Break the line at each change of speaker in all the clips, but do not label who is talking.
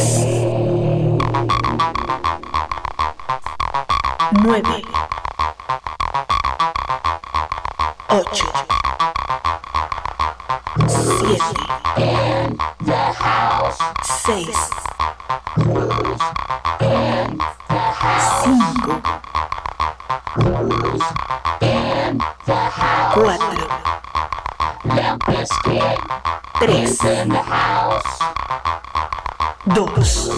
10, 9, 8, 7, 6, 5, 4, 3, 2,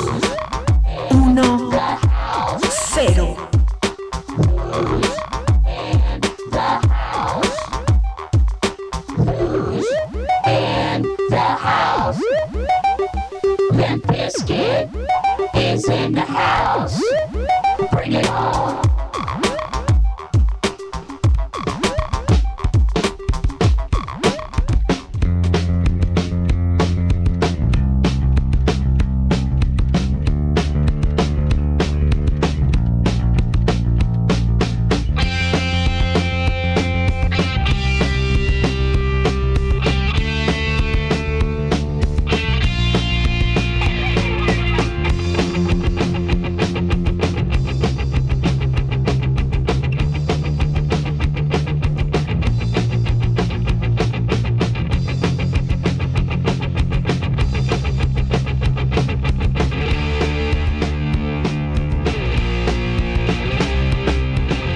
1, 0.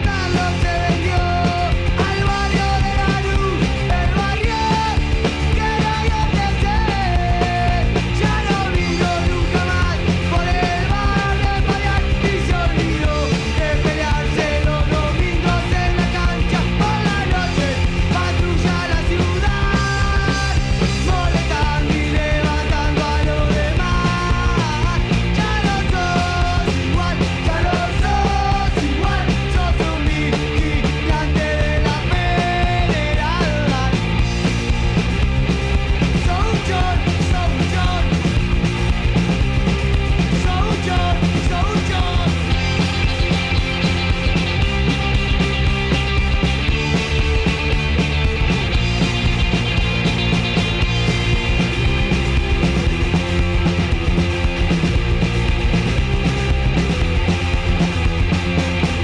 Carlos se vendió al barrio de la luz, el barrio que no vio crecer. Ya no vino nunca más por el barrio de Payán y se olvidó de pelearse los domingos en la cancha por la noche. Patrulla la ciudad, molestando y levantando a los demás. Ya no sos igual, ya no sos igual, sos un vigilante de la federal. Soldier, soldier, soldier, soldier.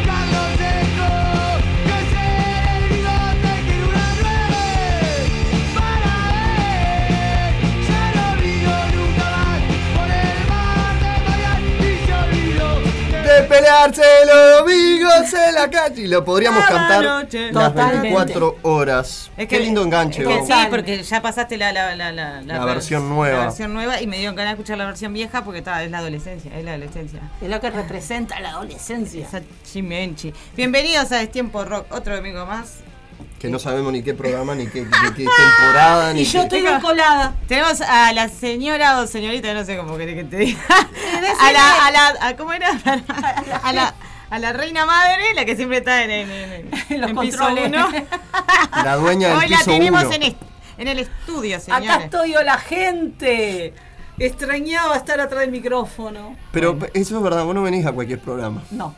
Carlos dejó que se el bigote que en una nueve para él se lo olvidó nunca más por el mar de Payán y se olvidó
De pelearse los domingos en la calle. Y lo podríamos
Cada
cantar
noche.
las
Totalmente.
24 horas.
Es
Qué lindo enganche,
es que
vos.
sí, porque ya pasaste la, la, la, la,
La
vers-
versión nueva.
La versión nueva y me dieron ganas de escuchar la versión vieja porque está, es la adolescencia, es la adolescencia.
Es lo que representa la adolescencia.
Esa chimenchi. Bienvenidos a Destiempo Rock, otro domingo más.
Que no sabemos ni qué programa, ni qué, ni qué temporada, ni
Y yo
qué-
estoy bien colada.
Tenemos a la señora o señorita, no sé cómo querés que te diga. A la, a la, a- ¿cómo era? A la, a la- a la reina madre, la que siempre está en, en, en-
En los
en piso
controles.
uno.
La dueña del
Hoy la
piso
tenemos
uno.
en, est- en el estudio,
Acá
señores.
estoy, hola gente. Extrañaba estar atrás del micrófono.
Pero eso es verdad, vos no venís a cualquier programa.
No.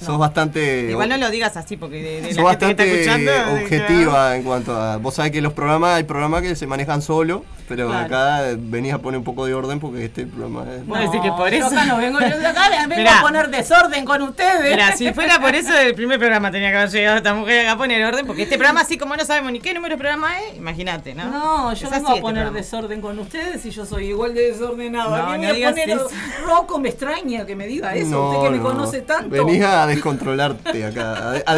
Sos bastante.
Igual no lo digas así porque de, de
sos
la gente
bastante
que ah, está escuchando. eh,
objetiva en cuanto a. Vos sabés que los programas, hay programas que se manejan solo, pero
Claro.
acá eh, venís a poner un poco de orden porque este programa es.
Bueno, decir que por eso-
Yo acá no vengo, yo de acá vengo
Mirá.
a poner desorden con ustedes.
Mira, si fuera por eso el primer programa tenía que haber llegado esta mujer acá a poner orden, porque este programa así como no sabemos ni qué número de programa es, imagínate, ¿no?
No,
Es
yo
así
vengo a
este
poner
programa.
desorden con ustedes y yo soy igual de desordenado.
No,
¿Qué
no
voy a
digas
poner?
eso.
Rocco me extraña que me diga eso,
No,
usted que me
no.
conoce tanto.
Venís a descontrolarte acá, a, de- a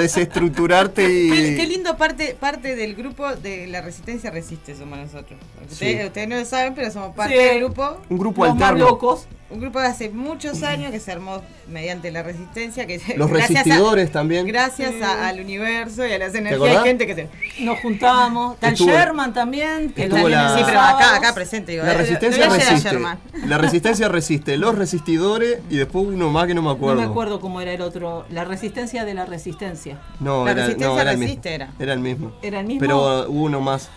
desestructurarte y.
Qué, qué lindo parte, parte del grupo de la resistencia resiste somos nosotros. Porque
Sí.
Ustedes, ustedes no lo saben, pero somos parte
Sí.
del grupo.
Un grupo
Los más
alterno.
locos.
Un grupo de hace muchos años que se armó mediante la resistencia. Que
Los
gracias a-
resistidores también.
Gracias a- al universo y a las energías
acordás?
hay gente que se...
Nos juntamos. Tal
Estuvo-
Sherman también. que
estuvo
también
la-
es
Sí, pero acá,
sábados.
acá presente. Digo,
La
eh,
resistencia
lo voy a llegar a
resiste.
llamar.
La resistencia resiste. Los resistidores y después uno más que no me
No
acuerdo.
me acuerdo cómo era el otro. La resistencia de la resistencia.
No,
La
era, no,
resistencia
era el
resiste,
mismo.
era.
el mismo.
¿Era el mismo?
Pero hubo uno más.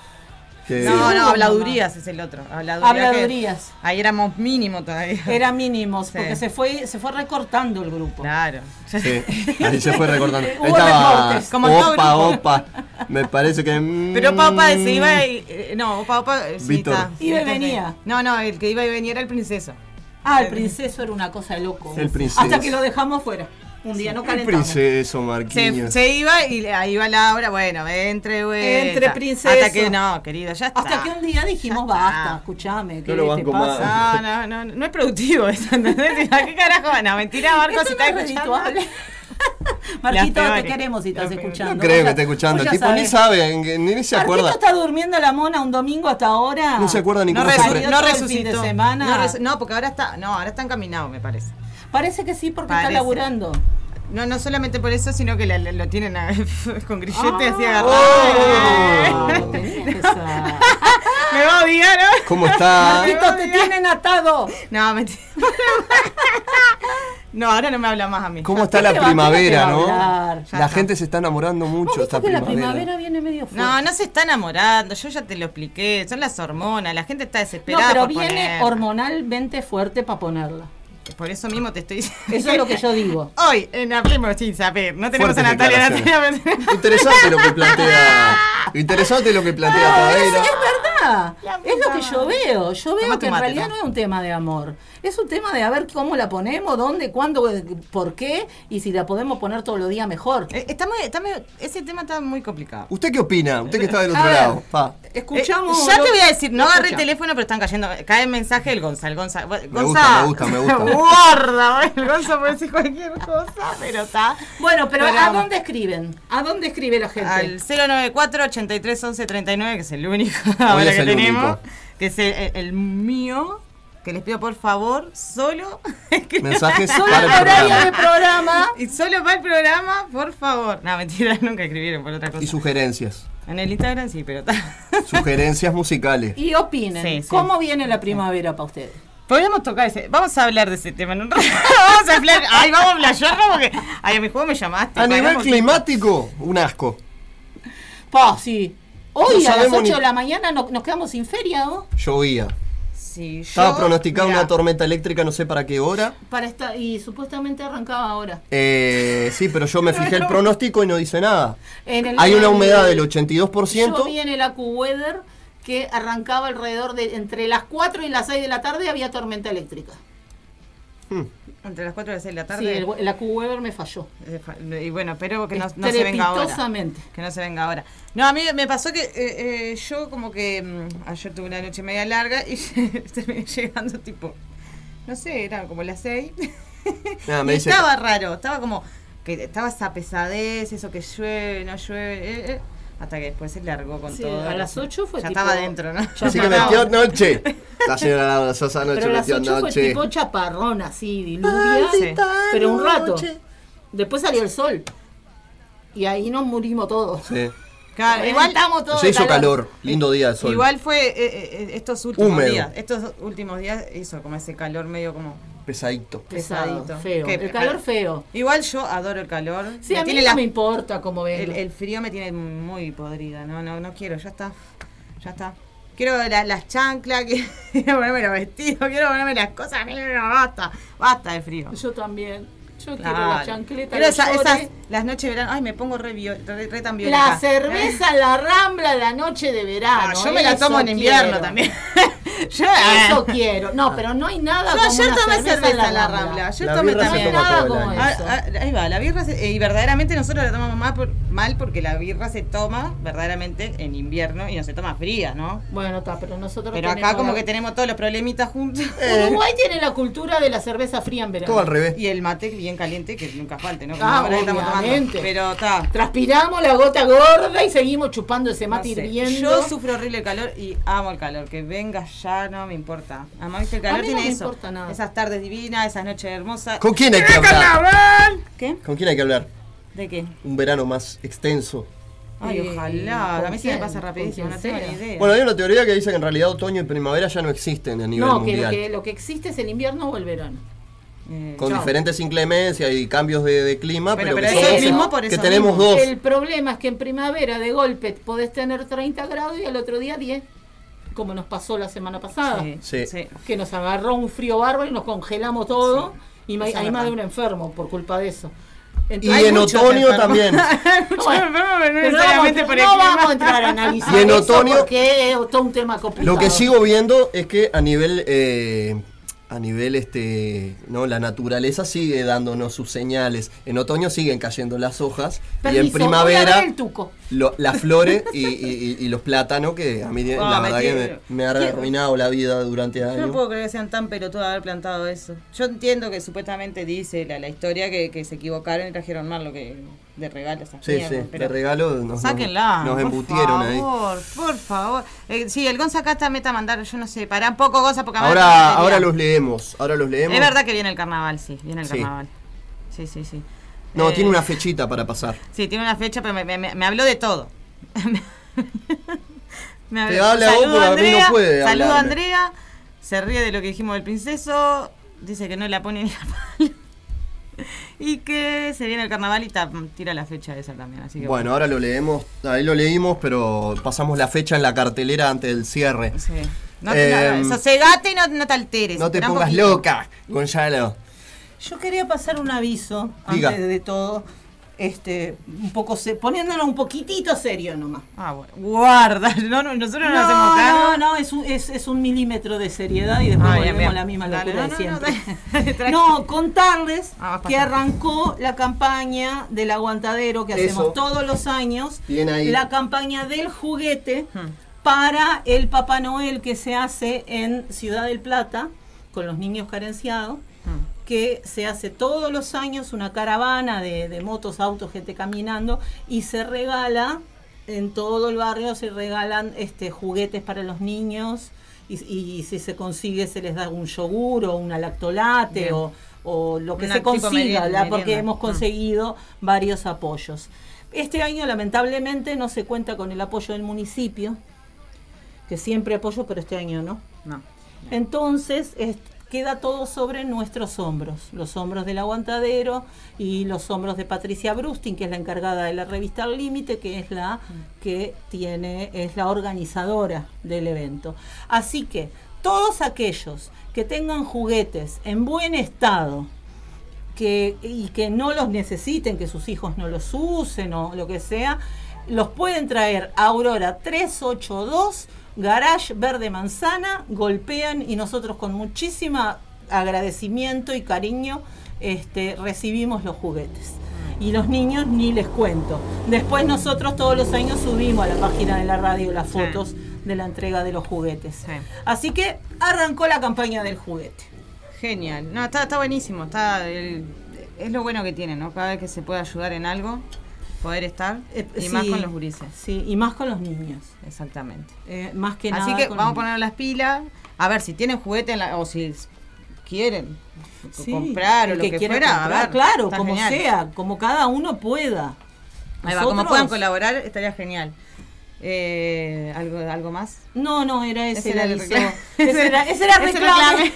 Que-
No, no,
mamá.
habladurías es el otro. Habladurías. que-
Habladurías.
Ahí éramos mínimo todavía.
Era mínimos,
Sí.
porque se fue, se fue recortando el grupo.
Claro.
Sí, ahí se fue recordando.
Hubo
Estaba
recortes,
como en todo
Opa,
grupo.
Opa. Me parece que. mm,
Pero Opa Opa se iba y. eh, No, Opa Opa. eh, Sí,
Víctor.
está.
Iba y
Víctor, sí.
venía.
No, no, el que iba y venía era el princeso.
Ah, el princeso era una cosa de loco.
El princeso.
Hasta que lo dejamos fuera. Un día no
El
calentamos.
princeso,
Se,
Marquinhos.
se iba y le- ahí iba Laura, bueno, entre, güey.
Entre princeso.
Hasta que no, querido, ya está.
Hasta que un día dijimos,
Ya está.
basta, escúchame, ¿qué
No lo
te
banco
pasa?
más.
No, no, no, no es productivo eso, ¿entendés? ¿A qué carajo? No, mentira, Marco,
Eso
si
no
estás
es
escuchando.
redituable.
Las
Marquito, te
peores.
queremos si estás
Las peores.
escuchando.
No creo
Vos
que
ya-
esté escuchando.
vos ya
El tipo ni
sabes.
sabe, ni, ni se
Marquito
acuerda.
está durmiendo la mona un domingo hasta ahora.
No se acuerda ni
No,
cómo se
resu-
resur-
prende.
no
todo el fin
resucitó.
de semana.
No, resu- no, porque ahora está, no, ahora está encaminado, me parece.
Parece que sí porque
Parece.
está laburando.
No, no solamente por eso, sino que la- la- lo tienen a- con grillete así agarrado.
Ah,
Oh.
tenía que ser.
Me va a odiar, ¿no?
¿Cómo está?
Marquito, te tienen atado.
No, mentira. no, ahora no me habla más a mí.
¿Cómo está
¿Por
la
qué te va-
primavera,
por qué te va a
no?
hablar?
Ya
La
está.
gente se está enamorando
¿Vos
mucho
viste
esta
que la
primavera.
primavera viene medio fuerte?
No, no se está enamorando, yo ya te lo expliqué. Son las hormonas, la gente está
No,
desesperada.
pero
por
viene
ponerla.
hormonalmente fuerte para ponerla.
Por eso mismo te estoy diciendo.
Eso es lo que yo digo.
Hoy en Hablemos sin saber. No tenemos
Fuertes
a Natalia.
declaraciones.
Natalia-
Interesante lo que plantea. Interesante lo que plantea
es,
Tadeira.
es verdad. Es lo que yo veo. Yo veo
Toma tu
que en
mate,
realidad
¿no?
no es un tema de amor. Es un tema de a ver cómo la ponemos, dónde, cuándo, eh, por qué y si la podemos poner todos los días mejor.
Eh, está muy- está medio- ese tema está muy complicado.
¿Usted qué opina? Usted que está del
A
otro
ver.
lado. Pa.
Escuchamos.
Eh, ya
lo-
te voy a decir, no
lo
agarré el
escuchamos.
teléfono, pero están cayendo. Cae el mensaje del Gonzalo. Gonza, Gonza,
Me gusta, me gusta, me gusta.
Gorda, el Gonza puede decir cualquier cosa, pero está.
Bueno, pero
Pero-
¿a dónde escriben? ¿A dónde escribe la gente?
Al 094 83 11 39, que es el único ahora
es
que
el
tenemos.
único.
Que es el, el- el mío. Que les pido por favor, solo.
Mensajes
Solo
para el
horario de
programa.
programa.
y solo para el programa, por favor. No, mentira, nunca escribieron por otra cosa.
Y sugerencias.
En el Instagram sí, pero está.
Sugerencias musicales.
Y opinen,
Sí, sí.
¿cómo viene la primavera para ustedes?
Podríamos tocar ese. Vamos a hablar de ese tema en un rato. vamos a hablar. Ay, vamos a flashearlo porque. Ay, a mi juego me llamaste.
A nivel
Paramos-
climático, un asco.
Pa, sí. Hoy
No
a las
sabemos
8
ni-
de la mañana no- nos quedamos sin feria, ¿no?
Llovía.
Sí, yo-
Estaba pronosticada
mirá,
una tormenta eléctrica, no sé para qué hora.
Para esta, y supuestamente arrancaba ahora.
Eh, sí, pero yo me fijé el pronóstico y no dice nada.
En el-
Hay una humedad del
Yo
82%.
vi en el AccuWeather que arrancaba alrededor de entre las 4 y las 6 de la tarde había tormenta eléctrica.
Entre las 4 y las 6 de la
Sí,
tarde.
el, el AccuWeather me falló.
Eh, fa- Y bueno, espero que no, no se venga ahora.
Estrepitosamente.
Que no se venga ahora. No, a mí me pasó que eh, eh, yo como que mm, ayer tuve una noche media larga y terminé llegando tipo, no sé, eran como las 6.
Nada,
Y
Ah, me dice,
estaba raro, estaba como que estaba esa pesadez, eso que llueve, no llueve, eh, eh, hasta que después se largó con
Sí,
todo.
a las ocho fue
Ya
tipo-
estaba adentro, ¿no?
Ya
así que
estaba.
metió noche. La señora Laura Sosa anoche
Pero las
metió
8 fue
noche.
tipo chaparrón así, diluvia.
Sí.
Pero un rato. Después salió el sol. Y ahí nos murimos todos.
Sí.
Claro, igual,
estamos todos.
Se
de
hizo calor, lindo día de sol.
igual fue eh, eh, eh, estos últimos
Húmedo.
días. Estos últimos días hizo como ese calor medio como
Pesadito.
Pesado,
pesadito.
feo.
Que-
el calor feo.
Igual yo adoro el calor.
Sí,
Me
a mí
tiene
no
la-
me importa cómo venga.
el, el frío me tiene muy podrida. No, no, no quiero, ya está. Ya está. Quiero la- las chanclas, quiero ponerme los vestidos, quiero ponerme las cosas, no, basta, basta de frío.
Yo también. Yo quiero
Claro.
la chancleta,
Pero
los
esa-
llores,
esas, las noches de verano, ay, me pongo re, vio- re, re tan violenta.
la cerveza, la rambla, la noche de verano.
Ah, yo me la
eso
tomo en invierno
quiero.
también. yo, eh, yo
Eso quiero. No, pero no hay nada como
ayer
una
tomé cerveza, en la rambla.
La
Yo tomé
birra se
también.
toma todo el
Nada como
año.
Ah,
eso.
ah, ahí va, la birra se- eh, y verdaderamente nosotros la tomamos mal, por- mal porque la birra se toma verdaderamente en invierno y no se toma fría, ¿no?
Bueno, está, pero nosotros
Pero acá
tenemos
como
la- Eh.
que tenemos todos los problemitas juntos
Uruguay tiene la cultura de la cerveza fría en verano.
Todo al revés.
y el mate bien caliente que nunca falte, ¿no? Como
Ah,
ahora que
obviamente.
Pero está.
Transpiramos la gota gorda y seguimos chupando ese
No
mate
sé,
hirviendo.
Yo sufro horrible el calor y amo el calor. Que venga ya, no me importa. Además, viste, el calor
mí no
tiene
me
eso.
importa nada.
Esas tardes divinas, esas noches hermosas.
¿Con quién hay que hablar?
¿Qué?
¿Con quién hay que hablar?
¿De qué?
Un verano más extenso.
Ay,
Eh,
ojalá. A
¿con
mí se me
quién?
pasa
¿Con
rapidísimo,
quién
no tengo ni
sea?
idea.
Bueno, hay una teoría que dice que en realidad otoño y primavera ya no existen a nivel
no, que lo,
mundial.
que lo que existe es el invierno o el verano.
Eh,
Con
Chao.
diferentes inclemencias y cambios de, de clima,
Bueno,
pero,
pero
que,
es
son-
el mismo
por
que
eso
tenemos
mismo.
dos.
El problema es que en primavera de golpe podés tener 30 grados y al otro día 10.
como nos pasó la semana pasada.
Ah, Sí.
Que nos agarró un frío bárbaro y nos congelamos todo. Y ma-
Eso es
hay más de un
verdad.
enfermo por culpa de eso.
Y
Entonces,
Hay
en
muchos
otoño
enfermos.
también.
Muchos enfermos, pero no
pero no
necesariamente
vamos,
por el
no
clima.
vamos a entrar a analizar
Y en
eso
otoño-
porque es todo un tema complicado.
Lo que sigo viendo es que a nivel eh, a nivel este no la naturaleza sigue dándonos sus señales. En otoño siguen cayendo las hojas
Permiso,
y en primavera
voy a ver el tuco.
lo- las flores y, y- y- y los plátanos que a mí la
Ah, me
verdad que
tiene-
me, me han arruinado la vida durante
Yo no
años.
puedo creer que sean tan pelotudos de haber plantado eso. Yo entiendo que supuestamente dice la, la historia que, que se equivocaron y trajeron mal lo que de regalo esas
Sí,
mierdas,
sí,
pero-
de regalo nos- nos,
Sáquenla.
nos embutieron
por
ahí.
favor, Por favor, Eh, Sí, el Gonza acá está meta mandar, yo no sé, pará un poco, Gonza, porque además no
Ahora,
me
ahora
entendía.
los leemos, ahora los leemos.
Es verdad que viene el carnaval, sí, viene el
Sí.
carnaval. Sí, sí, sí.
No,
Eh,
tiene una fechita para pasar.
Sí, tiene una fecha, pero me, me- me habló de todo. me
Te habla vos, pero a
Saludo
mí no
Andrea,
puede
saludo
hablarme.
Andrea, se ríe de lo que dijimos del princeso, dice que no la pone ni la pala. Y que se viene el carnaval y ta- tira la fecha esa también. Así que
Bueno, ahora lo leemos, ahí lo leímos, pero pasamos la fecha en la cartelera antes del cierre.
Sí. No te,
Em,
sosegate y no, no te alteres.
No te
espera un
pongas
poquito.
loca, Gonzalo.
Yo quería pasar un aviso
Diga.
antes de todo, este, un poco se- poniéndonos un poquitito serio nomás.
Ah, bueno. Guarda, no, no, nosotros no, nos hacemos cargo.
no, no, es un, es, es un milímetro de seriedad y después
Ah, bien,
volvemos
bien.
a la misma
Dale,
locura
no,
de
no, no,
siempre.
dale, tranqui.
No, contarles
Ah, vas
que
pasando.
arrancó la campaña del aguantadero que
Eso.
hacemos todos los años,
Bien ahí.
la campaña del juguete
Hmm.
para el Papá Noel que se hace en Ciudad del Plata con los niños carenciados
Ah,
que se hace todos los años una caravana de, de motos, autos, gente caminando y se regala en todo el barrio se regalan este juguetes para los niños y, y si se consigue se les da un yogur o una lactolate
Bien.
o, o lo que
Una
se
tipo
consiga,
merienda,
¿la? porque
merienda.
hemos
Mm.
conseguido varios apoyos. Este año lamentablemente no se cuenta con el apoyo del municipio, que siempre apoyo, pero este año no.
No.
Entonces, es- queda todo sobre nuestros hombros, los hombros del aguantadero y los hombros de Patricia Brustin, que es la encargada de la revista Al Límite, que es la que tiene, es la organizadora del evento. Así que todos aquellos que tengan juguetes en buen estado, que, y que no los necesiten, que sus hijos no los usen o lo que sea, los pueden traer a Aurora 382, Garage Verde Manzana, golpean y nosotros con muchísima agradecimiento y cariño este, recibimos los juguetes. Y los niños ni les cuento. Después nosotros todos los años subimos a la página de la radio las fotos de la entrega de los juguetes.
Sí.
Así que arrancó la campaña del juguete.
Genial. No, está, está buenísimo. Está el- es lo bueno que tiene, ¿no? Cada vez que se puede ayudar en algo, poder estar.
Eh,
y
sí,
más con los gurises.
Sí, y más con los niños.
Exactamente.
Eh, más que nada.
Así que
con
vamos a
los
poner las pilas. A ver si tienen juguete en la- o si quieren
niños. Sí,
comprar o
el
lo que,
quiera
fuera. a
comprar,
ver,
claro,
está
como
genial.
sea, como cada uno pueda.
Ahí va, como
Nosotros-
puedan colaborar, estaría genial. Eh, ¿algo, ¿Algo más?
No, no, era ese, el aviso.
reclamo.
Ese era, ese era reclame.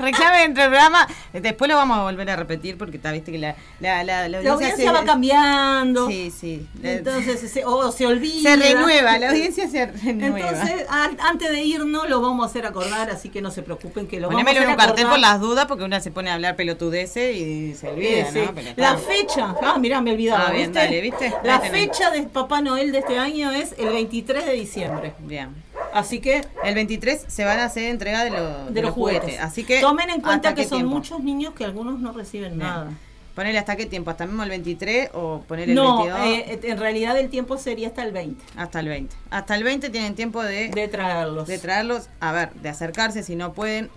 Reclame dentro del programa. Después lo vamos a volver a repetir porque está, viste que la, la, la,
La audiencia
se-
va cambiando.
Sí, sí. La-
Entonces, se, o se
se
olvida.
renueva, la audiencia se renueva.
Entonces, an- antes de irnos, lo vamos a hacer acordar, así que no se preocupen que lo
Ponémelo en
vamos a
un
hacer
cartel
acordar.
por las dudas porque una se pone a hablar pelotudeces y se olvida,
Sí, sí.
¿no? Pero está.
La fecha, ah, mirá, me olvidaba.
Ah, bien,
¿viste?
dale, ¿viste?
La
Ahí tenés.
fecha de Papá Noel de este año es el 23 de diciembre.
Bien.
Así que
El 23 se van a hacer entrega de, los-
de, los juguetes.
Así que
tomen en cuenta
¿hasta
que
qué
son
tiempo?
muchos niños que algunos no reciben
Bien.
nada.
Ponele hasta qué tiempo, hasta mismo el 23 o ponele el
No,
22
eh, en realidad el tiempo sería hasta el 20
hasta el 20. Hasta el 20 tienen tiempo de,
de traerlos.
de traerlos, a ver, de acercarse si no pueden,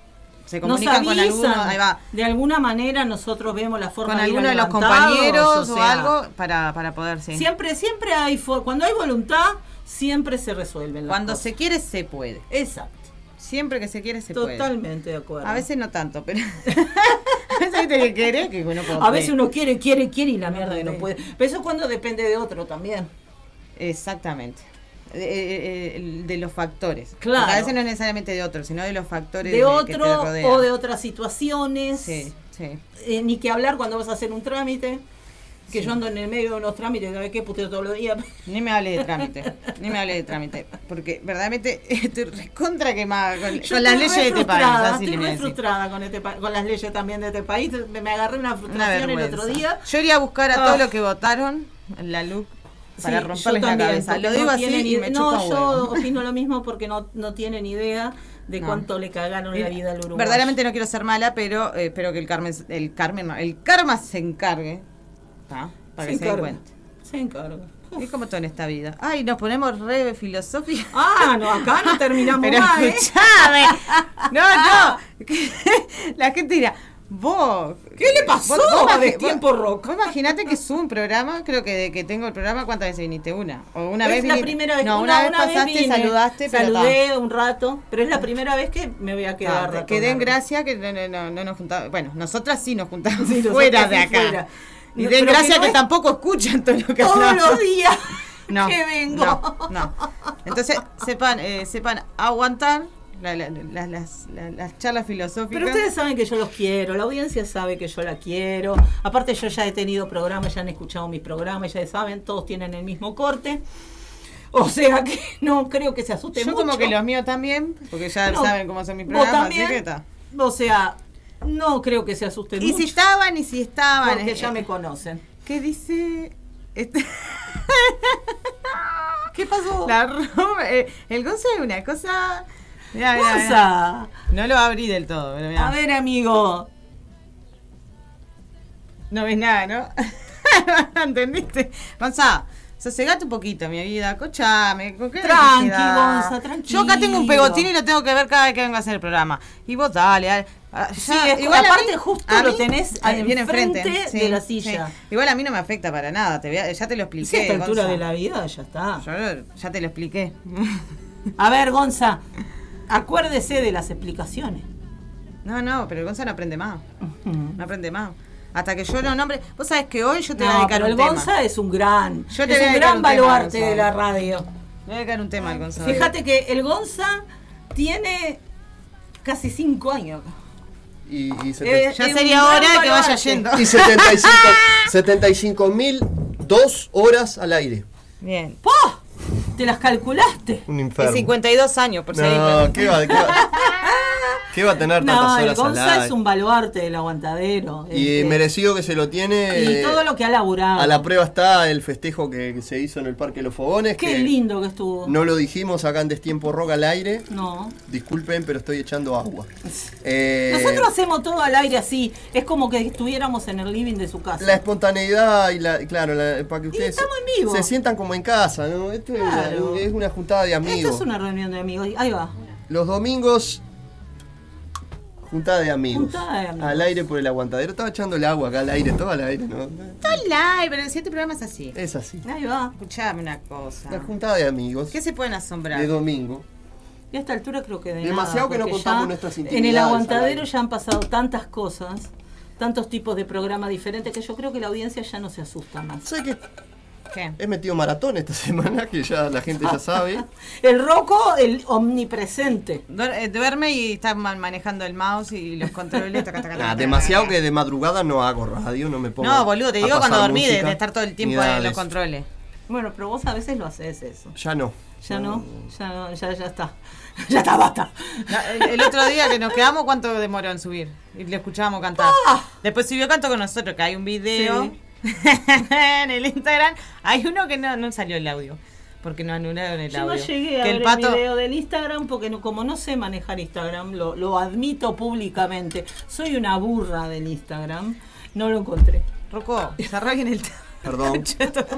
se
Nos
comunican con
avisan.
alguno, ahí va.
De alguna manera nosotros vemos la forma
Con
de ir
alguno de los
levantados,
compañeros o,
sea,
algo para, para poder, sí.
Siempre, siempre hay for- cuando hay voluntad siempre se resuelven. Las
Cuando
cosas.
se quiere, se puede.
exacto,
Siempre que se quiere, se puede.
totalmente de acuerdo.
A veces no tanto, pero. a veces hay que querer que uno puede.
A veces uno quiere, quiere, quiere y la mierda que no puede. Pero eso cuando depende de otro también.
Exactamente. Eh, eh, eh, De, los factores.
Claro.
Porque A veces no es necesariamente de otro, sino de los factores
De
que te
otro
rodean.
o de otras situaciones.
Sí, sí.
Eh, ni que hablar cuando vas a hacer un trámite. que yo ando en el medio de unos trámites, que a ver qué puteo todos los días.
Ni me hable de trámite, ni me hable de trámite, porque verdaderamente estoy recontra quemada con,
Yo
con las
estoy
leyes
re
de este país.
frustrada,
así le
Estoy
voy a
muy
decir.
frustrada con, este, pa- con las leyes también de este país. Me, me agarré una
Una
frustración el
vergüenza.
otro día.
Yo iría a buscar a todos
Ah.
los que votaron en la LUC para
Sí, yo
romperles la
también,
cabeza. Lo
porque
digo
no
así
tienen
y
ide-
me
No,
chupa un
yo
huevo.
opino lo mismo porque no, no tienen idea de
No.
cuánto le cagaron la vida al Uruguay.
Verdaderamente no quiero ser mala, pero eh, espero que el Carmen, el Carmen, no, el karma se encargue. ¿tá? Para que se den
encarga.
cuenta.
Se encarga.
Es como todo en esta vida. Ay, nos ponemos re filosóficos.
Ah, no, acá no terminamos
Pero
más, ¿eh? Ah.
escuchame. No, no. La gente dirá, vos.
¿Qué le pasó a Destiempo Rock?
Vos Imagínate que es un programa, creo que de que tengo el programa, ¿cuántas veces viniste? Una. O una
es
vez
la
viniste-
primera vez
No, una, vez pasaste,
vine,
saludaste, pero
saludé un rato, pero es la primera vez que me voy a
ta,
quedar.
ta,
ratona.
que den gracia que no, no, no, no nos juntamos. Bueno, nosotras sí nos juntamos
Sí, nosotras
fuera de
sí,
acá.
fuera.
Y
No,
den
pero
gracia
que
que,
no es-
tampoco escuchan todo lo que
Todos
hablamos.
los días
No,
que vengo.
No, no. Entonces, sepan, eh, sepan aguantar la- la- la- las, la- las charlas filosóficas.
Pero ustedes saben que yo los quiero, la audiencia sabe que yo la quiero. Aparte yo ya he tenido programas, ya han escuchado mis programas, ya saben, todos tienen el mismo corte. O sea que no creo que se asusten
Yo
mucho.
como que los míos también, porque ya
No,
saben cómo son mis
vos
programas, así
también.
que está.
O sea, no creo que se asusten
Y
mucho
si estaban, y si estaban.
porque
eh,
ya me conocen.
¿Qué dice? Este-
¿Qué pasó?
la ro- eh, el gonzo es una cosa... Mirá, mirá, mirá.
Gonza.
No lo abrí del todo, pero mirá.
A ver, amigo.
No ves nada, ¿no? ¿Entendiste? Gonza, sosegate un poquito, mi vida. Cochame, con qué
Tranqui,
necesidad?
Gonza,
Yo acá tengo un
tranquilo.
pegotín y lo tengo que ver cada vez que vengo a hacer el programa. Y vos dale, dale. Ah,
Sí,
ya,
es-
a
aparte
mí-
justo
a
lo
mí-
tenés
ah,
al enfrente de la silla.
Igual a mí no me afecta para nada, te voy a- ya te lo expliqué.
Si a esta altura
Gonza.
de la vida ya está.
Yo lo- ya te lo expliqué.
A ver, Gonza, acuérdese de las explicaciones.
No, no, pero el Gonza no aprende más. No aprende más. Hasta que yo lo nombre. Vos sabés que hoy yo te voy a
No,
dedicar
pero
un
el
tema.
Gonza es un gran,
Yo te voy a
es un
dedicar
gran
un tema,
baluarte
Gonza.
de la radio.
Le voy a dedicar un tema al Gonza. hoy.
Fíjate que el Gonza tiene casi cinco años.
Y, y
Eh,
Ya
es un
sería
gran
hora de que vaya
baluarte.
yendo.
y 75 75 mil dos horas al aire.
Bien.
¡Pah! Te las calculaste.
Un
Y
inferno.
52 años, por si
no,
alguien-
¿qué va, qué va- qué va a tener
No,
tantas
el
horas al
Gonza
aire?
es un baluarte del aguantadero.
Y
Este,
merecido que se lo tiene.
y todo lo que ha laburado.
A la prueba está el festejo que, que se hizo en el Parque Los Fogones.
Qué
que
lindo que estuvo.
No lo dijimos acá en Destiempo Rock al aire.
No.
Disculpen, pero estoy echando agua. Eh,
Nosotros hacemos todo al aire así. Es como que estuviéramos en el living de su casa.
La espontaneidad y la. Claro, la- para que ustedes.
estamos en vivo.
Se sientan como en casa, ¿no? Esto es,
Claro.
una, es una juntada de
Esto
amigos.
es una reunión de amigos. Ahí va.
Los domingos. Juntada de amigos.
Juntada de amigos.
Al aire por el aguantadero. Estaba echando el agua acá al aire, todo al aire, ¿no?
Está live, pero en siete programas así.
Es así.
Ahí va.
Escuchame una
Una
cosa.
juntada de amigos.
¿Qué se pueden asombrar?
de domingo.
Y a esta altura creo que de
Demasiado
nada,
que no
porque
contamos
ya
nuestras
En el
intimidades al
aguantadero
aire.
ya han pasado tantas cosas, tantos tipos de programas diferentes, que yo creo que la audiencia ya no se asusta más.
Sé que
¿Qué?
he metido maratón esta semana, que ya la gente ya sabe.
El roco, el omnipresente.
Duer- eh, Duerme y está man- manejando el mouse y los controles. taca, taca,
Nah,
taca,
Ah, demasiado
taca.
que de madrugada no hago radio, no me pongo.
No, boludo, te
a
digo
pasar
cuando dormí de,
música,
de estar todo el
ni
tiempo
nada
en
de
los
eso.
controles.
Bueno, pero vos a veces lo haces eso.
Ya no.
Ya no, ya no, ya, ya está. Ya está, basta.
No, el, el otro día que nos quedamos, ¿cuánto demoró en subir? Y le escuchábamos cantar.
Ah.
Después subió canto con nosotros, que hay un video
Sí.
en el Instagram. Hay uno que no, no salió el audio, porque no anularon el
Yo no
audio.
llegué a
que
ver
el pato.
el video del Instagram porque no- como no sé manejar Instagram, lo, lo admito públicamente. Soy una burra del Instagram. No lo encontré.
Rocco, cerrá bien el. t-
Perdón.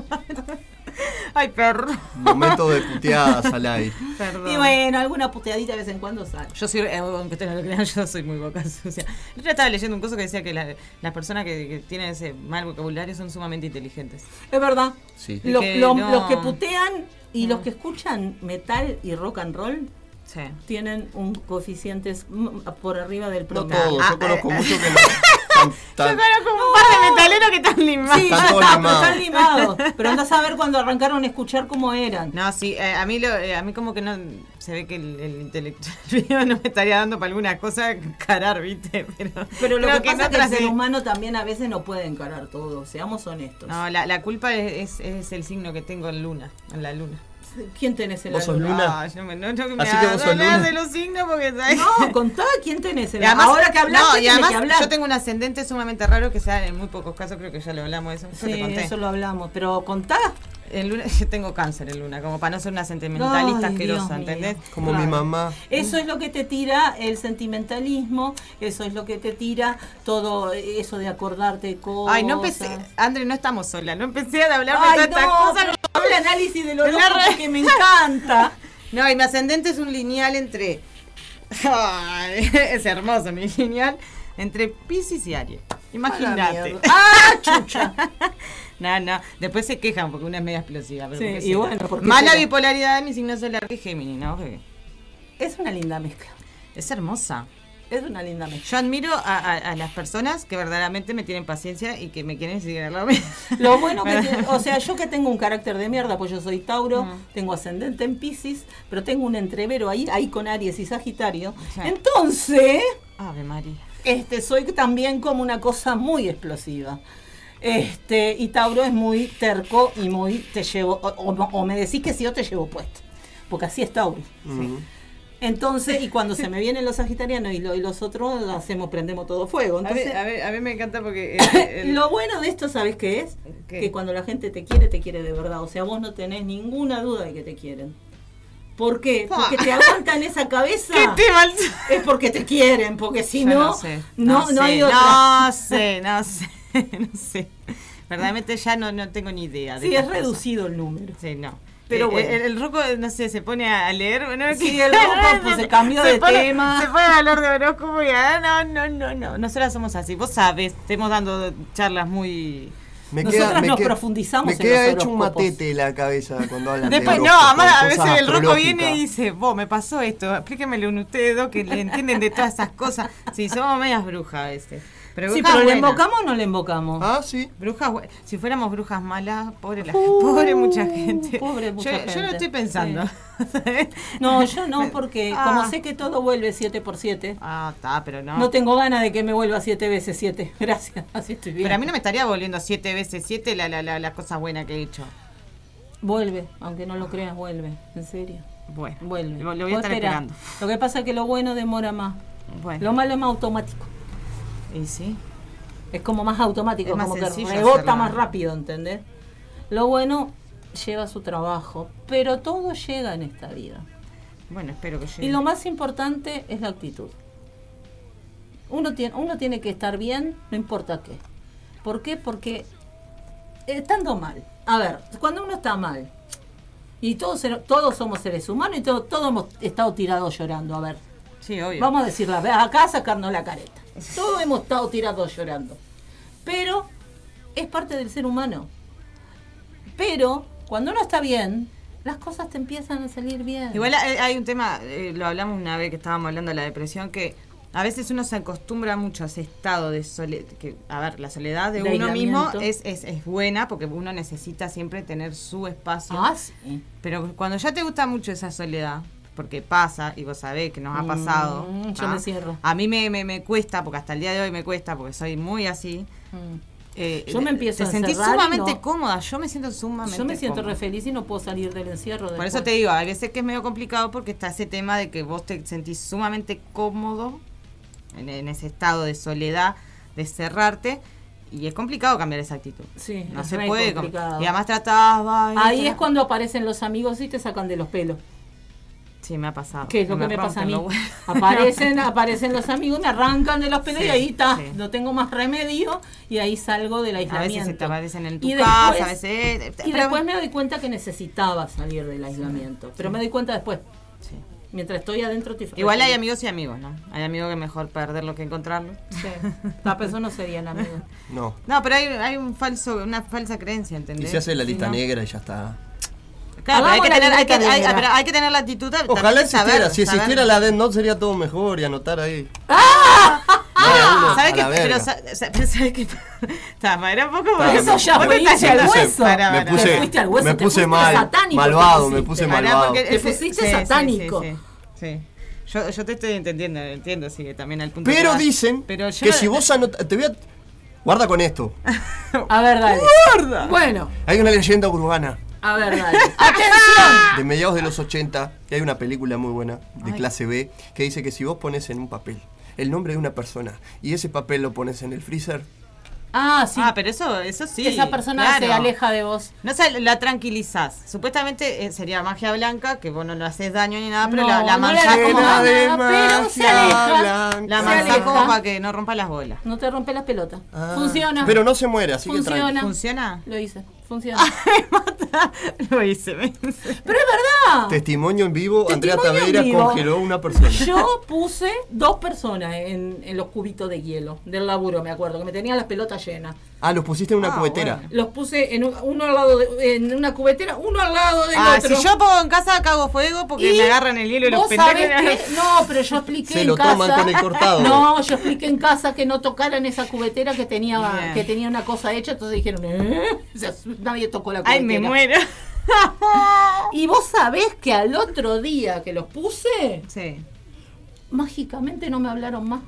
Ay, perro.
Momento de puteadas al aire.
Perdón.
Y bueno, alguna puteadita de vez en cuando sale.
Yo soy, eh, aunque ustedes no lo crean, yo soy muy boca sucia. Yo estaba leyendo un coso que decía que la- las personas que, que tienen ese mal vocabulario son sumamente inteligentes.
Es verdad.
Sí.
Los,
Que
lo-
no.
los que putean y los que escuchan metal y rock and roll
Sí.
tienen un coeficiente mm, por arriba del
No
promedio. Ah,
todos,
Ah,
yo conozco
eh,
muchos que no. tan- tan-
Yo conozco un par de metaleros que están limados.
Sí,
Están
ya
todos
está, pero
limados.
están limados. Pero andás a ver cuando arrancaron a escuchar cómo eran.
No, sí, eh, a mí lo, eh, a mí como que no se ve que el, el intelectual no me estaría dando para alguna cosa carar, ¿viste? Pero,
Pero lo
creo
que, pasa
no
es que el
trasce-
ser humano también a veces no puede encarar todo, seamos honestos.
No, la, la culpa es, es- es el signo que tengo en luna, en la luna.
¿Quién tenés en la
Vos sos
luna?
Luna.
Ah, yo me, no, no, me
Así que vos
no
sos
me
Luna.
hagas de los signos porque ¿sabes?
No, contá quién tenés en
Y
la
además-
Ahora que hablaste,
no, y
tenés
además
que hablar.
yo tengo un ascendente sumamente raro que se da en muy pocos casos, creo que ya lo hablamos de eso, yo te
Sí,
conté.
eso lo hablamos, pero contá.
En luna, yo tengo cáncer en luna, como para no ser una sentimentalista
Ay, Dios
asquerosa,
mío.
¿entendés?
Como mi
Claro.
mamá.
Eso es lo que te tira el sentimentalismo, eso es lo que te tira todo eso de acordarte de cosas.
Ay, no empecé, Andre, no estamos solas, no empecé a hablarme
Ay,
de todas estas
no,
cosas.
pero todo el análisis
Es
del
la
horóscopo
re-
que me encanta.
No, y mi ascendente es un lineal entre. Ay, es hermoso mi lineal. Entre Pisces y Aries. Imagínate.
mierda. ¡Ah, chucha!
No, no. Después se quejan porque una es media explosiva. Pero
Sí,
¿por qué
y
será?
bueno, ¿por qué
Mala
será?
bipolaridad de mi signo solar que es Géminis, ¿no? Porque
Es una linda mezcla.
Es hermosa.
Es una linda mezcla.
Yo admiro a, a- a las personas que verdaderamente me tienen paciencia y que me quieren seguir al lado mío.
Lo bueno que, te- o sea, yo que tengo un carácter de mierda, pues yo soy Tauro,
Mm.
tengo ascendente en Pisces, pero tengo un entrevero ahí, ahí con Aries y Sagitario.
Sí.
Entonces,
Ave María.
este, soy también como una cosa muy explosiva. Este, y Tauro es muy terco y muy te llevo, o, o- o me decís que sí o te llevo puesto. Porque así es Tauro.
Mm.
Entonces, y cuando se me vienen los sagitarianos y, lo- y los otros, hacemos, prendemos todo fuego.
A
Entonces,
ver, a ver, a mí me encanta porque. eh, el-
Lo bueno de esto, ¿sabes qué es?
¿Qué?
Que cuando la gente te quiere, te quiere de verdad. O sea, vos no tenés ninguna duda de que te quieren. ¿Por qué?
Fa.
Porque te aguantan esa cabeza.
¡Qué tema el-
Es porque te quieren, porque si
Yo
no,
no, sé,
no, no
sé,
hay otra.
No sé, no sé, no sé. Verdaderamente ya no, no tengo ni idea. de
Sí, es
estas cosas.
reducido el número.
Sí, no.
Pero
Eh,
bueno.
El, el ruco, no sé, se pone a leer. Bueno,
Sí,
que-
el ruco, pues, se cambió de
pone-
tema.
Se pone a hablar de horóscopo y ah, no, no, no, no. Nosotras somos así, vos sabes. Estemos dando charlas muy.
Me
Nosotras nos
queda-
profundizamos
Me
en
queda
los
hecho un
horóscopos.
matete la cabeza cuando hablan
Después,
de
no,
horóscopo,
además a
de
veces
cosas
el ruco viene y
astrológicas.
dice, vos, me pasó esto, explíquemelo un ustedes dos que le entienden de todas esas cosas. Sí, somos medias brujas a veces. Pero
Sí,
brujas
pero ¿le
buenas.
invocamos o no le invocamos?
Ah, sí.
Brujas, bu- si fuéramos brujas malas, pobre la pobre mucha gente.
pobre mucha
yo, Yo
gente.
lo estoy pensando.
No, yo no, porque
Ah.
como sé que todo vuelve 7 por 7
Ah, está, pero no.
no tengo ganas de que me vuelva 7 veces 7 Gracias, así estoy bien.
pero a mí no me estaría volviendo siete veces siete la, la, la, la cosa buena que he hecho.
Vuelve, aunque no lo creas, vuelve, en serio.
Bueno,
Vuelve.
Lo, lo voy a
Vos
estar
esperá.
esperando.
Lo que pasa es que lo bueno demora más.
Bueno,
Lo malo es más automático.
y sí.
Es como más automático,
Es más
como que
sencillo
rebota
hacerla.
más rápido, ¿entendés? Lo bueno lleva su trabajo, pero todo llega en esta vida.
Bueno, espero que llegue.
Y lo más importante es la actitud. Uno tiene, uno tiene que estar bien, no importa qué. ¿Por qué? Porque estando mal. A ver, cuando uno está mal, y todos, ser- todos somos seres humanos y todo- todos hemos estado tirados llorando, a ver.
Sí, obvio.
Vamos a decir la verdad, acá sacarnos la careta. Todos hemos estado tirados llorando. Pero es parte del ser humano. Pero cuando uno está bien, las cosas te empiezan a salir bien.
Igual hay hay un tema, eh, lo hablamos una vez que estábamos hablando de la depresión, que a veces uno se acostumbra mucho a ese estado de soledad. Que, a ver, la soledad de,
De
uno mismo
aislamiento.
es, es, es buena porque uno necesita siempre tener su espacio.
Ah,
Mm.
sí.
Pero cuando ya te gusta mucho esa soledad, porque pasa, y vos sabés que nos ha pasado.
Mm, yo
¿ah?
me cierro.
A mí me, me, me cuesta, porque hasta el día de hoy me cuesta, porque soy muy así. Eh,
Yo me empiezo
Te
a
sentís
encerrar y
sumamente
no-
cómoda, yo me siento sumamente
Yo me siento
cómoda.
re feliz y no puedo salir del encierro.
Por eso te digo, a veces que es medio complicado porque está ese tema de que vos te sentís sumamente cómodo en, en ese estado de soledad, de cerrarte, y es complicado cambiar esa actitud.
Sí,
no
es
se
re
puede. com-
complicado.
Y además tratabas, va,
Ahí
esto,
es cuando aparecen los amigos y te sacan de los pelos.
Sí, me ha pasado.
Que es lo que me pasa a mí.
rompen los huevos.
Aparecen, aparecen los amigos, me arrancan de los pelos
Sí,
y ahí está.
sí.
No tengo más remedio y ahí salgo del
A
aislamiento.
veces se te aparecen en tu
Y
casa,
después-
a veces. eh,
Y
pero-
después me doy cuenta que necesitaba salir del aislamiento. Pero me doy cuenta después.
Sí.
Mientras estoy adentro, te
Igual hay amigos y amigos, ¿no? Hay amigos que mejor perderlo que encontrarlo.
Sí. Las personas serían amigos.
No.
No, pero hay, hay un falso, una falsa creencia,
Y
¿entendés?
se hace la lista
Sí, ¿no?
negra y ya está.
Claro, pero hay,
Hagamos
que
la
tener, hay, que,
libreta de
hay-
Vera.
pero hay que tener la actitud. de-
Ojalá
también
existiera.
saber-
si
saber-
existiera la Dead Note sería todo mejor y anotar ahí.
Ah,
a
¿sabes qué?
la verga.
Pero, sa- sa- pero ¿sabes qué? Tapa, era un
Pero
poco. porque-
Eso ya
vos
fue
te estás
irse al
yendo-
Me
hueso.
Pará,
me
pará,
puse,
Te fuiste al hueso,
me
te
pusiste
fuiste
mal,
satánico,
malvado,
te
me
pusiste.
puse
Pará,
malvado.
porque
Te
el-
pusiste
sí, sí,
satánico.
Sí, sí, sí. Yo, yo te estoy entendiendo, entiendo, sí, también al punto.
Pero
vas.
dicen
Pero yo
que
no-
si vos anotas. Te voy a. Guarda con esto.
A ver, dale. Bueno,
Hay una leyenda urbana
a ver, dale. ¡Atención!
de mediados de los 80, que hay una película muy buena de clase B, que dice que si vos pones en un papel el nombre de una persona y ese papel lo pones en el freezer,
Ah, sí.
Ah, pero eso, eso sí.
Esa persona
claro.
se aleja de vos.
No sé, la tranquilizás. Supuestamente eh, sería magia blanca, que vos no le haces daño ni nada, pero la,
No,
la
no le
manzás
hagas
Ah, como.
nada,
de
pero se
magia
aleja.
blanca.
La
Se
manzás
aleja.
como para que no rompa las bolas.
No te rompe las pelotas.
Ah.
Funciona.
Pero no se muere, así que tranqui.
Funciona.
¿Funciona?
Lo hice. Funciona.
Ah. Lo hice. me-
Pero es verdad.
Testimonio en vivo,
Testimonio
Andrea
en
Taveira
vivo.
congeló una persona.
Yo puse dos personas en, en los cubitos de hielo del laburo, me acuerdo, que me tenían las pelotas llenas.
Ah, los pusiste en una
Ah,
cubetera.
bueno.
Los puse en un- uno al lado de, en una cubetera, uno al lado del
Ah, si
otro.
yo pongo en casa, cago fuego porque
Y
me agarran el hielo y los
vos sabés
pendejos.
que- no, pero yo expliqué
Se
en
lo
casa.
toman con el cortado.
No, yo expliqué en casa que no tocaran esa cubetera que tenía
Bien.
que tenía una cosa hecha, entonces dijeron, "Eh", o sea, nadie tocó la cubetera.
Ay, me muero.
Y vos sabés que al otro día que los puse,
Sí.
mágicamente no me hablaron más.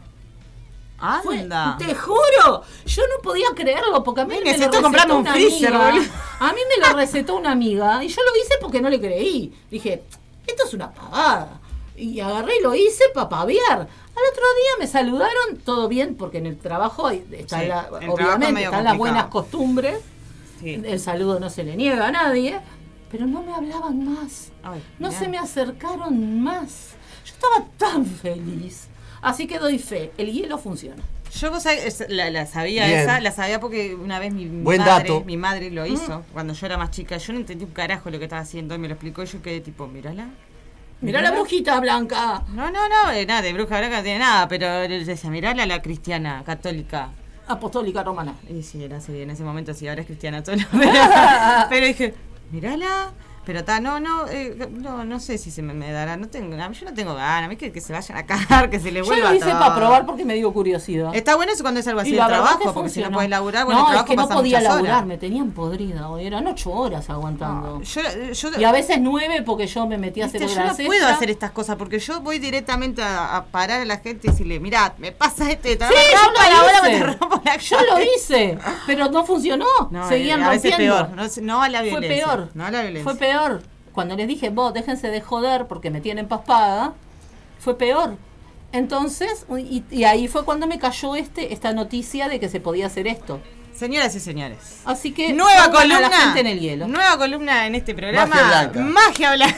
Fue-
Anda.
te juro, yo no podía creerlo porque a mí
Ay,
me
necesito
lo
comprarme
recetó
un
una
freezer,
amiga.
boludo.
A mí me lo recetó una amiga y yo lo hice porque no le creí. Dije, esto es una pagada. Y agarré y lo hice para paviar. Al otro día me saludaron, todo bien, porque en el trabajo hay- están
Sí,
la-
el trabajo es medio
obviamente están las
complicado.
buenas costumbres.
Sí.
El saludo no se le niega a nadie, pero no me hablaban más.
Ay,
No
mirá.
se me acercaron más. Yo estaba tan feliz. Así que doy fe, el hielo funciona.
Yo vos sabés, es- la, la sabía
Bien.
esa, la sabía porque una vez mi, mi
Buen
madre,
dato.
mi madre lo
Mm.
hizo cuando yo era más chica. Yo no entendí un carajo lo que estaba haciendo y me lo explicó y yo quedé tipo, mírala.
Mirá la brujita blanca.
No, no, no, eh, nada, de bruja blanca no tiene nada, pero él decía, mirala la cristiana, católica.
Apostólica romana.
Y sí, era así, en ese momento sí, ahora es cristiana solo. Pero, pero dije, mirala. Pero está, no, no, eh, no, no sé si se me, me dará, no tengo, yo no tengo ganas, a mí que, que se vayan a cagar, que se les
Yo
vuelva
lo hice
todo.
para probar porque me dio curiosidad.
Está bueno eso cuando es algo así
Y
de
la verdad
trabajo,
que
porque si no
funcionó.
puedes laburar, bueno,
no,
el trabajo
es que no
pasa
podía
muchas horas.
laburar, me tenían podrida hoy, eran ocho horas aguantando.
Yo, yo,
y a veces nueve porque yo me metí a hacer
viste, yo
la
no
cesta.
puedo hacer estas cosas porque yo voy directamente a, a parar a la gente y decirle, mirá, me pasa esto y te
Sí,
la rompo la bola,
yo
me
lo
te
hice.
rompo la
Yo
cara.
lo hice, pero no funcionó.
este No,
Seguían
eh, a veces
rompiendo.
peor, no, se- no a la
Fue
violencia.
peor.
No a la violencia.
Fue peor. Cuando les dije, vos, déjense de joder porque me tienen paspada, fue peor. Entonces, y, y ahí fue cuando me cayó este, esta noticia de que se podía hacer esto.
Señoras y señores.
Así que
Nueva
pongan
columna.
a Eh, la gente en el hielo.
Nueva columna en este programa.
Magia blanca.
Magia blanca.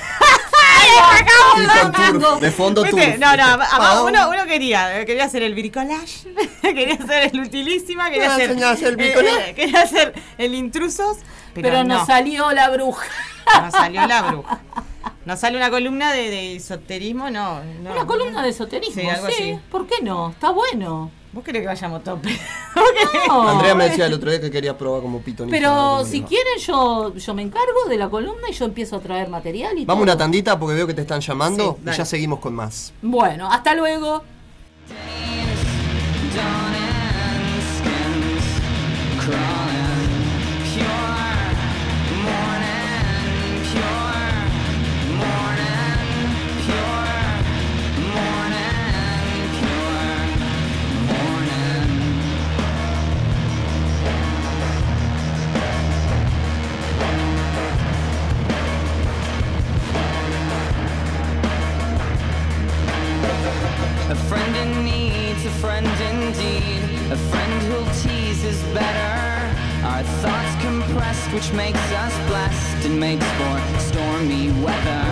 Y con turf, de fondo tú.
Viste, No, no, a- a- uno, uno quería, eh, quería hacer el bricolage, quería hacer el utilísima, quería
No,
hacer, eh,
señora, hacer el bricolage.
quería hacer el intrusos, pero,
pero nos
no,
salió la bruja.
no salió la bruja. Nos sale una columna de, de esoterismo, no, no.
Una columna de esoterismo,
Sí,
sí,
algo así.
¿Por qué no? Está bueno.
¿Vos querés que vayamos tope?
No.
Andrea me decía el otro día que quería probar como pitonista. a ver
Pero
cómo
si
le va.
quieren yo, yo me encargo de la columna y yo empiezo a traer material y
Vamos
todo.
una tandita porque veo que te están llamando
Sí,
y
dale.
ya seguimos con más.
Bueno, hasta luego.
A friend in need's a friend indeed. A friend who'll tease is better. Our thoughts compressed, which makes us blessed and makes for stormy weather.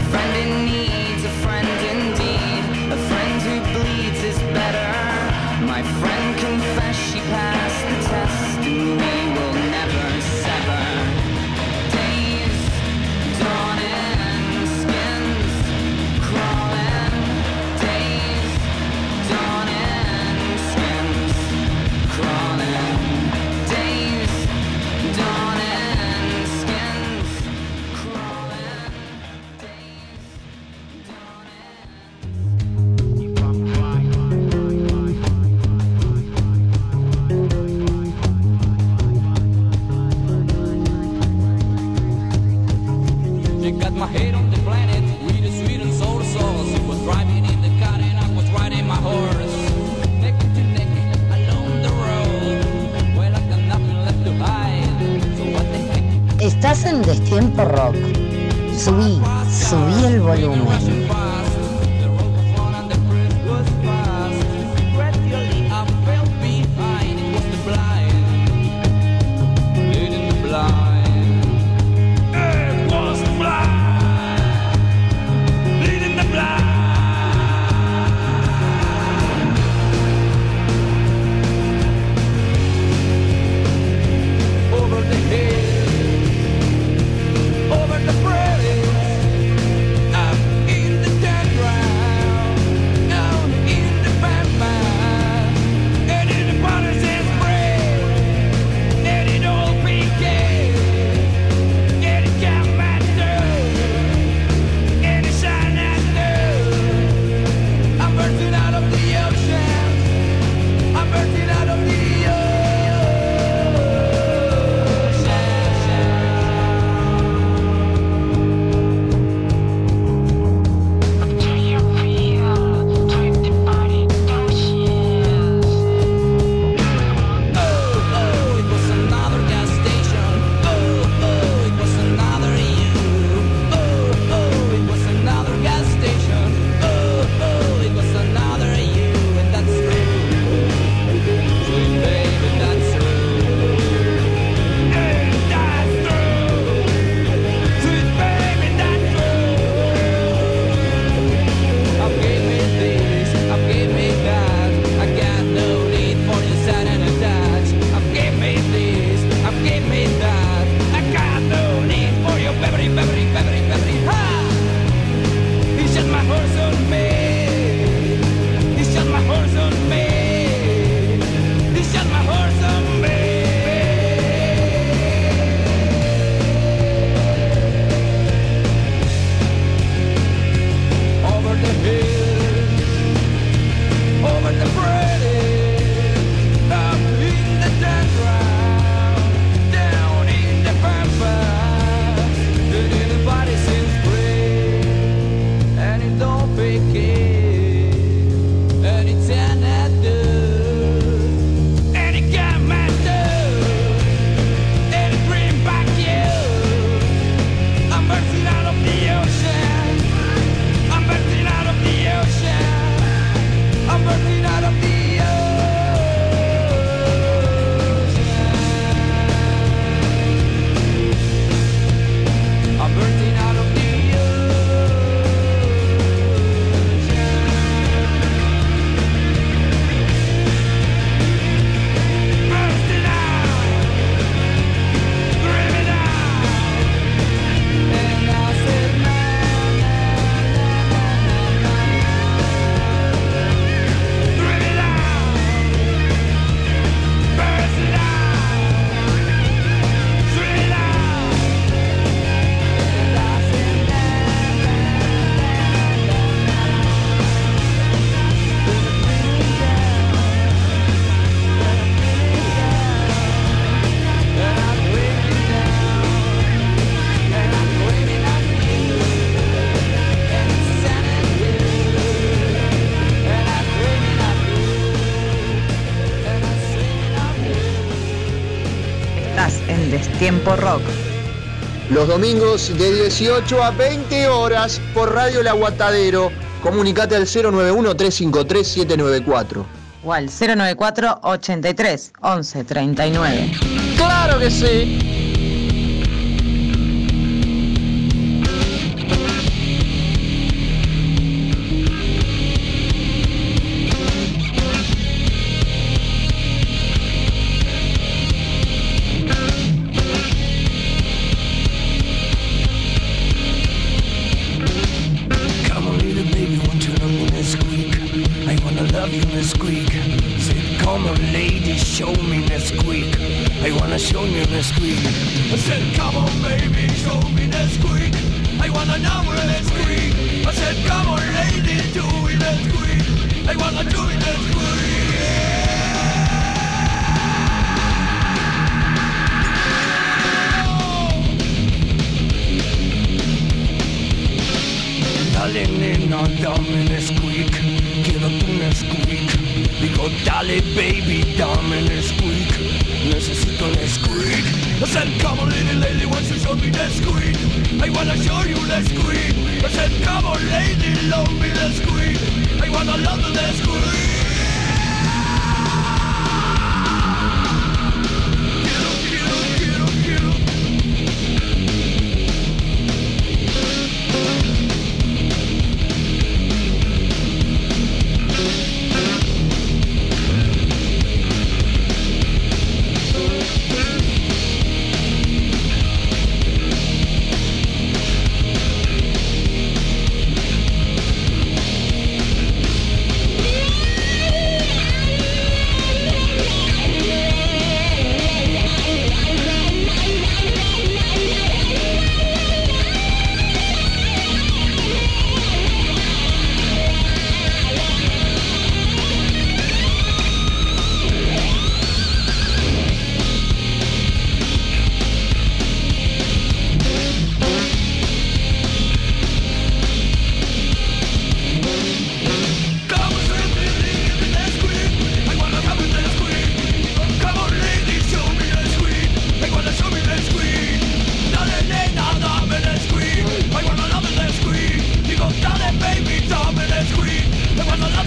A friend in need's a friend indeed. A friend who bleeds is better. My friend confessed she passed the test, and we will never sever. Days, dawning, skins crawling. Days, dawning, skins crawling. Days, dawning, skins crawling.
Subí, subí el volumen.
Over the prairies, up in the dead ground, down in the bad mind, and in the partisan's brain, and in old PK, and in Kathmandu, and in Shanadu. I'm bursting out of the ocean, I'm bursting out of the ocean. Oh, Oh, Oh, oh, Over the hill over the prairie, up in the dead ground, down in the pampas, in the body since spring, and it don't pick it, and it's an adult, and it got my and it bring back you. I'm bursting out of the ocean, I'm bursting out of the ocean. I'm burning out of the ocean. I'm burning out of the ocean. Bursting out, grieving out, and I said, man.
Estás en Destiempo Rock.
Los domingos de 18 a 20 horas por Radio El Aguatadero. Comunicate al 091-353-794.
O al 094 83 11 39.
¡Claro que sí!
Come on, little baby, won't you love me this week? I wanna love you this week. Say, come on, lady, show me this week. I wanna show you this week. I said, come on, baby, show me this week. I wanna know it this week. I said, come on, lady, do it this week. I wanna do it this week. Dale nena, dame Nesquik, quiero tu Nesquik
Digo, dale baby, dame un squeak Necesito un squeak I said, come on little lady, want you show me the squeak I wanna show you the squeak I said, come on lady, love me the squeak I wanna love you the squeak Quiero, quiero, quiero, quiero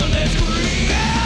Ah.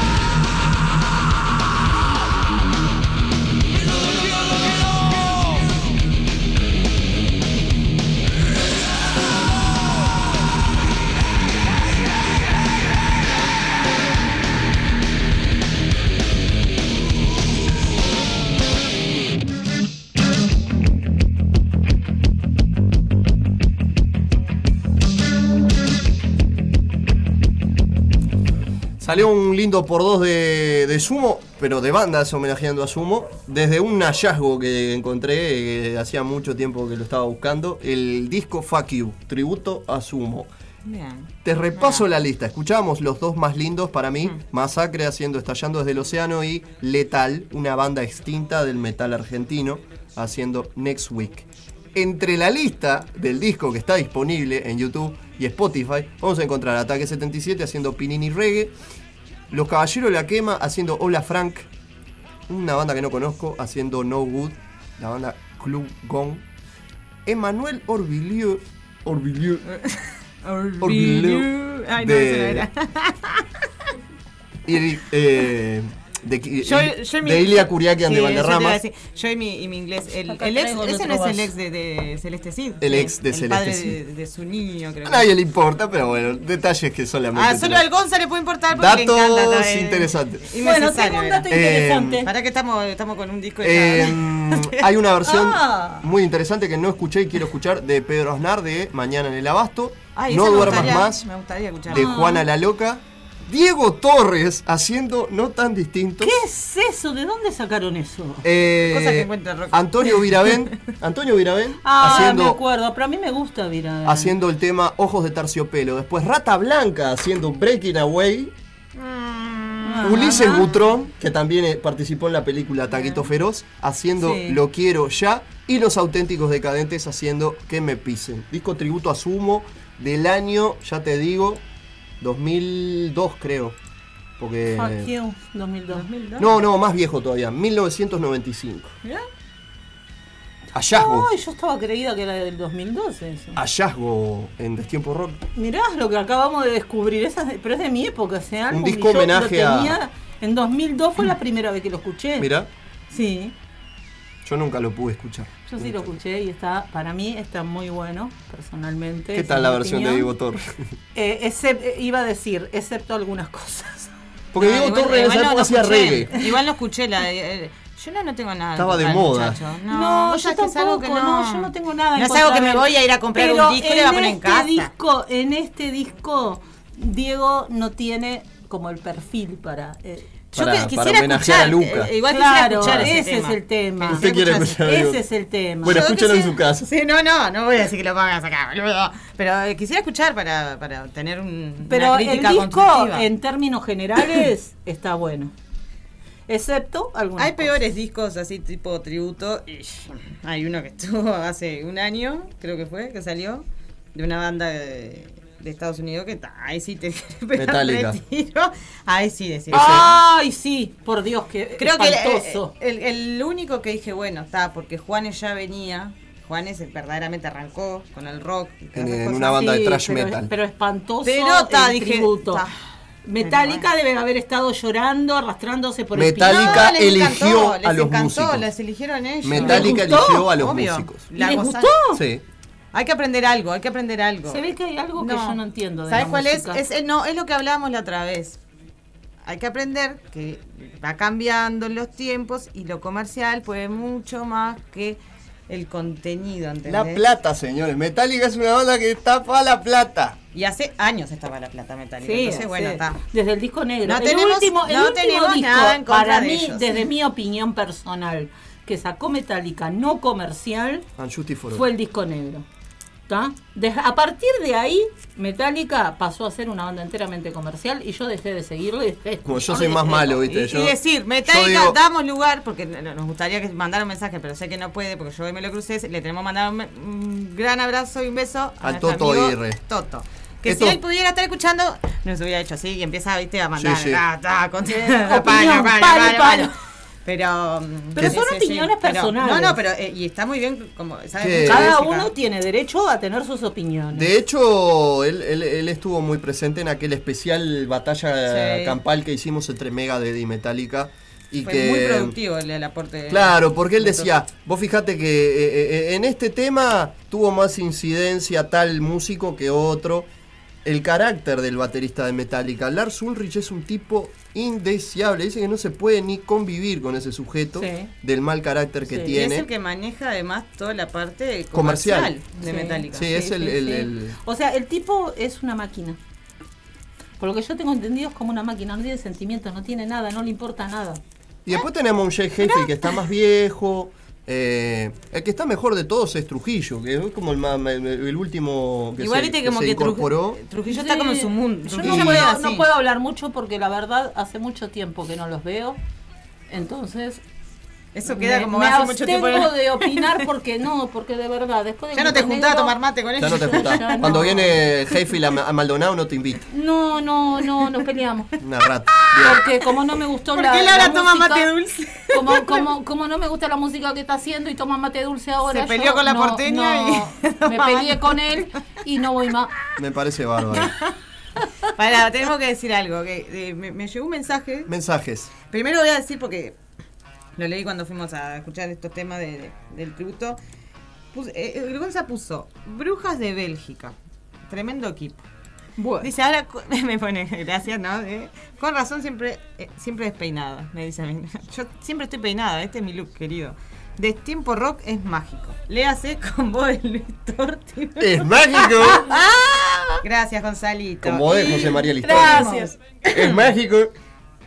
Salió un lindo por dos de, de Sumo, pero de bandas homenajeando a Sumo, desde un hallazgo que encontré, eh, hacía mucho tiempo que lo estaba buscando, el disco Fuck You, tributo a Sumo.
Bien.
Te repaso la lista, escuchamos los dos más lindos para mí, Masacre haciendo Estallando desde el Océano y Letal, una banda extinta del metal argentino, haciendo Next Week. Entre la lista del disco que está disponible en YouTube y Spotify, vamos a encontrar Ataque 77 haciendo Pinini Reggae, los Caballeros de la Quema haciendo Hola Frank. Una banda que no conozco haciendo No Good. La banda Club Gong. Emanuel Orbilieu. Orbilieu. Orbilieu.
Ay, no,
de-
eso no era.
y, eh, de Ki-
Yo, yo y mi-
de Ilia Kuriakian de
Sí, yo te iba a
Valderrama.
decir, Yo y mi, y mi inglés. El,
Acá
el ex,
traigo
ese
otro
no es el
vaso.
ex de, de Celeste Cid.
El
que
ex
es
de Celeste
padre
Cid.
De, de su niño, creo.
A
que.
nadie le importa, pero bueno, detalles que solamente.
Ah, solo
tenemos.
al Gonza le puede importar porque
Datos
le encanta. traer-
interesantes.
Bueno, tengo un
era. Eh,
dato
era.
interesante.
Pará que estamos, estamos con un disco de
Eh, hay una versión
Ah.
muy interesante que no escuché y quiero escuchar de Pedro Aznar de Mañana en el Abasto.
Ay,
no
esa me
duermas
gustaría-
más.
Me gustaría Ah. escuchar.
de Juana la Loca. Diego Torres haciendo no tan distinto.
¿Qué es eso? ¿De dónde sacaron eso?
Eh,
Cosas que encuentra Rock.
Antonio Viravén. Antonio Viravén
Ah, me
haciendo,
acuerdo, pero a mí me gusta Virada.
haciendo el tema Ojos de Terciopelo. Después Rata Blanca haciendo Breaking Away.
Mm.
Ulises Gutrón, que también eh, participó en la película Taquito Feroz, haciendo
Sí.
Lo Quiero Ya. Y Los Auténticos Decadentes haciendo Que Me Pisen. Disco tributo a Sumo del año, ya te digo, 2002 creo. Porque...
Fuck you, 2002.
No, no, más viejo todavía, 1995.
Mirá.
Hallazgo.
Ay, yo estaba creída que era del 2012 eso.
Hallazgo en Destiempo Rock.
Mirá lo que acabamos de descubrir, esa es de- pero es de mi época ese álbum. y
disco
yo lo
homenaje a-
tenía- En 2002 fue la primera vez que lo escuché.
Mirá,
Sí,
yo nunca lo pude escuchar.
yo sí lo escuché y está, para mí está muy bueno, personalmente.
¿Qué
esa
tal
es
la
mi
versión de
opinión.
Diego Torres?
Eh, excep- eh, iba a decir, excepto algunas cosas.
Porque Diego
igual-
Torres en
igual
esa
no-
época
no
hacía
escuché.
reggae.
Igual no escuché la de- eh, yo no, no tengo nada.
Estaba de
total,
moda.
muchacho.
No,
vos
yo
sabés que es
tampoco,
algo que
no, yo no tengo nada en
No es algo
contra
que me
de él.
voy a ir a comprar
Pero
un disco y le voy a poner en
este
casa.
Disco, en este disco, Diego no tiene como el perfil para. eh,
Yo
Para-
que-
para
quisiera
homenajear a
escuchar,
Luca.
eh, igual
claro,
quisiera escuchar ese,
ese, es el tema.
Usted quiere escuchar a Diego.
Ese es el tema.
Bueno,
Yo
escúchalo en
quisiera-
su casa.
Sí, no, no, no voy a decir que lo pongas acá, boludo. Pero eh, quisiera escuchar para, para tener un,
Pero
una
el
crítica
disco,
constructiva.
en términos generales, está bueno. Excepto algunas
Hay
cosas.
peores discos así tipo tributo. y Hay uno que estuvo hace un año, creo que fue, que salió, de una banda eh, de Estados Unidos que ta, ahí sí te pegan
Metallica.
tres tiros. Ahí sí decís.
¡Ay, sí! Por Dios, que
Creo que
Ah, espantoso.
el, el- el único que dije, bueno, está, porque Juanes ya venía. Juanes verdaderamente arrancó con el rock. y todas
En-
esas
en
cosas.
una banda de
Sí,
thrash
pero,
metal.
Pero espantoso
Pero, ta,
el
dije,
tributo.
ta.
Metallica
Pero
debe haber estado llorando, arrastrándose por el piso.
Metallica-
les encantó,
eligió
les
a los
encantó,
músicos.
les eligieron ellos.
Metallica
¿Les gustó?
eligió a los
Obvio.
músicos.
¿Y
La
¿Les
cosa-
gustó?
Sí.
Hay que aprender algo, hay que aprender algo.
Se ve que hay algo que yo no entiendo. de
¿Sabes
la
cuál
música.
es? Es, eh, No, es lo que hablábamos la otra vez. Hay que aprender que va cambiando los tiempos y lo comercial puede mucho más que el contenido, ¿entendés?
La plata, señores. Metallica es una banda que tapa la plata.
Y hace años estaba la plata metálica.
Sí,
entonces, bueno,
sí.
está.
Desde el disco negro.
No
el
tenemos-
último, el
no
último
tenemos
disco,
nada en contra
para
de
mí,
ellos.
desde mi opinión personal, que sacó Metallica no comercial,
Unjustice for All.
fue el disco negro. ¿Tá? Des- a partir de ahí, Metallica pasó a ser una banda enteramente comercial y yo dejé de seguirlo. y dejé-
Como yo soy más malo,
Y,
¿viste? Este, Yo-
y decir,
yo
Metallica,
digo,
damos lugar, porque no- no- nos gustaría que mandara un mensaje, pero sé que no puede, porque yo hoy me lo crucé. Le tenemos que mandar un, me- un gran abrazo y un beso
Al
nuestro
Toto
amigo
Aguirre.
Toto. Que
Esto-
si él pudiera estar escuchando, nos hubiera hecho así y empieza, viste, a mandar.
Sí, Eh, sí.
ta, ta, con- palo,
opinión,
palo, palo,
palo, palo.
palo. Pero, mm,
Pero son opiniones
pero-
personales.
no, no, pero eh, y está muy bien como ¿sabes?
Que-
mucha
Cada
música.
uno tiene derecho a tener sus opiniones.
De hecho, él, él- él estuvo muy presente en aquel especial batalla
Sí.
campal que hicimos entre Mega Dead y Metallica. Y
Fue
que,
muy productivo el, el aporte. de-
Claro, porque él decía, vos fijate que eh, eh, eh, en este tema tuvo más incidencia tal músico que otro. El carácter del baterista de Metallica, Lars Ulrich es un tipo indeseable, dice que no se puede ni convivir con ese sujeto
Sí.
del mal carácter que
Sí, y
Y es
tiene.
el que maneja además toda la parte
Comercial.
comercial, de Metallica.
Sí, es el- el- el-
O sea, el tipo es una máquina. Por lo que yo tengo entendido es como una máquina, no tiene sentimientos, no tiene nada, no le importa nada.
Y después tenemos a un Jay Heffy que está más viejo. eh, el que está mejor de todos es Trujillo, que es como el, ma- el- el último que se,
Igual viste
que
como
se
que, Tru-
incorporó.
Trujillo está como en su mundo.
Yo
Trujillo
no
puede
puedo,
así.
no puedo hablar mucho porque la verdad hace mucho tiempo que no los veo. Entonces,
Eso queda
me,
como
me
hace mucho tiempo.
abstengo de opinar porque no, porque de verdad, después de
Ya no te
Grupo
juntás a
Negro-
tomar mate con
Ya
ellos.
no te juntás.
Ya no.
Cuando viene Heffy a Ma- a Maldonado no te invita.
No, no, no, nos peleamos.
Una rata. Bien.
Porque como no me gustó
¿Por
la.
qué
la
Laura toma
música-
mate dulce?
Como, como, como no me gusta la música que está haciendo y toma mate dulce ahora.
Se peleó con la
no-
porteña
no,
y-
Me peleé con él y no voy más.
Me parece bárbaro.
Pará, tenemos que decir algo. Que, eh, me, me llegó un mensaje.
Mensajes.
Primero voy a decir porque lo leí cuando fuimos a escuchar estos temas de- de- del tributo. Pus- eh, el Gonza puso Brujas de Bélgica. Tremendo equipo. Dice, ahora cu- me pone, gracias, ¿no? Eh, con razón siempre, eh, siempre despeinada, me dice a mí. Yo siempre estoy peinada, este es mi look, querido. Destiempo rock es mágico. Léase con voz de Luis Torti.
¡Es mágico!
Gracias, Gonzalito.
Como es
Y-
José María Listorti.
Gracias.
¡Es mágico!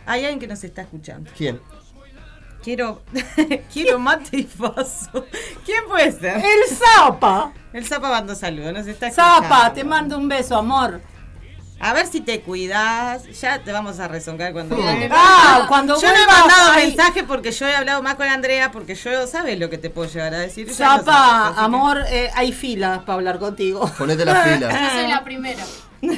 Hay alguien que nos está escuchando.
¿Quién?
Quiero, quiero mate y faso. ¿Quién puede ser?
El Zapa.
El Zapa mandó saludos, nos está escuchando.
Zapa, te mando un beso, amor.
A ver si te cuidas. Ya te vamos a rezongar cuando vuelvas.
Ah, cuando
Yo no he
vuelvas,
mandado
ahí-
mensaje porque yo he hablado más con Andrea porque yo sabes lo que te puedo llegar a decir. Ya lo sabes,
Zapa,
así que-
amor, eh, hay filas para hablar contigo.
Ponete las pilas.
Ah,
soy la primera.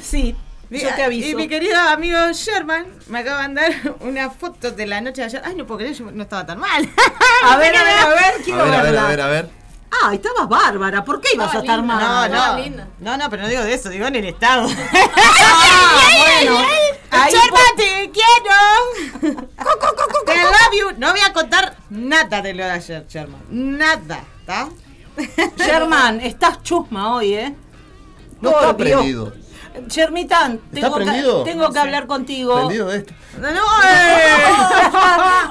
Sí,
Mi-
yo te aviso.
Y mi querido amigo Sherman me acaba de mandar una foto de la noche de ayer. Ay, no puedo creer, yo no estaba tan mal.
A ver, a ver, a ver,
A
quiero
ver, a ver,
verla.
a ver, a ver.
Ah, estabas bárbara, ¿por qué ibas a estar
linda.
mal?
No, no. linda.
No, no, pero no digo de eso, digo en el estado.
bueno. Ahí
Sherman, te quiero. Te love you. No voy a contar nada de lo de ayer, Sherman. Nada, ¿está?
Germán, estás chusma hoy, ¿eh?
No está
Por Dios.
prendido.
Germitán,
¿Está
tengo,
prendido?
que, tengo que hablar contigo.
Prendido de esto.
No, no, eh.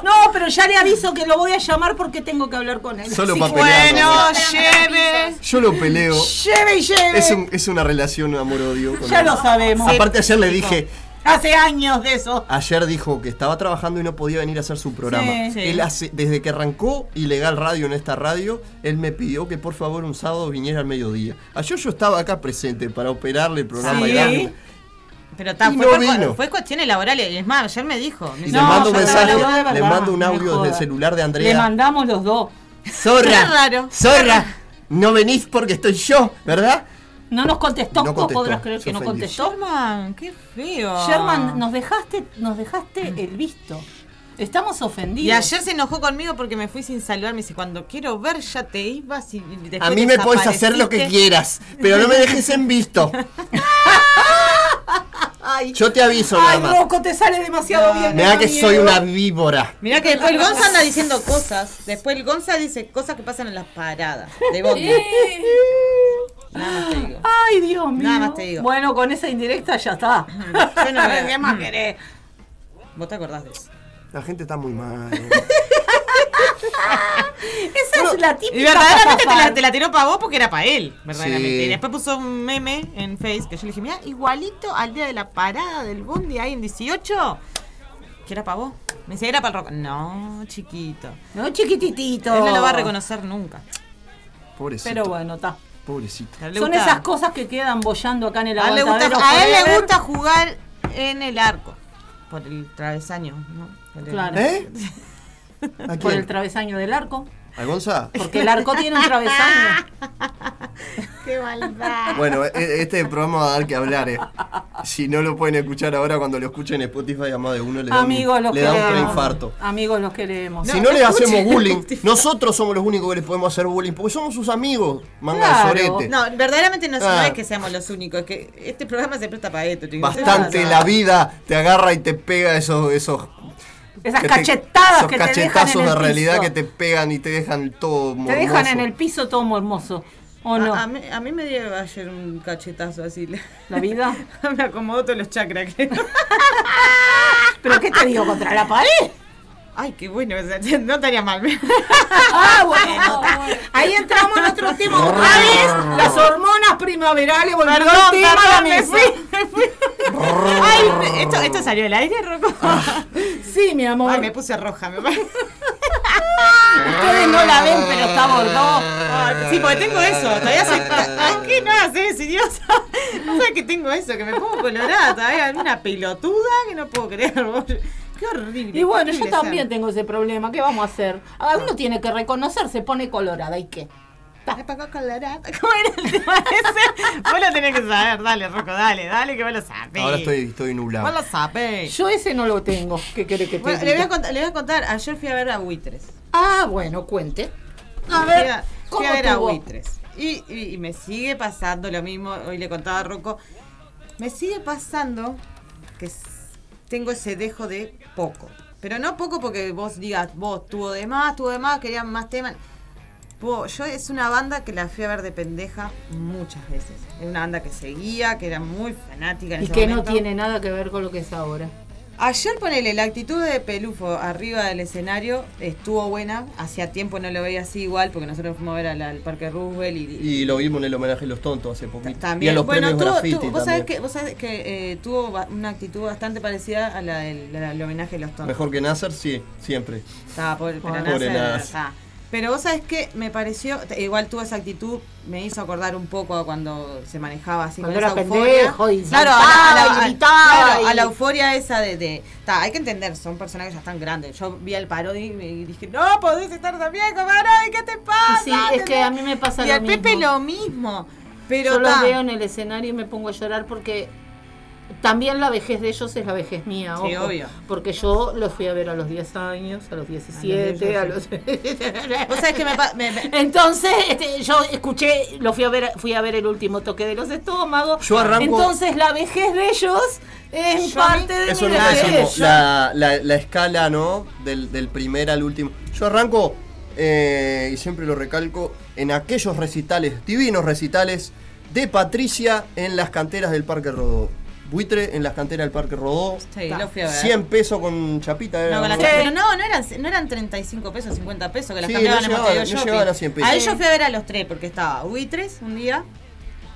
No, pero ya le aviso que lo voy a llamar porque tengo que hablar con él.
Solo
Así
para
que-
pelear.
Bueno,
¿no?
lleve.
Yo lo peleo.
Lleve y lleve.
Es, un- es una relación amor-odio. con
Ya
él.
lo sabemos.
Aparte ayer le dije,
Hace años de eso.
ayer dijo que estaba trabajando y no podía venir a hacer su programa.
Sí, sí.
Él hace, desde que arrancó Ilegal Radio en esta radio, él me pidió que por favor un sábado viniera al mediodía. Ayer yo estaba acá presente para operarle el programa
Sí.
y darle.
Pero está,
Y
fue,
no
por-
vino.
fue cuestiones laborales. Es más, ayer me dijo. me
Y
dice,
le mando un
ya está,
mensaje,
lo de verdad,
le mando un
no me
audio desde el
joda.
celular de
Le
Andrea.
mandamos los dos.
Qué
Zorra,
raro.
zorra, no venís porque estoy yo, ¿verdad?
No nos contestó,
No
vos
contestó,
podrás creer
se
que no
ofendió.
contestó.
Sherman, qué feo.
Sherman, nos dejaste, nos dejaste el visto. Estamos ofendidos.
Y ayer se enojó conmigo porque me fui sin saludar. Me dice, cuando quiero ver ya te ibas y después
A mí me puedes hacer lo que
desapareciste".
quieras, pero no me dejes en visto. Yo te aviso nada
Ay,
más.
Rocco, te sale demasiado bien.
Me da que soy
una
una víbora.
Mirá que después el Gonza anda diciendo cosas. Después el Gonza dice cosas que pasan en las paradas de bondi. Nada más te digo.
Ay, Dios mío.
Nada más te digo.
Bueno, con esa indirecta ya está.
Yo no veo.
¿Qué más querés?
Vos te acordás de eso.
La gente está muy mal.
Esa es la típica.
Y verdaderamente te
Zafar.
la, te la tiró para vos porque era para él, verdaderamente.
Sí.
Y después puso un meme en Face que yo le dije, mira, igualito al día de la parada del bondi ahí en 18, que era para vos. Me dice, era para el rock. No, chiquito.
No, chiquititito.
Él no lo va a reconocer nunca.
Pobrecito.
Pero bueno, está.
Pobrecito.
A él le
Son
gusta-
esas cosas que quedan bollando acá en el
A él, le gusta,
aguantadero
a él le
forever.
gusta jugar en el arco. Por el travesaño, ¿no? Por el-
Claro.
¿Eh? ¿A
Por el
quién?
travesaño del arco.
¿A Gonza?
Porque el arco tiene un travesaño. Ah.
Bueno, e- este programa va a dar que hablar, eh. Si no lo pueden escuchar ahora, cuando lo escuchen en Spotify, a más de uno le da un,
Amigos, los
le da un
queremos.
preinfarto.
Amigos, los queremos.
si no, le hacemos bullying, nosotros somos los únicos que les podemos hacer bullying, porque somos sus amigos, manga
Claro.
de sorete.
No, verdaderamente no, es- no
Ah.
es que seamos los únicos, es que este programa se presta para esto. chicos.
Bastante la vida te agarra y te pega esos, esos,
Esas
que te-
cachetadas
esos
que te dejan
cachetazos
en el
de realidad
piso.
que te pegan y te dejan todo
Te
mormoso.
dejan en el piso todo mormoso. ¿O no?
A, a mí, a mí me dio ayer un cachetazo así.
¿La vida?
me acomodó todos los chakras, creo.
¿Pero qué te digo? ¿Contra la pared?
Ay, qué bueno, o sea, no estaría mal.
Ah, bueno. ta. Ahí entramos en otro tema otra vez. Las hormonas primaverales. Volvió
Perdón,
el tema a la
perdón, me
mesa.
fui, me fui. Ay, esto, esto salió del aire, Rocco.
Sí, mi amor.
Ah. Ay, me puse roja, me parece.
Ustedes no la ven, pero está bordó.
Ay, Sí, porque tengo eso, todavía soy... Ay, ¿qué no haces, idiota? No sabes que tengo eso, que me pongo colorada todavía, una pelotuda que no puedo creer. vos. Qué horrible.
Y bueno, yo
horrible
también
ser.
tengo ese problema. ¿Qué vamos a hacer? Ah, Uno tiene que reconocer, se pone colorada. ¿Y qué?
Ay, pa' acá colorada. ¿Cómo era el tema ese? Vos lo tenés que saber, dale, Rocco, dale, dale, que vos lo sabés.
Ahora estoy, estoy nublado.
Vos lo sabés.
Yo ese no lo tengo. ¿Qué querés que te
Bueno,
diga?
le voy, a contar, le voy a contar, ayer fui a ver a Buitres.
Ah, bueno, cuente. A
Fui
ver,
a, fui
¿cómo
a ver a
tuvo?
Buitres. Y, y- y me sigue pasando lo mismo, hoy le contaba a Rocco, me sigue pasando que s- tengo ese dejo de poco. Pero no poco porque vos digas, vos tuvo de más, tuvo de más, querían más temas. Po, Yo es una banda que la fui a ver de pendeja muchas veces. Era una banda que seguía, que era muy fanática en
Y
ese
que no
momento.
tiene nada que ver con lo que es ahora.
Ayer, ponele, la actitud de Pelufo arriba del escenario estuvo buena. Hacía tiempo no lo veía así igual, porque nosotros fuimos a ver al, al Parque Roosevelt y,
Y lo vimos en el homenaje a los tontos hace
t-
poquito. Y
también.
a los
bueno,
premios
tuvo-
graffiti
tuvo- vos sabés
también.
que, vos sabés que eh, tuvo ba- una actitud bastante parecida a la del, la del homenaje de los tontos.
Mejor que Nasser, sí, siempre.
Está, pobre,
Pobre
pero nada, se-
Nas.
está. Pero vos sabés que me pareció, t- igual tuvo esa actitud, me hizo acordar un poco a cuando se manejaba así
Cuando
con
era
esa euforia.
pendejo y
claro, a la- a la,
saltaba y
a-
gritaba
claro, a la
y-
euforia esa de, de- ta, hay que entender, son personajes ya tan grandes. Yo vi al parodi y me dije, no podés estar tan viejo, parodi, ¿qué te pasa?
Sí, es que a mí me pasa
Ah, Y
lo
al Pepe
mismo.
lo mismo. Pero
Yo los
ta,
veo en el escenario y me pongo a llorar porque también la vejez de ellos es la vejez mía,
Sí,
ojo.
obvio.
Porque yo los fui a ver a los 10 años, a los 17, a los...
vos sabés que me, pa- me- me-
Entonces, este, yo escuché, lo fui a ver, fui a ver el último toque de los estómagos.
Yo arranco-
Entonces la vejez de ellos es
Yo a mí-
parte de
Eso
mi
no lo
vejez.
decimos. La, la- la escala, ¿no? Del, del primer al último. Yo arranco, eh, y siempre lo recalco, en aquellos recitales, divinos recitales, de Patricia en las canteras del Parque Rodó. Buitre en las canteras del Parque Rodó.
Sí, lo fui a ver.
100 pesos con chapita. eh, era
No, con la
un-
caja, pero no, no eran, no eran 35 pesos, 50 pesos que las
Sí,
cambiaban
no
en
llegaban,
Montevideo
no
Shopping.
llegaban a 100 pesos.
Ahí yo fui a ver a los tres, porque estaba Buitres un día,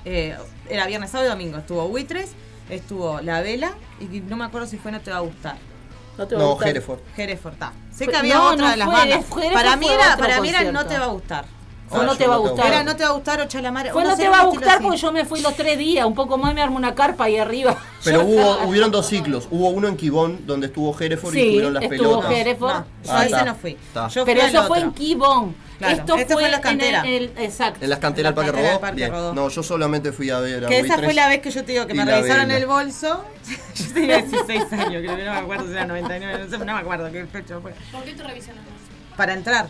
eh, era viernes, sábado y domingo, estuvo Buitres, estuvo La Vela, y no me acuerdo si fue No Te Va a Gustar.
te va a
No,
gustar.
Hereford.
Hereford, está. Sé
Fue-
que había
no,
otra
no
de las
fue,
bandas.
fue-
para
fue
mí era,
otro
para mí era No
concierto.
Te Va a Gustar.
O
Ah,
no
yo
te va a gustar.
Era No Te Va a Gustar o Chalamar.
Fue
una
no te
serie
va a
de un estilo
gustar pues
así.
porque yo me fui los tres días, un poco más me armo una carpa ahí arriba.
Pero hubo, hubieron dos ciclos. Hubo uno en Quibón, donde estuvo Hereford y
Sí,
estuvieron las
estuvo
pelotas.
Hereford.
No, yo
Ah,
a
está,
ese no fui.
está.
Yo fui
Pero
al
eso fue
otro.
en Kibón.
Claro,
Esto
esto fue en la cantera.
el- el- exacto.
En las canteras del Parque
En las canteras del
Rodó.
Parque
Bien.
Rodó.
No, yo solamente fui a ver a
Que esa
Buitres.
fue la vez que yo te digo que
y
me
la
revisaron
vela.
el bolso. Yo tenía 16 años, creo que no me acuerdo si era 99, no, sé, no me acuerdo qué fecha fue.
¿Por qué te revisan las manos?
Para entrar.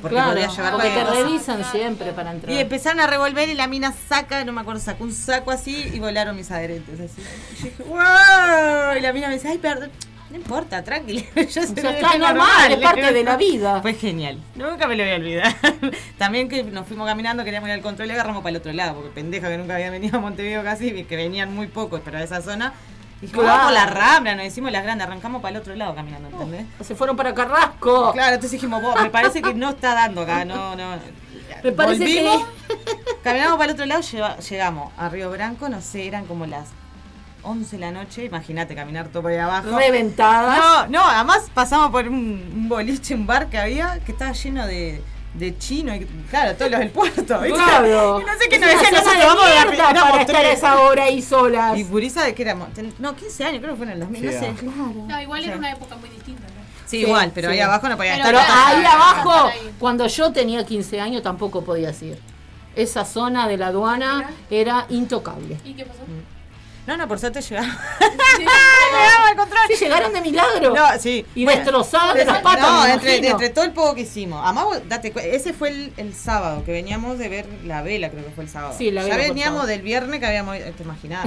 Porque
Claro, Ah,
podía llevar
porque te
cualquier cosa.
revisan siempre para entrar.
Y empezaron a revolver y la mina saca, no me acuerdo, sacó un saco así y volaron mis adherentes así. Y yo dije, ¡wow! Y la mina me dice, ay, perdón. No importa, tranquila. Yo
O sea, está normal, es parte de la vida.
Fue genial. Nunca me lo voy a olvidar. También que nos fuimos caminando, queríamos ir al control y agarramos para el otro lado, porque pendeja que nunca había venido a Montevideo casi, y que venían muy pocos, pero a esa zona. Dijimos,
Claro.
vamos a la rambla, nos hicimos las grandes, arrancamos para el otro lado caminando, ¿entendés?
Se fueron para Carrasco.
Claro, entonces dijimos, "Vos, me parece que no está dando acá, no, no.
Me parece
Volvimos, Caminamos para el otro lado, lleva- llegamos a Río Branco, no sé, eran como las 11 de la noche, imagínate caminar todo por ahí abajo.
Reventadas.
No, no, además pasamos por un, un boliche, un bar que había, que estaba lleno de, de chino y claro, todos los del puerto. ¿viste?
Claro.
Y no sé qué
Es
nos
una
decían,
zona
nosotros
de
vamos de la
mierda
primera
para estar a
mostrera.
esa hora ahí solas.
Y Burisa de que éramos, ten- no, 15 años, creo que fue en el 2000, no
Sí,
sé.
No, igual era una época muy distinta. ¿no?
Sí, igual, pero
sí.
ahí abajo no podía
Pero
estar.
Pero
Claro,
ahí
claro,
abajo,
claro, ahí.
cuando yo tenía 15 años, tampoco podías ir. Esa zona de la aduana era intocable.
¿Y qué pasó?
No, no, por suerte llegamos.
Sí,
llegamos al control.
Sí, llegaron de milagro.
No, sí.
Y
Bueno,
destrozadas de las patas.
No,
me
entre,
imagino.
entre todo el poco que hicimos. Además, vos date cue- ese fue el, el sábado que veníamos de ver la vela, creo que fue el sábado.
Sí, la
Ya
vela fue el
veníamos
sábado.
del viernes que habíamos ido, te imaginas.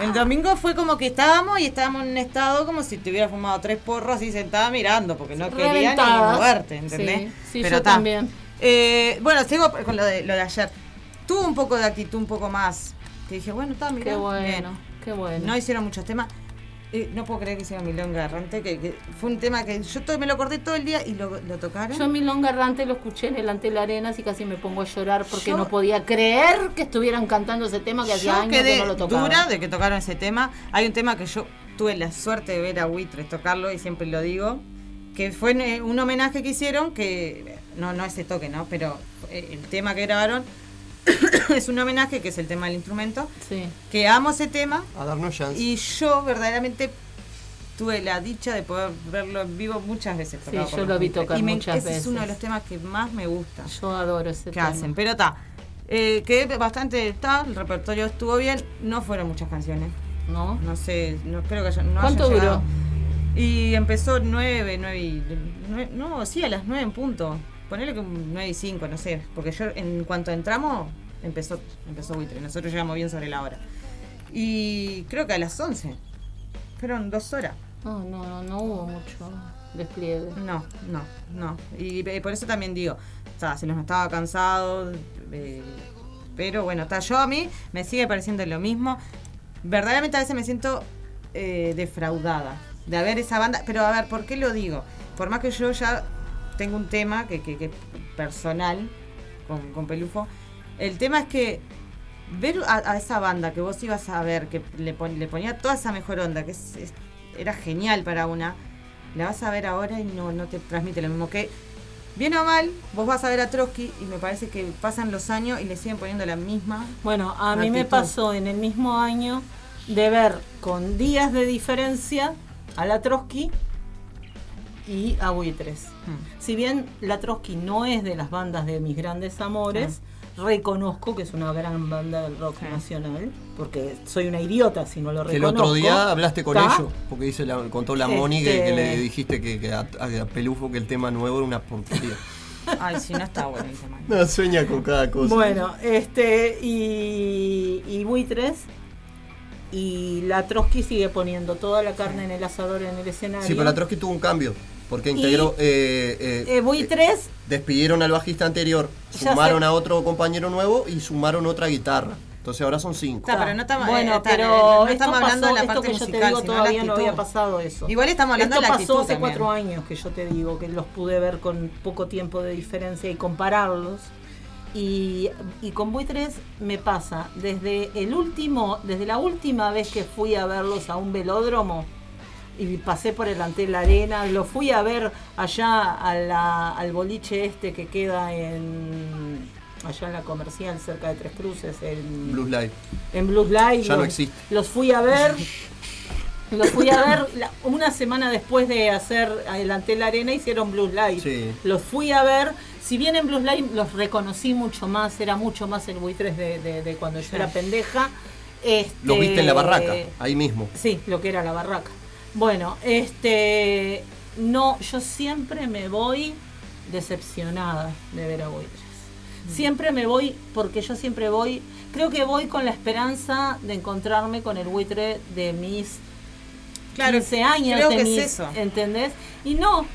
El domingo fue como que estábamos y estábamos en un estado como si te hubiera fumado tres porros así sentada mirando, porque no quería ni
Reventadas.
moverte, ¿entendés?
Sí, sí,
Pero
yo
ta.
también.
Eh, bueno, sigo con lo de, lo de ayer. Tuve un poco de actitud un poco más. Que dije, bueno, está, mirá.
Qué
bien.
bueno, qué bueno.
No hicieron muchos temas. Eh, no puedo creer que hicieron Milonga Errante, que, que fue un tema que yo to- me lo acordé todo el día y lo, lo tocaron.
Yo en Milonga Errante lo escuché en el Antel Arenas y casi me pongo a llorar porque
Yo-
no podía creer que estuvieran cantando ese tema que hacía
Yo
años
quedé
que no lo tocaban.
dura de que tocaron ese tema. Hay un tema que yo tuve la suerte de ver a Buitres tocarlo y siempre lo digo, que fue eh, un homenaje que hicieron, que no, no ese toque, ¿no? Pero eh, el tema que grabaron es un homenaje, que es el tema del instrumento,
Sí.
que amo ese tema.
A darnos chance.
Y yo verdaderamente tuve la dicha de poder verlo en vivo muchas veces. tocado
Sí,
por
yo
los
lo vi
Beatles.
tocar
y me-
muchas
ese es uno de
veces.
los temas que más me gusta
Yo adoro ese
que
tema.
hacen. Pero está, eh, quedé bastante, está, el repertorio estuvo bien, no fueron muchas canciones.
¿No?
No sé, no espero que haya, no
¿Cuánto
haya
duró?
llegado. Y empezó 9, 9 y... nue- no, sí, a las 9 en punto. Ponele que un 9 y 5, no sé. Porque yo, en cuanto entramos, empezó, empezó buitre. Nosotros llegamos bien sobre la hora. Y creo que a las 11. Fueron dos horas.
No, no, no, no hubo mucho despliegue.
No, no, no. Y, eh, por eso también digo, o sea, se nos estaba cansado, eh, pero bueno, está yo a mí, me sigue pareciendo lo mismo. Verdaderamente a veces me siento eh, defraudada de haber esa banda, pero a ver, ¿por qué lo digo? Por más que yo ya tengo un tema que, que, que personal con, con Pelufo, el tema es que ver a, a esa banda que vos ibas a ver, que le, pon- le ponía toda esa mejor onda, que es- es- era genial para una, la vas a ver ahora y no, no te transmite lo mismo que, bien o mal, vos vas a ver a Trotsky y me parece que pasan los años y le siguen poniendo la misma.
Bueno, a mí me
Actitud.
pasó en el mismo año de ver con días de diferencia a la Trotsky y a Buitres.
Mm.
Si bien la Trotsky no es de las bandas de mis grandes amores,
Mm.
reconozco que es una gran banda del rock nacional, porque soy una idiota si no lo
Que el
reconozco.
otro día hablaste con
¿Está?
ellos, porque dice la, contó la Moni que,
Este-
que le dijiste que, que a, a Pelufo que el tema nuevo era una porquería.
Ay, sí, no está bueno el tema.
No, sueña con cada cosa.
Bueno, este, y, y buitres. Y la Trotsky sigue poniendo toda la carne en el asador en el escenario.
Sí, pero la Trotsky tuvo un cambio, porque integró... eh, eh,
Eh, buitres,
Despidieron al bajista anterior,
Ya
sumaron
sé.
a otro compañero nuevo y sumaron otra guitarra. Entonces ahora son cinco.
Está, pero no estamos-
bueno,
eh, está,
pero
no- no
esto
estamos hablando de
pasó,
la
esto
parte
que yo te
musical,
digo
sino la
todavía no
actitud.
había pasado eso.
Igual estamos hablando
esto
de la
pasó
actitud
hace
también.
cuatro años que yo te digo que los pude ver con poco tiempo de diferencia y compararlos. Y, y con Buitres me pasa desde el último, desde la última vez que fui a verlos a un velódromo y pasé por el Antel Arena, lo fui a ver allá a la- al boliche este que queda en allá en la comercial, cerca de Tres Cruces, en
Blues Live.
en Blues Live.
Ya no
los,
existe.
Los fui a ver. Los fui a ver la- una semana después de hacer Adelanté la Arena, hicieron Blues Live.
Sí.
Los fui a ver. Si bien en Blues Live los reconocí mucho más, era mucho más el buitres de, de- de cuando yo era pendeja. Este,
Los viste en la barraca, ahí mismo.
Sí, lo que era la barraca. Bueno, este. No, yo siempre me voy decepcionada de ver a Buitres.
Mm.
Siempre me voy, porque yo siempre voy. Creo que voy con la esperanza de encontrarme con el buitre de mis
Claro,
15 años.
creo
de
que es
mis-
eso.
¿Entendés? Y no,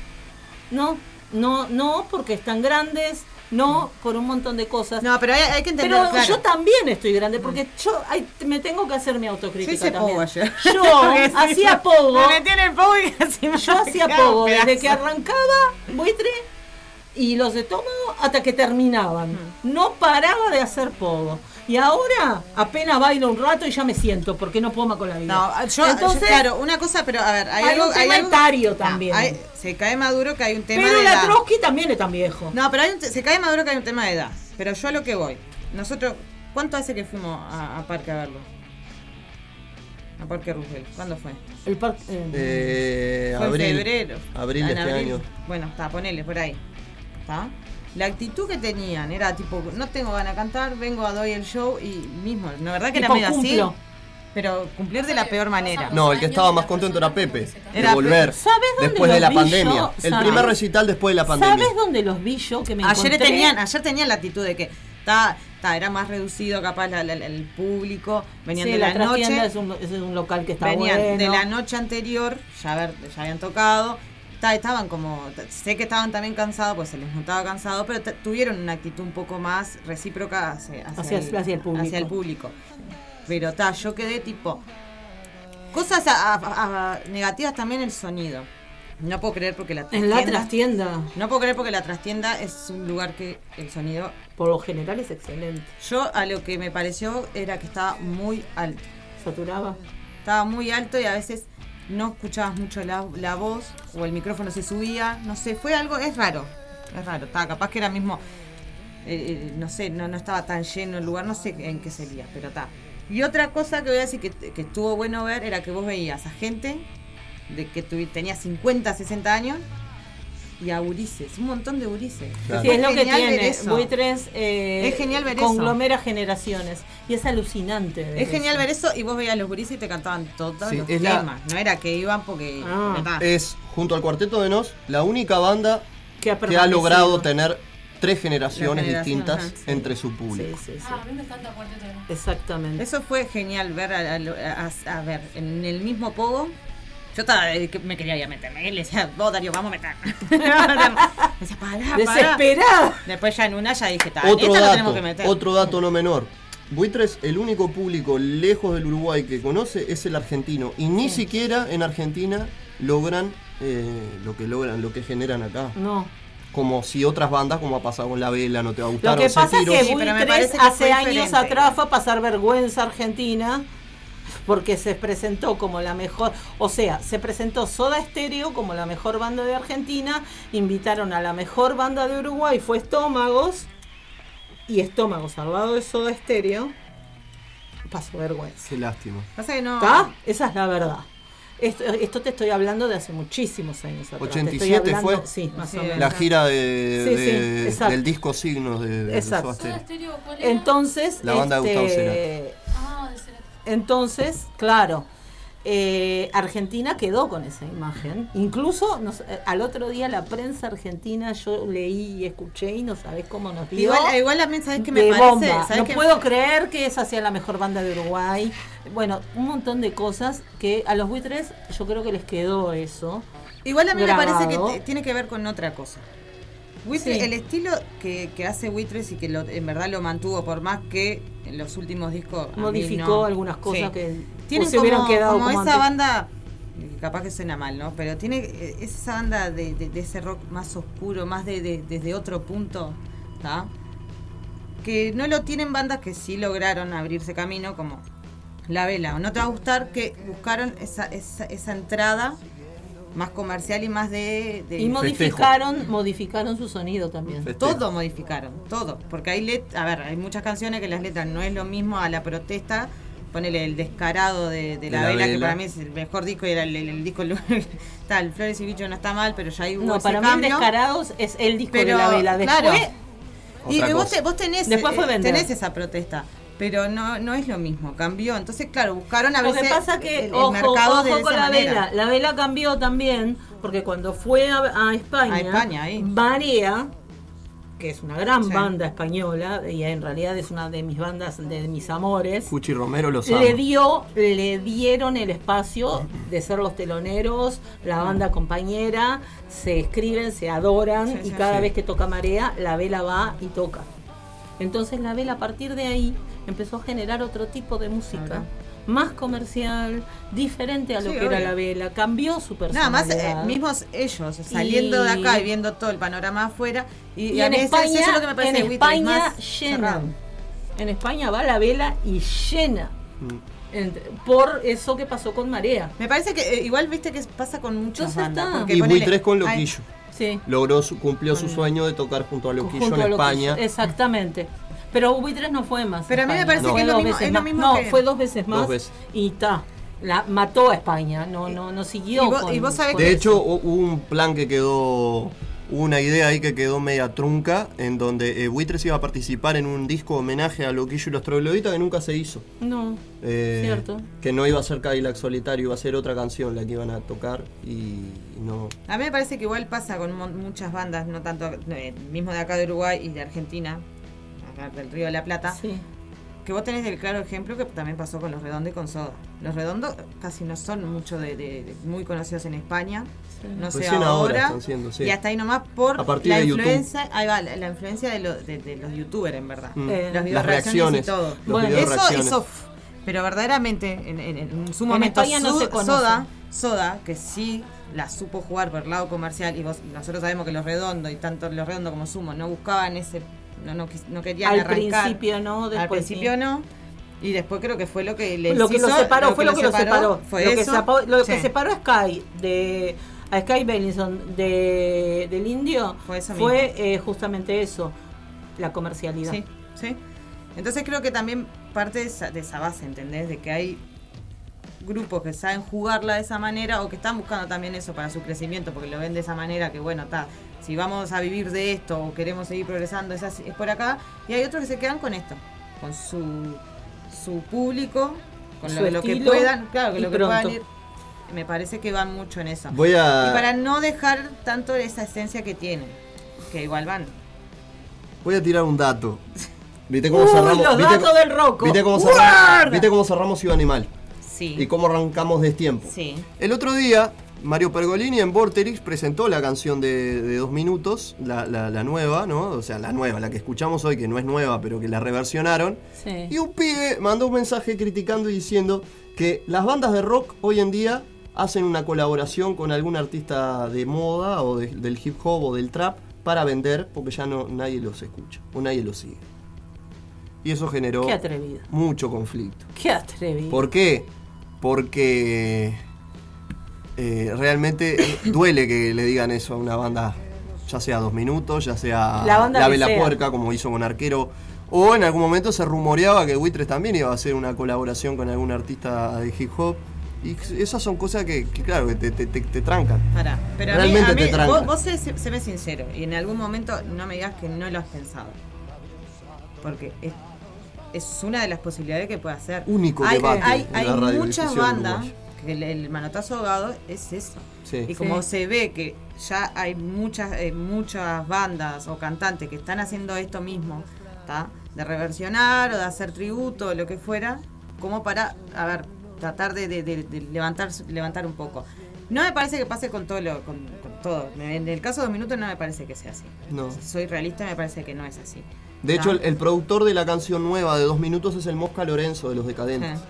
no, no, no, porque están grandes. No, por un montón de cosas.
Mm. No, pero hay, hay que entender.
Pero
claro. Mm.
yo también estoy grande porque yo ay, me tengo que hacer mi
Yo
autocrítica
hice
también.
pogo ayer.
Yo
Porque sí,
hacía pogo.
Me metí en el pogo y así me
Yo hacía
arrancaba
pogo
un
desde
pedazo.
que arrancaba buitre y los de estómago hasta que terminaban. No paraba de hacer pogo. Y ahora apenas bailo un rato y ya me siento porque no puedo más con la vida.
No, yo,
Entonces,
yo- claro, una cosa, pero a ver, hay,
hay
algo.
un tema
algo-
etario
No,
también.
hay- se cae maduro que hay un tema
pero
de
la
edad.
Trotsky también es tan viejo.
No, pero hay un te- se cae maduro que hay un tema de edad. Pero yo a lo que voy. Nosotros, ¿cuánto hace que fuimos a, a Parque a verlo? A Parque Roosevelt. ¿Cuándo fue?
El par- eh,
Eh,
Fue
abril.
en febrero. Ah,
Abril de
En
este año.
Bueno, está, ponele por ahí. ¿Está? La actitud que tenían era tipo, no tengo ganas de cantar, vengo a doy el show y mismo, la verdad que
Tipo,
era medio
cumplo.
así, pero cumplir de la peor manera.
No, el que estaba más contento era Pepe. De
Era
volver.
Pepe. ¿Sabes dónde
después
lo
de la
vi
pandemia.
yo?
El
¿Sabes?
primer recital después de la pandemia.
¿Sabes dónde los vi yo que me
Ayer
encontré?
tenían, ah, ayer tenían la actitud de que ta, ta, era más reducido capaz la- la- la- el público, venían
Sí,
de la,
trastienda
noche,
es un, es un local que está
venían
bueno.
de la noche anterior, ya, haber- ya habían tocado, ta, estaban como, ta- sé que estaban también cansados, pues se les notaba cansado, pero ta- tuvieron una actitud un poco más recíproca hacia,
Hacia- hacia el público.
hacia el público. Pero ta, yo quedé tipo, cosas a- a- a- negativas también el sonido. No puedo creer porque la
En la
trastienda-
trastienda,
no puedo creer porque la trastienda es un lugar que el sonido.
por lo general es excelente.
Yo a lo que me pareció era que estaba muy alto.
Saturaba.
Estaba muy alto y a veces no escuchabas mucho la, la voz o el micrófono se subía. No sé, fue algo. Es raro. Es raro. Estaba capaz que era mismo. eh, eh, no sé, no, no estaba tan lleno el lugar. No sé en qué sería, pero está. Y otra cosa que voy a decir que, que estuvo bueno ver era que vos veías a gente de que tuvi- tenía 50, 60 años y a Urises, un montón de Urises.
Claro.
Sí, es lo que
genial ver
tiene.
eso.
Buitres eh,
Es genial ver eso.
conglomera generaciones. Y es alucinante. ver
Es genial
eso.
ver eso y vos veías los gurises y te cantaban todos
Sí,
los
es la-
temas. No era que iban porque.
Ah.
porque ta.
Es, junto al Cuarteto de Nos, la única banda
Que ha,
que ha
permanecido.
logrado tener tres generaciones
Las generaciones,
distintas
ajá, sí.
entre su
Sí,
público.
sí, sí.
Ah, a mí me encanta Cuarteto de Nos.
Exactamente.
Eso fue genial ver a, a- a- a ver en el mismo pogo. Yo estaba, eh, que me quería ir a meterme. Él decía, vos Darío, vamos a meter. Me decía, pará, pará.
Desesperada.
Después ya en una ya dije, ta, en
Otro
esta lo
dato,
tenemos que meter.
otro dato no menor. Buitres, el único público lejos del Uruguay que conoce es el argentino. Y ni siquiera en Argentina logran eh, lo que logran, lo que generan acá.
No.
Como si otras bandas, como ha pasado con La Vela, no te va a gustar.
Lo que
o
pasa es
Centiros.
que
Sí, pero me
Buitres
parece que
hace
fue
años
diferente.
atrás fue a pasar vergüenza a Argentina porque se presentó como la mejor, o sea, se presentó Soda Stereo como la mejor banda de Argentina, invitaron a la mejor banda de Uruguay, fue Estómagos, y Estómagos al lado de Soda Stereo pasó vergüenza.
Qué lástima.
Pasa que no.
¿Está? Esa es la verdad. Esto, esto te estoy hablando de hace muchísimos años atrás. te estoy
87
hablando-
fue.
Sí, más
Sí,
o menos.
La gira de-
Sí, sí,
de-
exacto.
del disco Signos de, de
Exacto.
Soda
¿Soda
Stereo.
Stereo cuál era?
Entonces,
La banda de Gustavo
este,
Ah, de Cerati.
Entonces, claro, eh, Argentina quedó con esa imagen. Incluso nos- eh, al otro día la prensa argentina, yo leí y escuché y no sabés cómo nos dio.
Igual, igual a mí, ¿sabes qué me
de
parece?
bomba.
¿Sabes
No
qué?
puedo creer que esa sea la mejor banda de Uruguay. Bueno, un montón de cosas que a los buitres yo creo que les quedó eso.
Igual a mí
grabado.
me parece que t- tiene que ver con otra cosa. Buitre-
Sí.
El estilo que, que hace Witres y que lo- en verdad lo mantuvo por más que en los últimos discos a mí
Modificó
no.
algunas cosas
Sí.
que
tienen
o se hubieran
como-
quedado
como, esa
como antes.
banda eh, capaz que suena mal, ¿no? Pero tiene eh, esa banda de, de- de ese rock más oscuro, más de, de- desde otro punto, ¿tá? Que no lo tienen bandas que sí lograron abrirse camino como La Vela o No Te Va a Gustar, que buscaron esa, esa, esa entrada más comercial y más de... de-
Y modificaron, modificaron su sonido también.
Todo modificaron, todo. Porque hay let a ver, hay muchas canciones que las letras no es lo mismo a la protesta. Ponele el descarado de, de
De
la,
La
vela, que
Vela.
para mí es el mejor disco y era el, el- el disco tal, Flores y Bicho no está mal, pero ya hay
No, para mí el Descarados es el disco de La Vela. Después-
y
Otra
vos,
cosa.
te- vos tenés,
Después fue
eh,
Vender.
tenés esa protesta. Pero no, no es lo mismo, cambió. Entonces, claro, buscaron a
Lo
veces
que pasa que,
el, el
ojo,
mercado
ojo
de esa
con la
manera.
vela. La vela cambió también, porque cuando fue a, a España,
A España, ahí.
Barea, que es una gran
Sí.
banda española, y en realidad es una de mis bandas, de mis amores,
Cuchi Romero los ama.
le dio, le dieron el espacio de ser los teloneros, la banda compañera, se escriben, se adoran y cada
sí.
vez que toca marea, la vela va y toca. Entonces la vela a partir de ahí empezó a generar otro tipo de música. Más comercial, diferente a lo
Sí,
que era
obvio.
la vela, cambió su
Nada
personalidad.
más, eh, mismos ellos, saliendo de acá y viendo todo el panorama afuera. Y,
Y
a
en
veces
España,
eso es lo que me parece
en
Beatles,
España
más cerrado.
llenan. En España va la vela y llena.
Mm.
Ent- por eso que pasó con Marea.
Me parece que eh, igual viste que pasa con muchos bandas. porque
Y
ponele-
Buitres con
ay,
Loquillo.
Sí.
Logró su- cumplió su sueño de tocar junto a Loquillo
junto a
en
lo que
España.
hizo. Exactamente. Pero Buitres no fue más.
Pero a mí me
España.
parece No. que es
Fue
lo
dos
mismo-
veces
es lo
más.
mismo
No,
que-
fue dos veces más.
Dos veces.
Y ta. La mató a España. No, no, no siguió.
Y vos-
con-
y vos sabés
con
De
eso.
hecho, hu- hubo un plan que quedó, hubo una idea ahí que quedó media trunca, en donde eh, Buitres iba a participar en un disco homenaje a Loquillo y los Trogloditas que nunca se hizo.
No.
Eh,
Cierto.
Que no iba a ser Cadillac Solitario, iba a ser otra canción la que iban a tocar y no.
A mí me parece que igual pasa con mon- muchas bandas, no tanto eh, mismo de acá de Uruguay y de Argentina, acá del Río de la Plata. Que vos tenés el claro ejemplo que también pasó con los redondos y con Soda. Los redondos casi no son mucho de, de- de- muy conocidos en España. No sé
Recién
ahora.
Pues ahora están siendo, sí.
Y hasta ahí nomás por
A partir
la
de YouTube.
influencia, ahí va, la, la influencia de, lo- de- de los youtubers en verdad.
Mm.
Los
Las
video
reacciones,
y todo.
los Bueno. video
Eh, eso
reacciones.
hizo f- pero verdaderamente en, en- en su
En
momento
España no
Su-
se conoce.
Soda, Soda, que sí la supo jugar por el lado comercial y vos- y nosotros sabemos que los redondos y tanto los redondos como Sumo no buscaban ese no no, quis- no querían
Al
arrancar.
principio no, después
Al principio
sí.
no. Y después creo que fue lo que les
Lo que
hizo,
lo separó fue lo que lo separó.
Fue
lo que,
eso.
sapo- lo que
Sí.
separó a Sky de a Sky Bellinson de, del indio fue,
eso
eh, justamente eso, la comercialidad.
Sí, sí. Entonces creo que también parte de esa, de esa base, ¿entendés? De que hay grupos que saben jugarla de esa manera o que están buscando también eso para su crecimiento porque lo ven de esa manera que bueno, está, si vamos a vivir de esto o queremos seguir progresando, es, así- es por acá. Y hay otros que se quedan con esto, con su, su público, con
Su
lo, lo que
estilo
puedan, claro, con
y
lo que
pronto.
puedan ir. Me parece que van mucho en eso.
Voy a-
Y para no dejar tanto esa esencia que tienen, que igual van.
Voy a tirar un dato. ¿Viste cómo
Uy,
cerramos?
los
¿Viste
datos
co-
del Rocco.
¿Viste cómo
¡Guarda!
cerramos, ¿viste cómo cerramos Ciudad Animal?
Sí.
¿Y cómo arrancamos destiempo?
Sí.
El otro día, Mario Pergolini en Vorterix presentó la canción de, de dos minutos, la, la- la nueva, ¿no? O sea, la nueva, la que escuchamos hoy, que no es nueva, pero que la reversionaron. Y un pibe mandó un mensaje criticando y diciendo que las bandas de rock hoy en día hacen una colaboración con algún artista de moda o de- del hip hop o del trap para vender porque ya no nadie los escucha o nadie los sigue. Y eso generó
Qué atrevido.
mucho conflicto.
Qué atrevido.
¿Por qué? Porque eh, realmente duele que le digan eso a una banda, ya sea dos minutos, ya sea
La banda que
Vela
sea.
Puerca, como hizo con Arquero. O en algún momento se rumoreaba que Buitres también iba a hacer una colaboración con algún artista de hip hop. Y esas son cosas que, que, claro, que te, te- te- te trancan.
Pará, pero a mí-
Realmente
a mí,
te tranca.
vos, vos sé, sé- séme sincero y en algún momento no me digas que no lo has pensado. Porque es, es una de las posibilidades que puede hacer.
Único
hay,
debate
Hay,
en
hay
la radiodifusión
muchas bandas
uruguaya.
que el, el manotazo ahogado es eso.
Sí.
Y como
Sí.
se ve que ya hay muchas, eh, muchas bandas o cantantes que están haciendo esto mismo, ¿tá? de reversionar o de hacer tributo o lo que fuera, como para, a ver, tratar de, de- de- de levantar, levantar un poco. No me parece que pase con todo. Lo, con, con todo. En el caso de Minuto no me parece que sea así.
No.
Soy realista y me parece que no es así.
De hecho,
¿tá?
el, el productor de la canción nueva de dos minutos es el Mosca Lorenzo de Los Decadentes.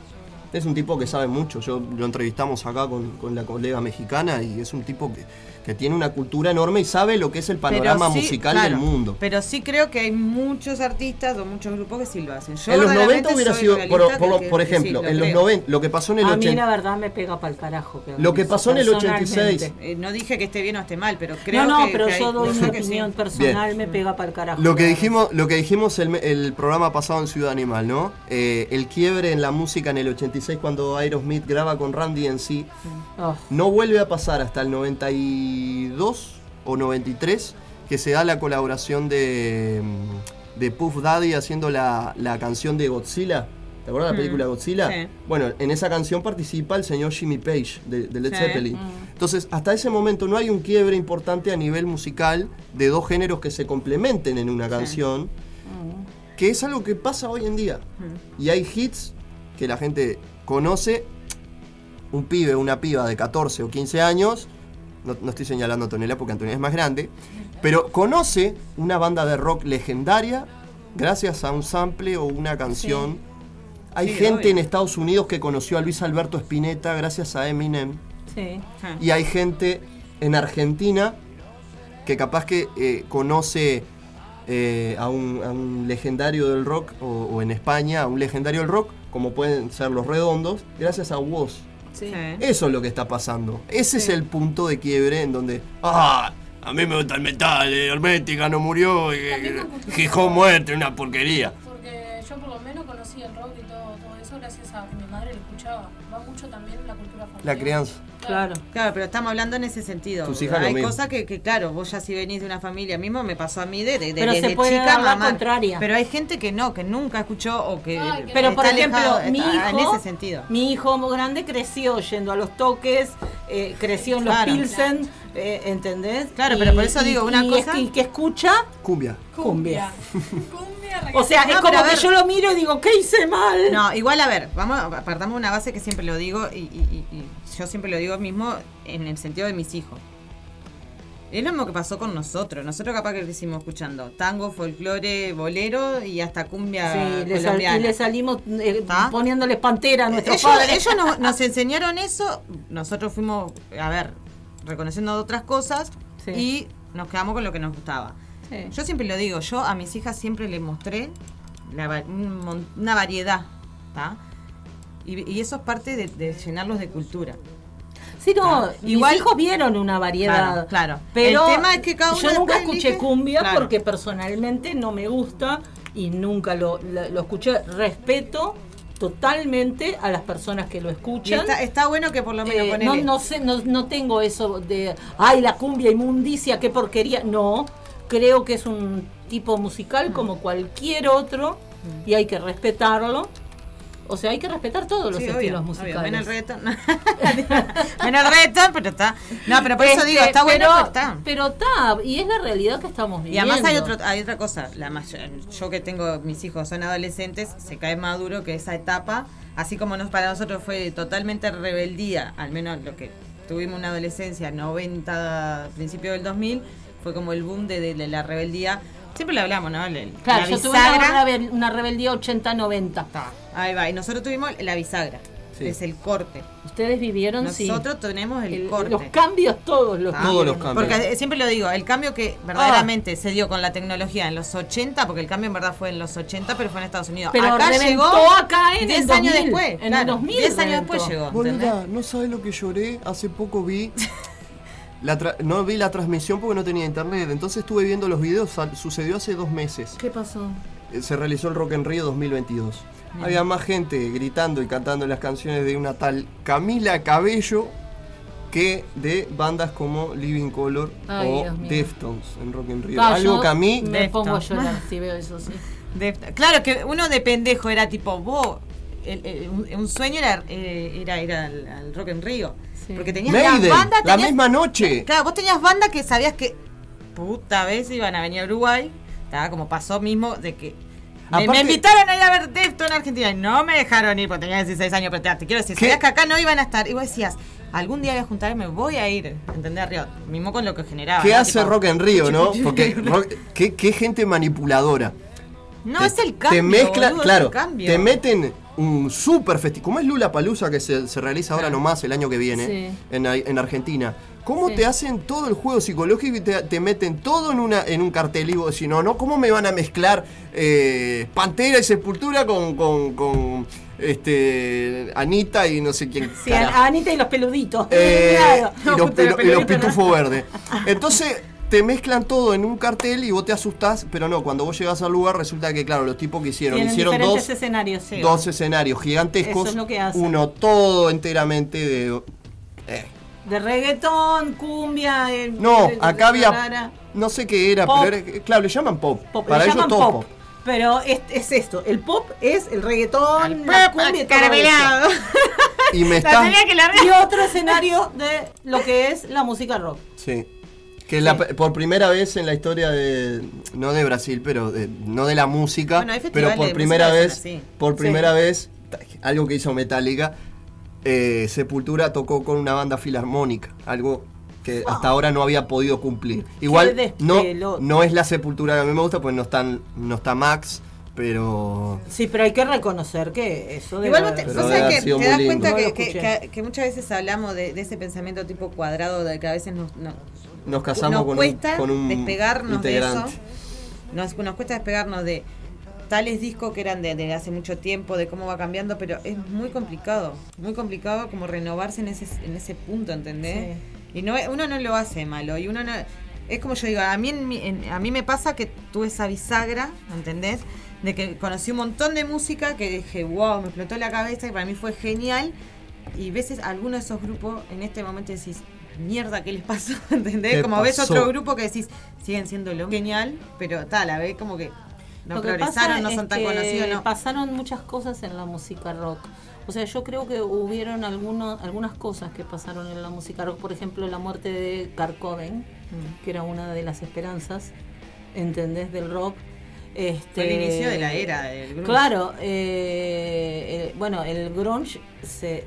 Es un tipo que sabe mucho. Yo lo entrevistamos acá con, con la colega mexicana y es un tipo que, que tiene una cultura enorme y sabe lo que es el panorama
Pero sí,
musical del
claro,
mundo.
Pero sí creo que hay muchos artistas o muchos grupos que sí lo hacen. Yo
en los
verdaderamente
90 hubiera
soy
sido,
realista
por, por-
de que-
por
que sí,
ejemplo,
lo
en los
creo.
90, lo que pasó en el
a mí la
80.
verdad me pega para el carajo. que
Lo que
hagan
pasó en el
eso, personalmente.
86.
Eh, no dije que esté bien o esté mal, pero creo
No, no,
que-
pero
que hay-
yo doy mi
creo que sí.
opinión personal, me pega para el carajo.
Lo que dijimos, lo que dijimos el, el programa pasado en Ciudad Animal, ¿no? Eh, el quiebre en la música en el 86 cuando Aerosmith graba con Randy en sí.
Oh.
No vuelve a pasar hasta el 92 o 93 que se da la colaboración de, mm, de Puff Daddy haciendo la, la canción de Godzilla. ¿Te acuerdas de la
Mm,
película Godzilla?
sí.
Bueno, en esa canción participa el señor Jimmy Page de, de Led
Sí.
Zeppelin.
Mm.
Entonces, hasta ese momento no hay un quiebre importante a nivel musical de dos géneros que se complementen en una canción,
Mm.
que es algo que pasa hoy en día. Y hay hits que la gente conoce, un pibe, una piba de 14 o 15 años, no, no estoy señalando a Antonella porque Antonella es más grande, pero conoce una banda de rock legendaria gracias a un sample o una canción. Hay
Sí,
gente
obvio.
en Estados Unidos que conoció a Luis Alberto Spinetta gracias a Eminem.
Sí.
Y hay gente en Argentina que capaz que eh, conoce eh, a, un, a un legendario del rock, o, o en España, a un legendario del rock, como pueden ser los redondos, gracias a Woz.
Sí.
Eso es lo que está pasando. Ese es el punto de quiebre en donde. ¡Ah! A mí me gusta el metal, eh, Hermética no murió, y, Gijón muerte, una porquería.
Porque yo por lo menos conocí el rock y todo, todo eso gracias a que mi madre lo escuchaba. Va mucho también la cultura familiar.
La crianza.
Claro. Claro, pero estamos hablando en ese sentido.
Tus hijas lo
Hay
mismo.
cosas que, que, claro, vos ya si venís de una familia mismo, me pasó a mí de, de, de-
Pero se
desde
puede
chica
dar la
mamá.
contraria.
Pero hay gente que no, que nunca escuchó o que. que
Pero por
está
ejemplo,
alejado,
mi
está-
hijo,
En ese sentido.
mi hijo muy grande creció yendo a los toques, eh, creció en los
Claro.
Pilsen, eh, ¿entendés?
Claro, pero por eso digo, una
y
cosa-
es que, que escucha
cumbia.
cumbia. o sea, es
No,
como
pero a
que
ver.
yo lo miro y digo, ¿qué hice mal?
No, igual a ver, vamos, apartamos una base que siempre lo digo y, y- y- y yo siempre lo digo mismo en el sentido de mis hijos. Es lo mismo que pasó con nosotros. Nosotros capaz que crecimos escuchando tango, folclore, bolero y hasta cumbia
Sí, le sal-
eh, colombiana. ¿Ah? Eh,
y le salimos eh, poniéndoles pantera a nuestros
ellos,
padres.
ellos nos, nos enseñaron eso, nosotros fuimos, a ver, reconociendo otras cosas y nos quedamos con lo que nos gustaba.
Sí.
Yo siempre lo digo, yo a mis hijas siempre les mostré la va- un mon- una variedad, ¿tá? Y, y eso es parte de, de llenarlos de cultura.
Sí, no,
Ah,
igual,
igual-
mis hijos vieron una variedad.
Claro, claro.
Pero
El tema es que cada uno
yo nunca
después
escuché
elige-
cumbia
Claro.
porque personalmente no me gusta y nunca lo, lo- lo escuché. Respeto totalmente a las personas que lo
Y
escuchan.
está, está bueno que por lo menos
Eh,
ponele-
no, no sé, no, no tengo eso de, ay, la cumbia inmundicia, qué porquería. No, creo que es un tipo
Mm.
musical como cualquier otro y hay que respetarlo. O sea, hay que respetar todos los
Sí, obvio,
estilos
obvio,
musicales.
menos el reggaetón. menos el reggaetón, pero está. No, pero por eso
Este,
digo, está bueno,
pero-
pero está.
Pero está, y es la realidad que estamos
Y
viviendo.
además hay, otro, hay otra cosa, la mayor, yo que tengo, mis hijos son adolescentes, se cae más duro que esa etapa, así como nos, para nosotros fue totalmente rebeldía, al menos lo que tuvimos una adolescencia 90, principio del 2000, fue como el boom de, de- de la rebeldía, siempre lo hablamos, ¿no? La-
Claro,
la
yo tuve una,
bisagra.
rebel- una rebeldía 80-90.
Ahí va, y nosotros tuvimos la bisagra, que es el corte.
Ustedes vivieron, sí.
Nosotros tenemos el,
El-
corte.
Los cambios todos los
Ah,
Todos los
vivieron.
cambios.
Porque eh, siempre lo digo, el cambio que verdaderamente
Ah.
se dio con la tecnología en los 80, porque el cambio en verdad fue en los 80, pero fue en Estados Unidos.
Pero
acá
reventó
llegó
acá en el
10 años
2000,
después.
en el
claro,
2000
10 años
reventó.
después llegó. ¿entendés?
Boluda, no sabes lo que lloré. Hace poco vi. La tra- no vi la transmisión porque no tenía internet. Entonces estuve viendo los videos. sal- Sucedió hace dos meses.
¿Qué pasó?
Eh, Se realizó el Rock en Río 2022. Había más gente gritando y cantando las canciones de una tal Camila Cabello que de bandas como Living Color
Ay,
o
Dios mío.
Deftones en Rock en Río.
Ah,
Algo
yo
que a mí
Me pongo a llorar si veo eso, sí.
De- claro que uno de pendejo era tipo, vos, el- el- un- un sueño era eh, era ir al, al Rock en Río. Porque tenías
Maiden,
la banda,
la
tenías-
misma noche.
Claro, vos tenías banda que sabías que puta vez iban a venir a Uruguay, ¿tá? como pasó mismo de que me- me,
Aparte-
invitaron a ir a ver Defto en Argentina y no me dejaron ir porque tenía 16 años, pero te, te quiero decir,
¿Qué?
sabías que acá no iban a estar y vos decías, algún día voy a juntar y me voy a ir, ¿entendés? a Río, mismo con lo que generaba.
¿Qué
¿no?
hace
Tipo,
Rock en Río, no? Porque rock- qué- qué gente manipuladora.
No es el cambio,
te mezcla,
boludo, es
claro,
el cambio.
te meten un super festival. Como es Lula Palusa que se, se realiza ahora nomás el año que viene
Sí.
en, Ar- en Argentina. ¿Cómo
Sí.
te hacen todo el juego psicológico y te, te meten todo en, una, en un cartel? Y vos decís, no, no, ¿cómo me van a mezclar eh, Pantera y Sepultura con, con, con, este, Anita y no sé quién?
Sí,
carajo?
a- a Anita y los peluditos.
Eh,
Claro.
y los, y los- y los pitufos verdes. Entonces te mezclan todo en un cartel y vos te asustás, pero no, cuando vos llegás al lugar resulta que, claro, los tipos que hicieron,
Tienen
hicieron
diferentes
dos,
escenarios. sí.
dos escenarios gigantescos.
Eso es lo que hacen.
Uno todo enteramente de... eh,
De reggaetón, cumbia. eh,
No,
eh,
acá
rara.
había... No sé qué era,
Pop.
pero era- claro, le llaman pop.
Pop,
Para
le
ellos
llaman
todo
pop.
pop.
Pero es, es esto, el pop es el reggaetón, la cumbia, y todo
caramelado.
eso.
Y me están...
Y otro escenario de lo que es la música rock.
Sí. Que la- por primera vez en la historia de. No de Brasil, pero de- no de la música.
Bueno, hay
pero
festivales
por
de
primera
música que
vez.
son así.
Por
Sí.
primera vez. Algo que hizo Metallica. eh, Sepultura tocó con una banda filarmónica. Algo que
Ah.
hasta ahora no había podido cumplir. Igual no,
despelote.
no es la sepultura que a mí me gusta, pues no están. No está Max, pero.
Sí, pero hay que reconocer que eso de
Igual vos te,
Pero
vos
debe
sabés
haber
que
sido
te
muy
das
lindo.
cuenta
No
que,
lo
que-
escuché.
que- que muchas veces hablamos de, de ese pensamiento tipo cuadrado del que a veces nos, no-
Nos casamos
nos
con un-
cuesta
con un
despegarnos de
integrante.
eso. Nos, nos cuesta despegarnos de tales discos que eran de, de hace mucho tiempo, de cómo va cambiando, pero es muy complicado, muy complicado como renovarse en ese, en ese punto, ¿entendés? Y no es- uno no lo hace malo, y uno no... Es como yo digo, a mí, en mi- en- a mí me pasa que tuve esa bisagra, ¿entendés? De que conocí un montón de música que dije, wow, me explotó la cabeza y para mí fue genial. Y veces alguno de esos grupos en este momento decís, mierda, ¿qué les pasó? ¿Entendés?
¿Qué
Como ves
pasó?
otro grupo que decís, siguen siendo lo genial, pero tal, la vez como que no
Lo que
progresaron,
pasa
no
es
son tan
que
conocidos, no.
Pasaron muchas cosas en la música rock. O sea, yo creo que hubieron algunos, algunas cosas que pasaron en la música rock. Por ejemplo, la muerte de Carcoven,
Mm.
que era una de las esperanzas, ¿entendés? Del rock. Este,
Fue el inicio de la era del grunge.
Claro, eh, el- bueno, el grunge, se,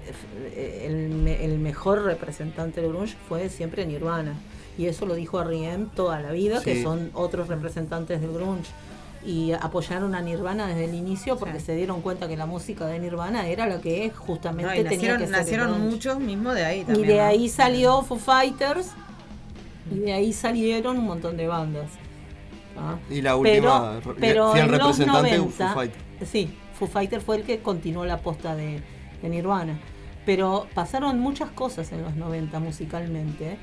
eh, el, me- el mejor representante del grunge fue siempre Nirvana. Y eso lo dijo R.E.M. toda la vida,
Sí.
que son otros representantes del grunge. Y apoyaron a Nirvana desde el inicio porque se dieron cuenta que la música de Nirvana era la que
No, y
justamente tenía que
nacieron
ser el
nacieron
grunge.
muchos mismo de ahí
Y
también.
de
¿no?
ahí salió Foo Fighters y de ahí salieron un montón de bandas. ¿ah?
Y la última,
Pero,
re-
pero
fiel
en
representante,
los 90,
Foo Fighter.
Sí, Foo Fighter fue el que continuó la posta de, de Nirvana. Pero pasaron muchas cosas en los 90 musicalmente ¿eh?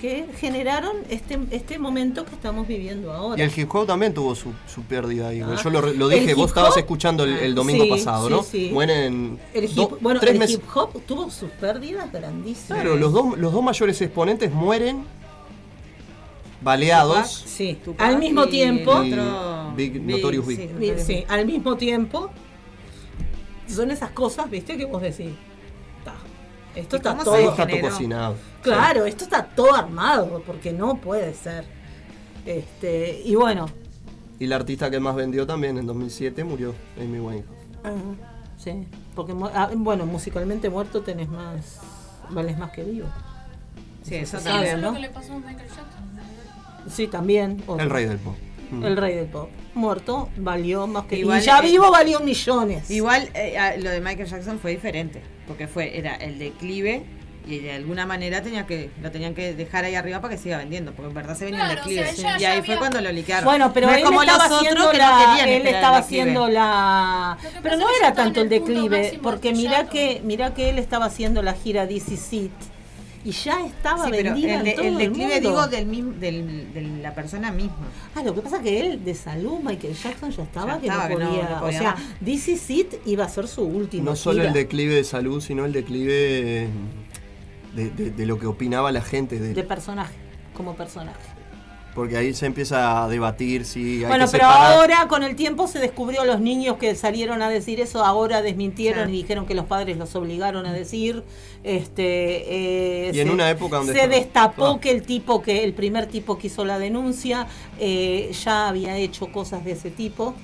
que generaron este, este momento que estamos viviendo ahora.
Y el hip hop también tuvo su, su pérdida ahí.
Ah.
Yo lo, re- lo
¿El
dije,
hip
vos estabas
hop? ah,
escuchando el, el domingo
Sí,
pasado,
sí,
¿no?
sí.
Mueren
El hip,
do-
bueno,
tres
el
meses.
hip hop tuvo sus pérdidas grandísimas.
Claro, los dos, los dos mayores exponentes mueren baleados.
Sí,
Tupac
al mismo
y
tiempo.
el otro- Big- Notorious Big.
sí,
Sí,
Notorious
sí,
Big.
al mismo tiempo son esas cosas, ¿viste? Que vos decís, "Ta, esto
¿Y
está
cómo
todo.
Ahí está tu
generó.
cocinado.
Claro, esto está todo armado, porque no puede ser. Este, y bueno,
Y la artista que más vendió también en 2007 murió, Amy Winehouse.
sí, porque mu- ah, bueno, musicalmente muerto tenés más, vales más que vivo.
Sí, eso
se
también,
sabe,
Eso es
¿no?
lo que le pasó a Michael Jackson.
Sí, también. otro.
El rey del pop. Mm.
El rey del pop. Muerto valió más que
Igual,
Y ya
eh,
vivo valió millones.
Igual eh, a- lo de Michael Jackson fue diferente, porque fue era el declive y de alguna manera tenía que lo tenían que dejar ahí arriba para que siga vendiendo, porque en verdad se venía el
Claro, o sea,
declive.
ya-
y
ya
ahí
había-
fue cuando lo liquidaron.
Bueno, pero
No es
él
como
estaba
los otros
haciendo
que no
la,
querían
él
esperar el
estaba
declive.
haciendo la,
Lo que pasa
pero
es
no
que
era
estaba en
tanto el
el punto
declive,
máximo
porque
del
mira
estrellato.
que mira que él estaba haciendo la gira DC Seat y ya estaba
Sí, pero
vendida
el,
en
de-
todo
el
el,
declive,
mundo.
digo, del mismo, del, de la persona misma.
Ah, lo que pasa que él de salud Michael Jackson ya estaba,
Ya
que,
estaba,
no
que no-
podía,
no podía
o sea,
más.
DC Seat iba a ser su último.
No solo el
gira.
declive de salud, sino el declive eh, de, de- de lo que opinaba la gente. de-
de personaje, como personaje.
porque ahí se empieza a debatir si hay
Bueno,
que
pero
separar.
ahora con el tiempo se descubrió los niños que salieron a decir eso, ahora desmintieron
Sí.
y dijeron que los padres los obligaron a decir. Este, eh,
Y en una época donde
se
estaba-
destapó
Claro.
que el tipo que el primer tipo que hizo la denuncia eh, ya había hecho cosas de ese tipo.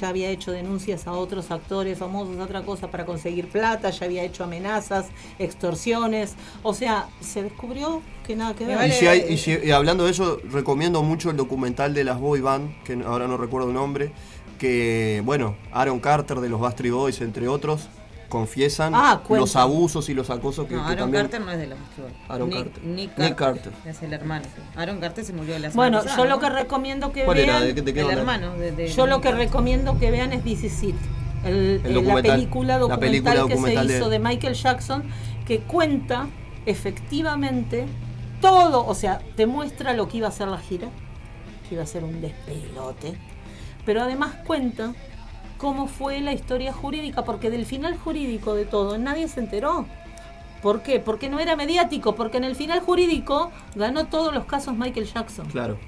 Ya había hecho denuncias a otros actores famosos, a otra cosa para conseguir plata, ya había hecho amenazas, extorsiones. O sea, se descubrió que nada que ver.
Y, si hay- y si- y hablando de eso, recomiendo mucho el documental de las boy band, que no- ahora no recuerdo el nombre, que, bueno, Aaron Carter de los Bastry Boys, entre otros, confiesan
Ah, cuenta.
los abusos y los acosos que,
No,
que
Aaron
también...
Carter no es de los Backstreet Boys.
Aaron
Nick,
Carter.
Nick
Nick
Carter.
Carter.
Es el hermano. Aaron Carter se murió la semana
Bueno,
pasada,
yo
¿no?
lo que recomiendo que
¿Cuál
vean.
era? ¿De qué- de qué
El
onda?
hermano de- de-
Yo lo que recomiendo que vean es This Is It, el-
El
eh, la
documental.
película
La
documental
película
que
documental
se
de-
hizo de Michael Jackson que cuenta efectivamente todo, o sea, te muestra lo que iba a ser la gira, que iba a ser un despelote, pero además cuenta cómo fue la historia jurídica, porque del final jurídico de todo nadie se enteró. ¿Por qué? Porque no era mediático, porque en el final jurídico ganó todos los casos Michael Jackson.
Claro.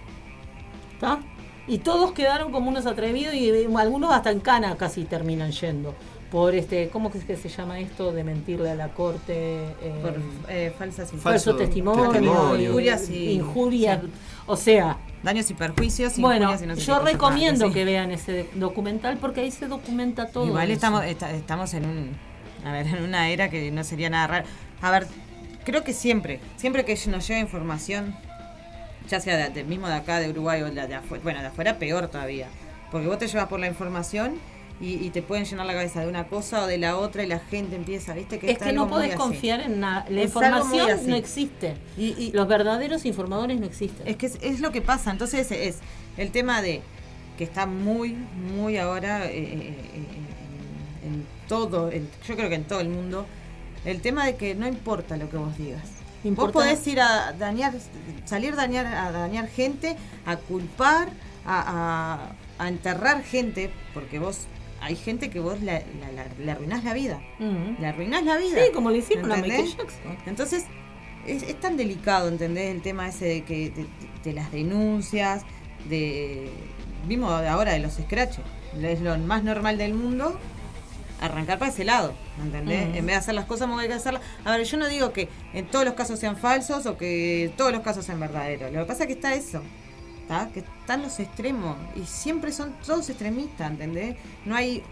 ¿tá? Y todos quedaron como unos atrevidos y eh, algunos hasta en cana casi terminan yendo. Por este, ¿cómo que, es que se llama esto? De mentirle a la corte. eh,
Por eh, falsas injurias.
falso, testimonio,
Injurias y...
injurias, o sea,
daños y perjuicios.
bueno,
injurias y no sé
yo
qué cosa
recomiendo
más, sí.
que vean ese doc- documental porque ahí se documenta todo.
Igual
eso.
estamos, esta- estamos en un a ver, en una era que no sería nada raro. A ver, creo que siempre, siempre que nos llega información, ya sea de- del mismo de acá, de Uruguay o de, afuera, bueno, de afuera peor todavía. Porque vos te llevas por la información y, y te pueden llenar la cabeza de una cosa o de la otra y la gente empieza, ¿viste?
es
está
que no
algo muy
podés
así.
confiar en nada. La
Es algo muy
información
así.
no existe.
Y- y-
Los verdaderos informadores no existen.
Es que es, es lo que pasa. Entonces es, es el tema de que está muy, muy ahora eh, eh, eh, en- en todo, el- yo creo que en todo el mundo, el tema de que no importa lo que vos digas.
Importa-
Vos podés ir a dañar, salir a dañar, a dañar gente, a culpar, a, a- a enterrar gente, porque vos hay gente que vos la- la- la- le arruinás la vida.
Mm.
Le arruinás la vida.
Sí, como le hicieron a
¿Entendés?
Michael Jackson.
Entonces, es, es tan delicado, ¿entendés? El tema ese de, que, de, de las denuncias, de vimos ahora de los scratches. Es lo más normal del mundo arrancar para ese lado, ¿entendés?
Mm.
En vez de hacer las cosas, como hay que hacerlas. A ver, yo no digo que en todos los casos sean falsos o que todos los casos sean verdaderos. Lo que pasa es que está eso. ¿tá? Que están los extremos y siempre son todos extremistas, ¿entendés? No hay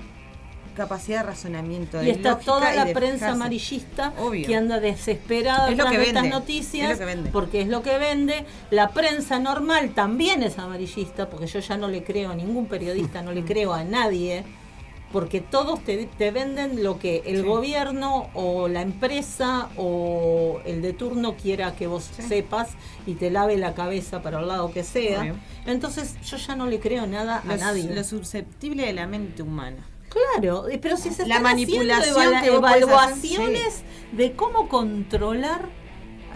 capacidad de razonamiento.
Y
de
está
lógica
toda
y
la
de
prensa
eficacia.
amarillista
Obvio.
que anda desesperada
Es lo
tras
que
de estas
vende,
noticias,
es lo que vende.
porque es lo que vende. La prensa normal también es amarillista, porque yo ya no le creo a ningún periodista, no le creo a nadie, porque todos te, te venden lo que el gobierno o la empresa o el de turno quiera que vos sepas y te lave la cabeza para el lado que sea.
Obvio.
Entonces yo ya no le creo nada
lo,
a nadie.
lo susceptible de la mente humana.
Claro, eh, pero si se
La
están haciendo
manipulación
evala-
que vos podés
evaluaciones de cómo controlar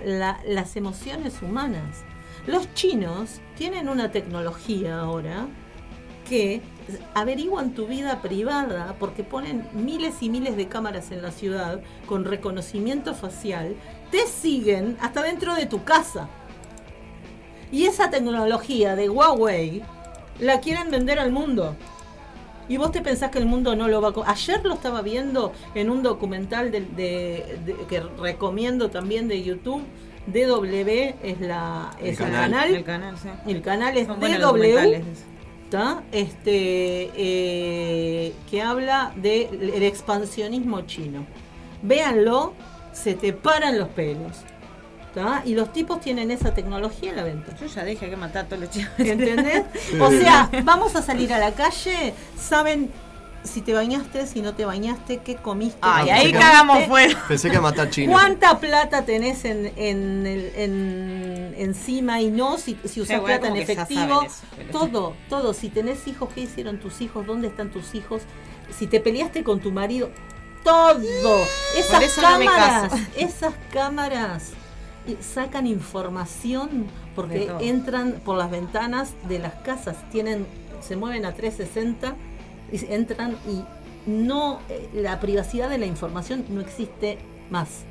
la- las emociones humanas. Los chinos tienen una tecnología ahora que averiguan tu vida privada porque ponen miles y miles de cámaras en la ciudad con reconocimiento facial, te siguen hasta dentro de tu casa. Y esa tecnología de Huawei la quieren vender al mundo. Y vos te pensás que el mundo no lo va a... co- Ayer lo estaba viendo en un documental de, de- de- que recomiendo también de YouTube. DW es, la,
El
es
canal.
El canal, sí.
el canal es
Son buenos
DW,
documentales.
¿tá? este, eh, que habla del expansionismo chino. Véanlo, se te paran los pelos. ¿tá? Y los tipos tienen esa tecnología a la venta.
Yo ya dije que matar a todos los chicos.
¿Entendés? O sea, vamos a salir a la calle, saben si te bañaste, si no te bañaste, qué comiste.
Ay,
qué
ahí
comiste,
Ah, cagamos fuego.
Pensé que a matar chino.
¿Cuánta plata tenés en, en, el- en- encima y no si, si usas
Igual
plata en
como que ya
efectivo?
saben eso, pero-
todo, todo. Si tenés hijos, ¿qué hicieron tus hijos? ¿Dónde están tus hijos? Si te peleaste con tu marido, todo. Esas
eso no me
cámaras,
caso.
esas cámaras eh, sacan información
De
porque
todo.
entran por las ventanas de las casas, tienen, se mueven a 360 y s- entran y no eh, la privacidad de la información no existe más.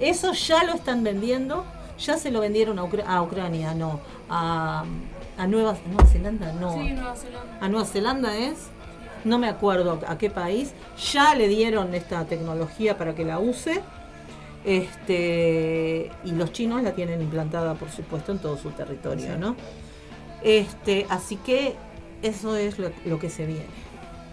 Eso ya lo están vendiendo, ya se lo vendieron a, Ucra- a Ucrania, no, a, a Nueva, Nueva Zelanda, no.
Sí, Nueva Zelanda.
A Nueva Zelanda es, no me acuerdo a qué país, ya le dieron esta tecnología para que la use. Este, y los chinos la tienen implantada, por supuesto, en todo su territorio, ¿no? Este, así que eso es lo, lo que se viene.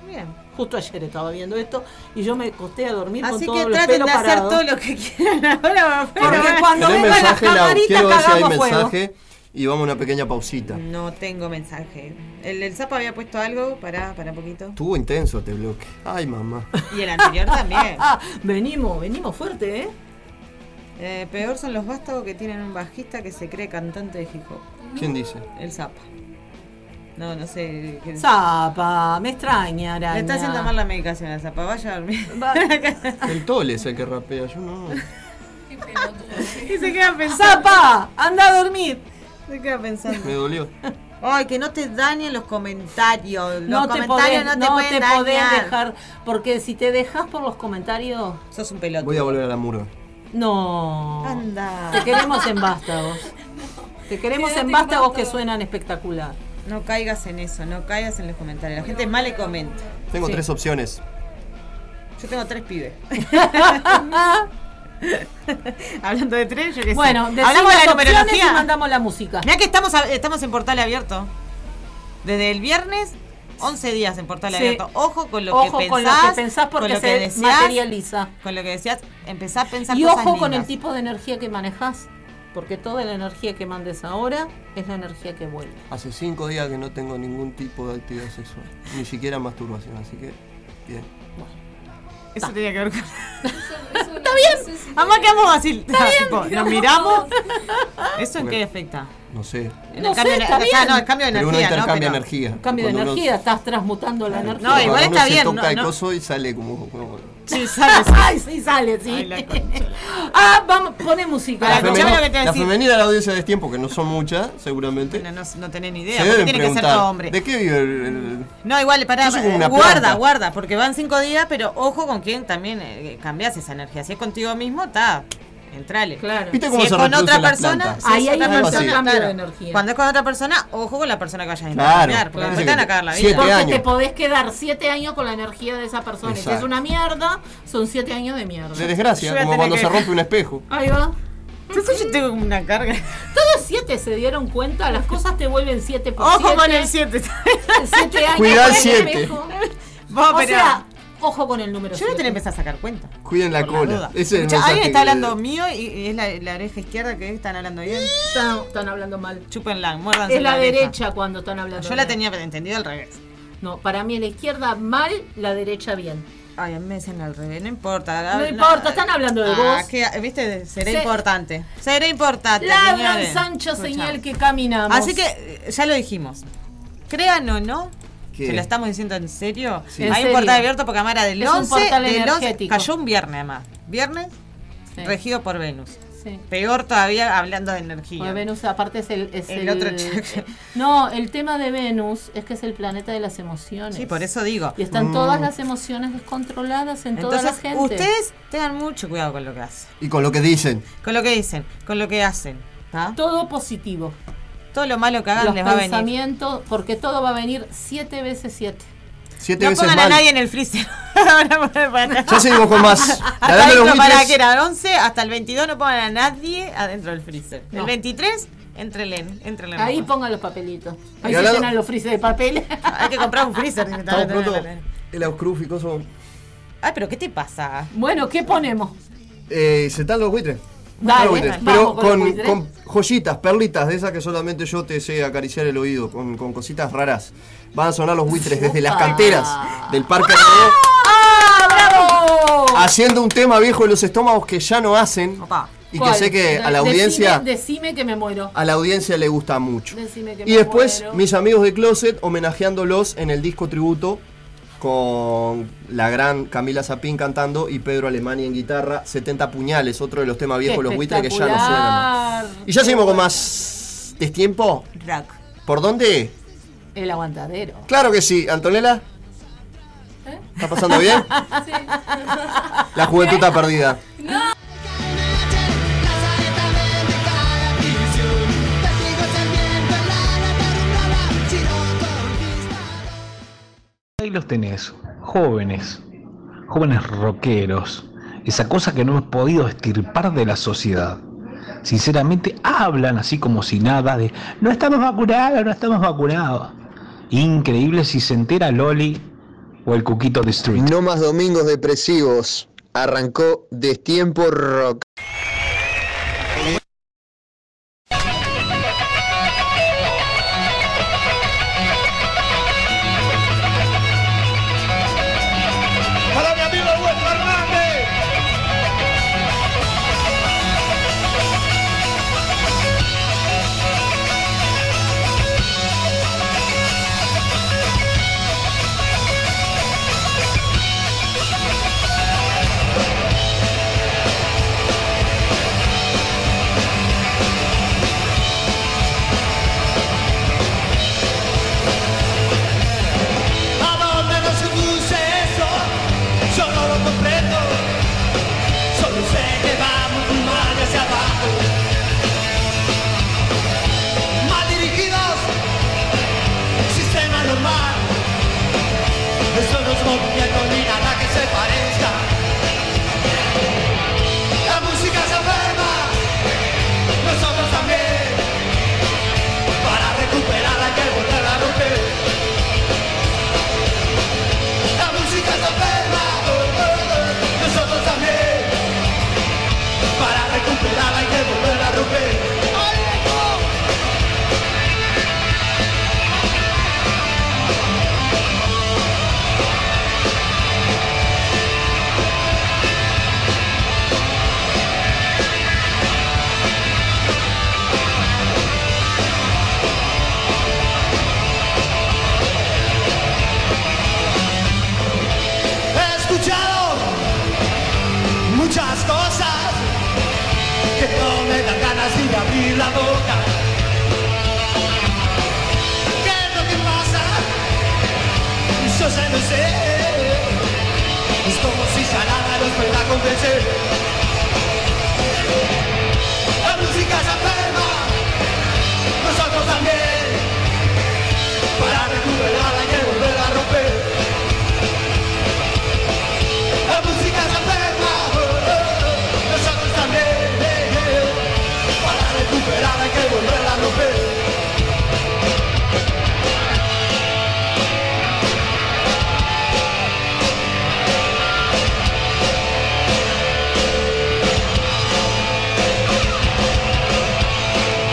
Bien.
Justo ayer estaba viendo esto y yo me costé a dormir
Así
con
que
todos los
traten
pelos
de hacer
parados.
todo lo que quieran ahora. pero
Porque
bueno.
cuando
Tenés
vengan las
mensaje, Lau.
camaritas
Quiero ver si hay
cagamos fuego.
mensaje. y vamos a una pequeña pausita.
No tengo mensaje. El, el Zapa había puesto algo, para para un poquito.
Estuvo intenso este bloque. Ay, mamá.
Y el anterior también.
venimos, venimos fuerte, ¿eh?
Eh, Peor son los vástagos que tienen un bajista que se cree cantante de hip hop.
¿Quién dice?
El Zapa. No, no sé. qué-
Zapa, me extraña, araña.
Le está haciendo mal la medicación al Zapa. Vaya a dormir.
El Tole es el que rapea, yo no.
y se queda pensando.
¡Zapa! ¡Anda a dormir!
Se queda pensando.
Me dolió.
Ay, que no te dañen los comentarios. Los
No te,
comentarios
podés,
no te pueden dañar.
podés dejar, porque si te dejas por los comentarios,
Sos un pelotudo.
Voy a volver a la murga.
no.
Anda.
Te queremos en vástagos. Te queremos
Quédate
en
con
vástagos que
vástagos.
suenan espectacular.
No caigas en eso, no caigas en los comentarios. La gente mal le comenta.
Tengo tres opciones.
Yo tengo tres pibes. Hablando de tres, yo qué sé.
Bueno, decimos
hablamos de la
opciones y
numerología.
mandamos la música.
Mirá que estamos, a- estamos en portal abierto. Desde el viernes, 11 días en portal
Sí.
abierto. Ojo con lo que
Ojo
pensás.
con lo que pensás porque
con lo que
se
deseás,
materializa.
Con lo que decías, empezás a pensar
Y
cosas
ojo con
lindas.
el tipo de energía que manejas, porque toda la energía que mandes ahora es la energía que vuelve.
Hace cinco días que no tengo ningún tipo de actividad sexual. Ni siquiera masturbación, así que. Bien.
Eso tenía que ver con...
Está bien.
Además quedamos así. tipo, nos miramos. ¿Eso en
Ok.
qué afecta?
No sé.
En
No
el cambio,
sé,
de-
está
acá,
bien.
no, el cambio de
Pero uno
energía, ¿no?
intercambia
Pero-
energía.
Cambio de
Cuando uno-
energía, estás transmutando la energía.
No, igual
cuando uno
está
se
bien,
toca
no,
el
no.
coso y sale como. como-
Sí, sabes.
Ay, sí, sale, sí.
Ay, la concha.
ah, vamos, pone música.
Para,
Ah, La,
escuchame
femenina,
lo que te voy a
la
decir.
femenina de la audiencia de tiempo, que no son muchas, seguramente.
Bueno, no, no tenés
se
ni idea, porque
deben
tiene que ser
preguntar.
todo hombre.
¿De qué vive el- el-
No, igual, pará,
Yo soy como una
guarda,
planta.
guarda, porque van cinco días, pero ojo con quién también eh, cambias esa energía. Si es contigo mismo, está, entrale.
Claro.
¿Viste cómo
Si es
se
con
reproducen
otra
las
persona,
plantas?
si es
Ahí hay
otra
un
persona,
cambio
de
claro.
energía.
Cuando es con otra persona, ojo con la persona que vayas a
Claro,
intercambiar, porque
claro.
después te van a cagar la vida.
Siete
Porque
años.
te podés quedar siete años con la energía de esa persona. Y Si es
Exacto.
una mierda, son siete años de mierda.
de
Yo
desgracia?
voy a
Como
tener
cuando
que-
se rompe un espejo.
Ahí va.
Entonces yo tengo como una carga.
Todos siete se dieron cuenta, las cosas te vuelven siete por
Ojo con
siete.
el 7.
Siete años
Cuidá el
con
siete.
espejo.
Vos,
O
pero.
sea, ojo con el número
yo no te
siete.
le empecé a sacar cuenta.
Cuiden la
por la
cola.
duda.
Ese es el
Escuchá,
mensaje
alguien está
que-
hablando mío y, y es la, la oreja izquierda que están hablando bien.
Están, están hablando mal.
Chúpenla, muérdanse.
Es la
oreja.
derecha cuando están hablando
Yo la
mal.
tenía entendida al revés.
No, para mí la izquierda mal, la derecha bien.
Ay, a mí me dicen al revés, no importa.
No importa, están hablando de
Ah,
vos.
que- viste, será
Se-
importante. Será importante.
Labran
señores.
Sancho,
Escuchá.
señal que caminamos.
Así que eh, ya lo dijimos. Crean o no,
¿Qué?
se lo estamos diciendo en serio.
Sí.
Hay
En
un portal
serio.
abierto porque Amara del
Es un
11,
portal
del 11
energético.
cayó un viernes además. Viernes
Sí,
regido por Venus.
sí.
Peor todavía hablando de energía.
Porque Venus, aparte, es el. es
El otro chakra.
No, el tema de Venus es que es el planeta de las emociones.
Sí, por eso digo.
Y están todas las emociones descontroladas en toda la
Entonces,
gente.
ustedes tengan mucho cuidado con lo que hacen.
Y con lo que dicen.
Con lo que dicen, con lo que hacen. ¿tá?
Todo positivo.
Todo lo malo que hagan
Los
les va a venir.
pensamientos, porque todo va a venir siete veces siete.
Siete
No
veces
pongan a
mal.
nadie en el freezer. Ahora poner para-
Ya seguimos con más. La
Hasta
dama de los
adentro, para
buitres.
que era 11, hasta el 22 no pongan a nadie adentro del freezer. El
No.
23, entrelen, entrelen.
Ahí
nomás.
pongan los papelitos.
Y
Ahí se
hablando-
llenan los frises de papel.
Hay que comprar un freezer.
Estamos
directamente.
pronto. El auscrúfico son.
Ay, pero ¿qué te pasa?
bueno, ¿qué ponemos?
Eh, se están los buitres.
Dale,
Los buitres.
vamos
Pero
con los
con,
buitres.
con joyitas, perlitas de esas que solamente yo te sé acariciar el oído, con, con cositas raras. Van a sonar los buitres desde las canteras del Parque Rodó,
Ah, ¡Bravo!
haciendo un tema viejo de los estómagos que ya no hacen
Opa.
y que
¿Cuál?
sé que a la
Decime-
audiencia
Decime, que me muero.
a la audiencia le gusta mucho.
Decime que
Y
me
después
muero.
mis amigos de Closet homenajeándolos en el disco tributo con la gran Camila Zapín cantando y Pedro Alemania en guitarra, 70 puñales, otro de los temas viejos, los buitres que ya no suenan. más.
Espectacular.
Y ya seguimos con más tiempo.
Rock.
¿Por dónde?
El aguantadero.
Claro que sí, Antonella.
¿Eh?
¿Está pasando bien? La juventud está perdida.
Ahí los tenés, jóvenes, jóvenes rockeros, esa cosa que no hemos podido estirpar de la sociedad. Sinceramente hablan así como si nada de no estamos vacunados, no estamos vacunados. Increíble si se entera Loli o el Cuquito de Street.
No más domingos depresivos. Arrancó Destiempo Rock.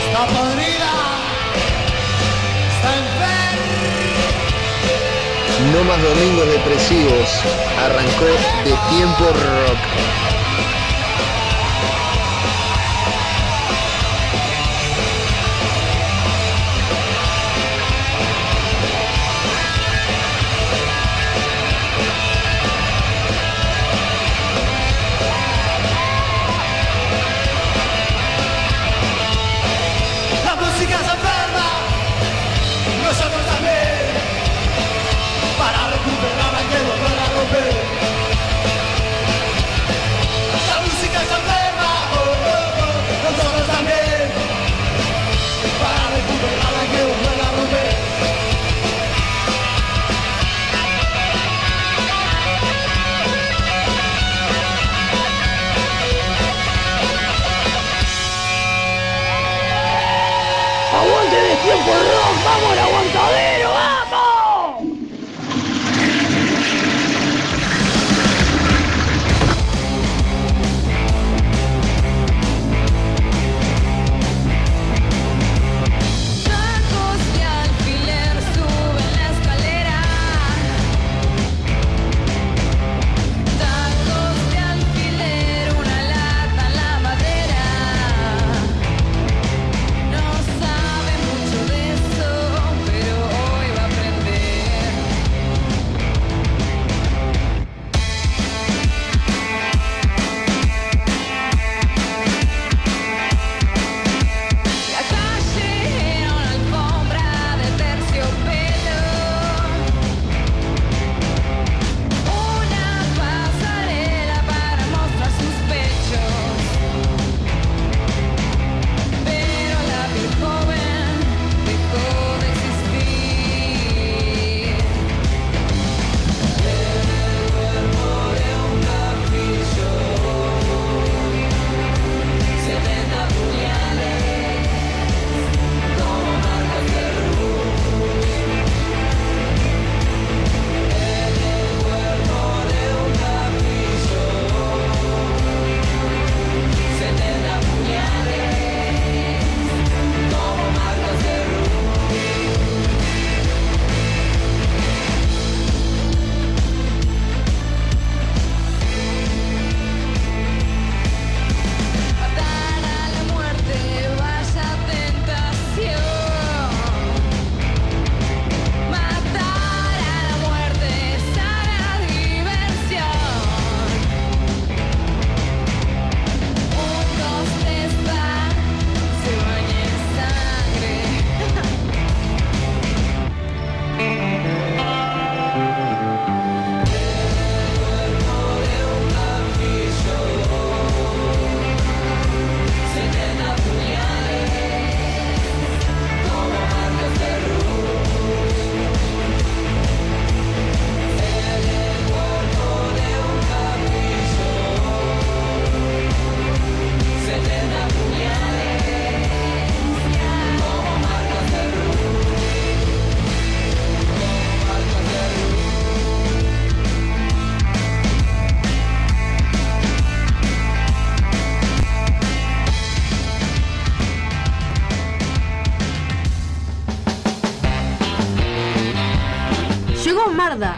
Está podrida. Está enferma.
No más domingos depresivos. Arrancó de tiempo rock.
La música se enferma, nosotros también. Para recuperarla que nos van a romper. La música se enferma, oh, oh, oh, nosotros también. Para recuperarla que nos van a romper.
¡Aguante de tiempo rock! ¡Vamos al aguantadero! ¡Vamos!
Tacos y alfiler suben la escalera. Tacos y alfiler, una lata en la madera. No sabe mucho de eso, pero hoy va a aprender. La calle era una alfombra de terciopelo, una pasarela para mostrar sus pechos, pero la piel joven dejó de existir. El cuerpo de un capillo, 70 puñales. Como marcas de luz En el cuerpo de un capillo Se te da puñales Como marcas de luz Matar a la muerte, vaya tentación. Matar a la muerte, sana diversión. Un, dos, tres, va, se baña en sangre. El cuerpo de un capillo. Se te da puñales como marcas de luz. En el cuerpo de un capillo. Se te da puñales como marcas de luz. Como marcas de
Llegó Marda,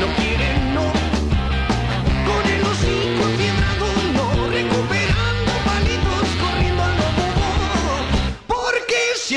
No quieren, no. Con el hocico fiebrando, no. Recuperando palitos, corriendo al lobo. Porque si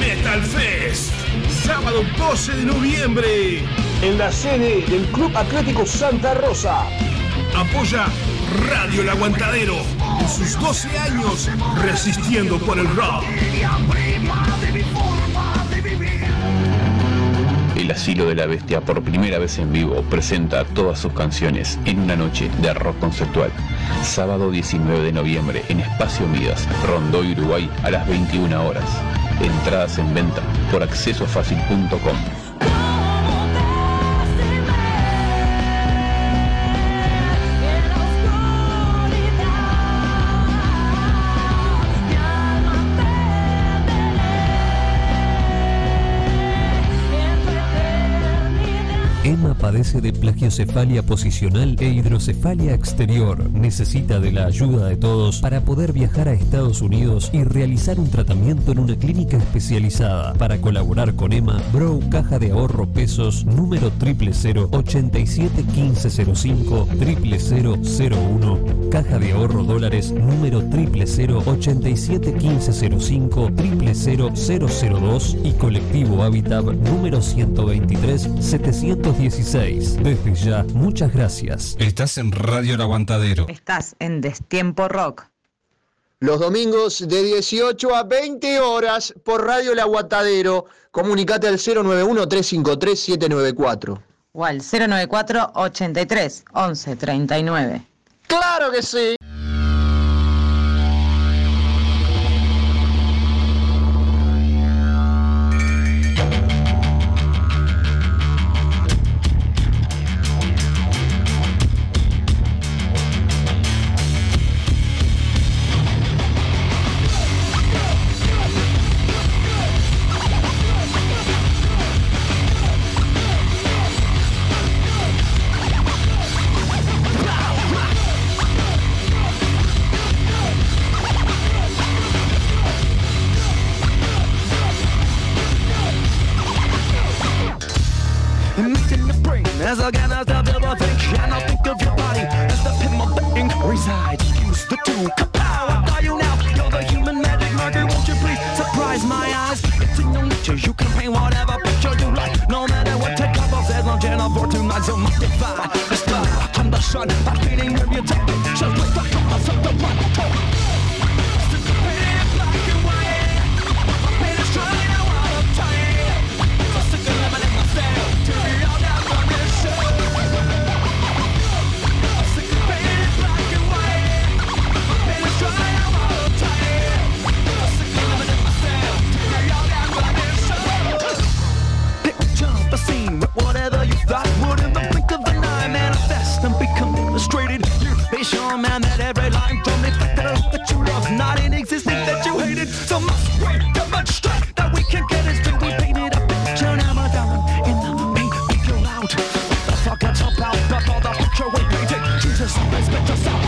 Metal Fest, sábado 12 de noviembre, en la sede del Club Atlético Santa Rosa.
apoya Radio El Aguantadero en sus 12 años resistiendo por el rock.
El Asilo de la Bestia por primera vez en vivo presenta todas sus canciones en una noche de rock conceptual. Sábado 19 de noviembre en Espacio Midas, Rondó Uruguay a las 21 horas. Entradas en venta por accesofacil.com.
Emma padece de plagiocefalia posicional e hidrocefalia exterior. Necesita de la ayuda de todos para poder viajar a Estados Unidos y realizar un tratamiento en una clínica especializada. Para colaborar con Emma, Bro Caja de Ahorro Pesos número 000 87 1505 0001 Caja de Ahorro Dólares número 000 87 1505 00002 y Colectivo Habitat número 123 716. Desde ya, muchas gracias.
Estás en Radio El Aguantadero.
Estás en Destiempo Rock.
Los domingos de 18 a 20 horas por Radio El Aguatadero. Comunicate al 091-353-794.
O al 094 83 11 39.
¡Claro que sí!
Meeting the brain as organized of your thinking. And I think of your body as the pin my brain resides. Use the tool. Kapow! I got you now. You're the human magic marker. Won't you please surprise my eyes? It's in your nature. You can paint whatever picture you like. No matter what type of says no channel for tonight. So modify the star. I'm the sun. I'm feeling every attack. Just like the colors of the one. Picture the scene with whatever you thought would in the blink of an eye manifest and become illustrated. You be sure, man, that every line from the fact that I love that you love, not in existing that you hated. So much great, that much strength that we can get is when we painted a picture. Now we're down in the paint, we feel out. What the fuck that's about? But all the picture we painted, Jesus always spit us out.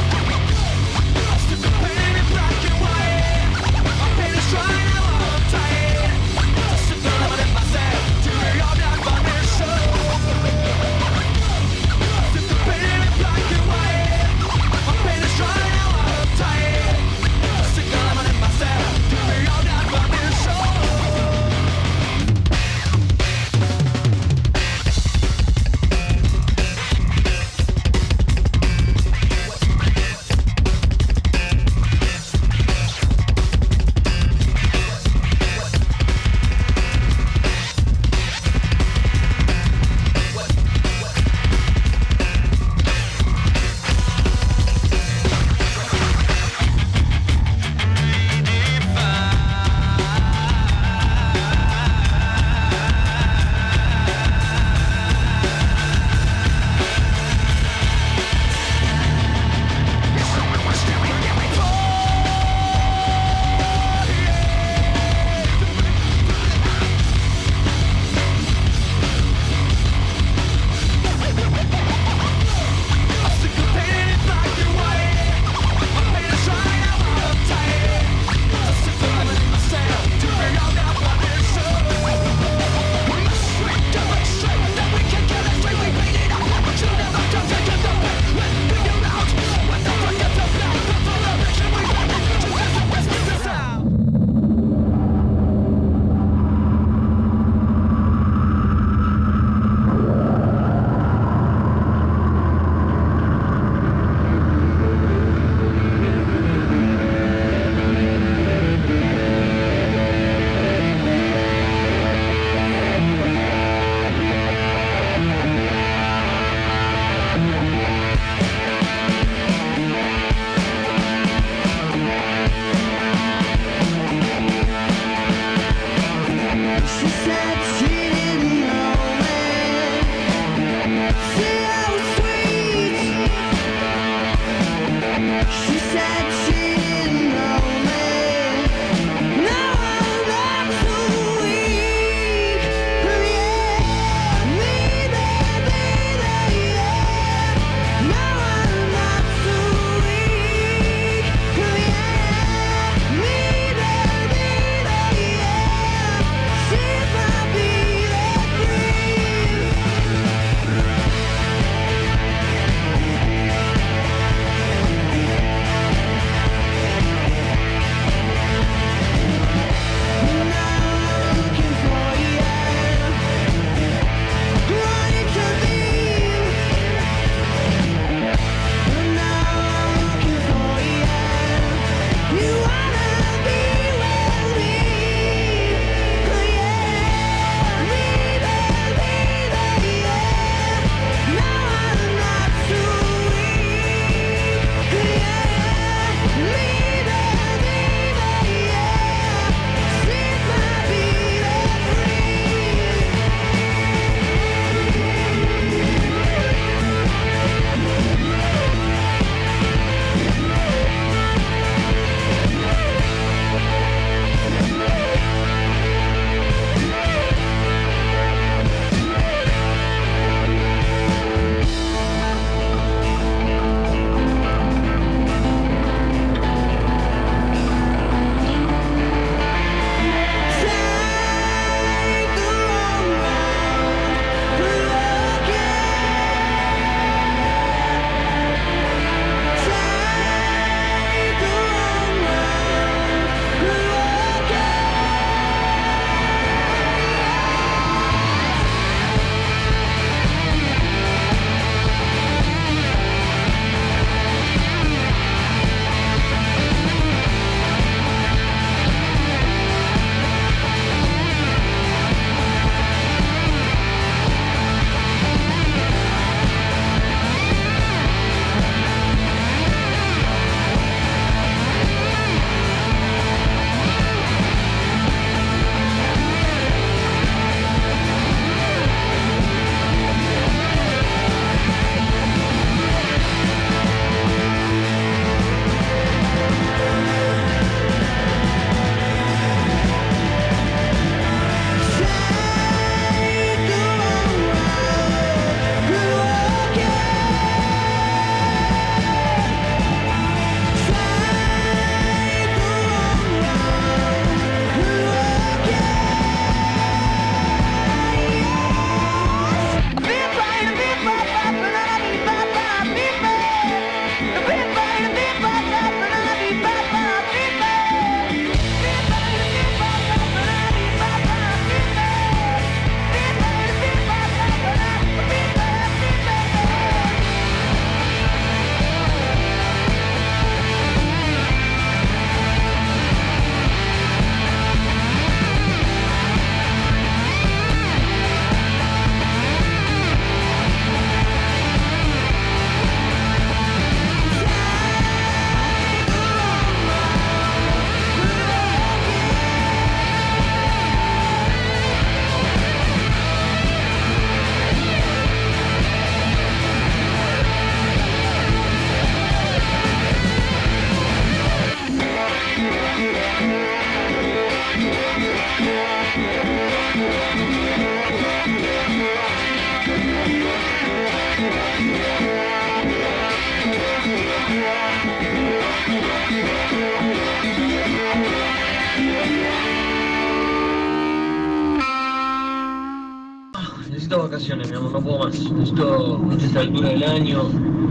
Necesito vacaciones, mi amor, no puedo más. Necesito a esta altura del año,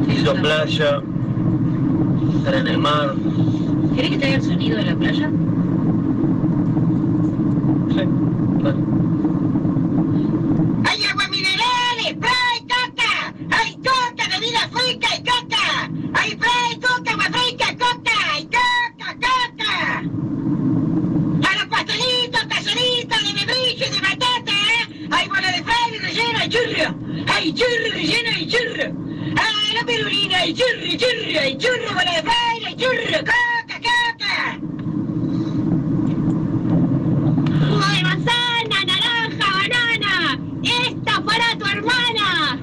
necesito playa, estar en el mar.
¿Querés que traiga el sonido de la playa?
¡Hay agua mineral! ¡Spray, coca! ¡Hay coca, bebida fresca y coca! ¡Hay spray, coca, agua fresca, coca! ¡Hay coca, coca! ¡A los pastelitos, pastelitos de membrillo y de batata! ¿eh? ¡Hay bola de fraile relleno y churro! ¡Hay churro relleno y churro! ¡A la perulina! ¡Hay churro, churro! ¡Hay churro, bola de fraile y churro! ¡Coca, coca! Jugo de manzana, naranja, banana. Esta para tu hermana.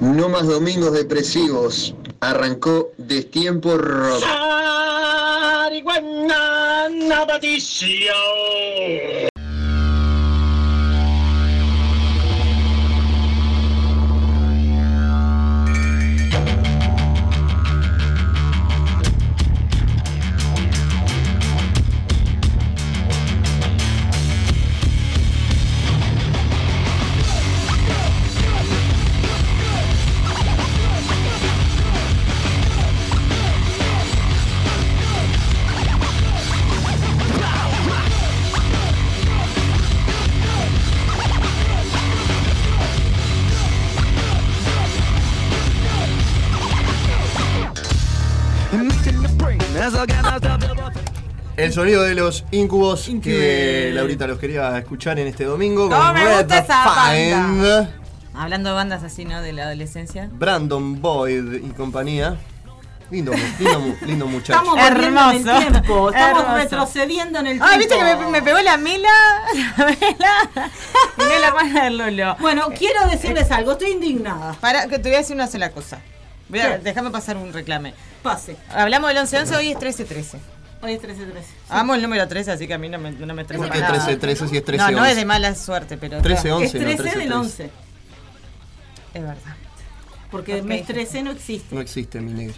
No más domingos depresivos. Arrancó Destiempo Rock.
Marihuana, nabatillo.
El sonido de los incubos que Laurita los quería escuchar en este domingo.
No, me
Red
gusta esa
Find,
banda. Hablando de bandas así, ¿no? De la adolescencia.
Brandon Boyd y compañía. Lindo, mu- lindo, mu- lindo muchacho.
Estamos volviendo en el
Hermoso.
tiempo, estamos
Hermoso.
retrocediendo en el tiempo.
Ah, ¿viste que me, me pegó la Mila? La Mila. Mila, la hermana de Lolo.
Bueno, quiero decirles algo, estoy indignada.
Para, que te voy a decir una sola cosa. Voy a-
¿Qué?
Déjame pasar un reclame.
Pase.
Hablamos del 11-11, hoy es 13-13.
Hoy es 13-13.
Amo el número 13, así que a mí no me, no me estresa
¿Por qué
para nada.
13, 13 si es 13,
No, no
11?
es de mala suerte, pero...
13, 11,
es
no,
13
13,
del 11.
Es verdad. Porque mes 13 no existe.
No existe, mi negra.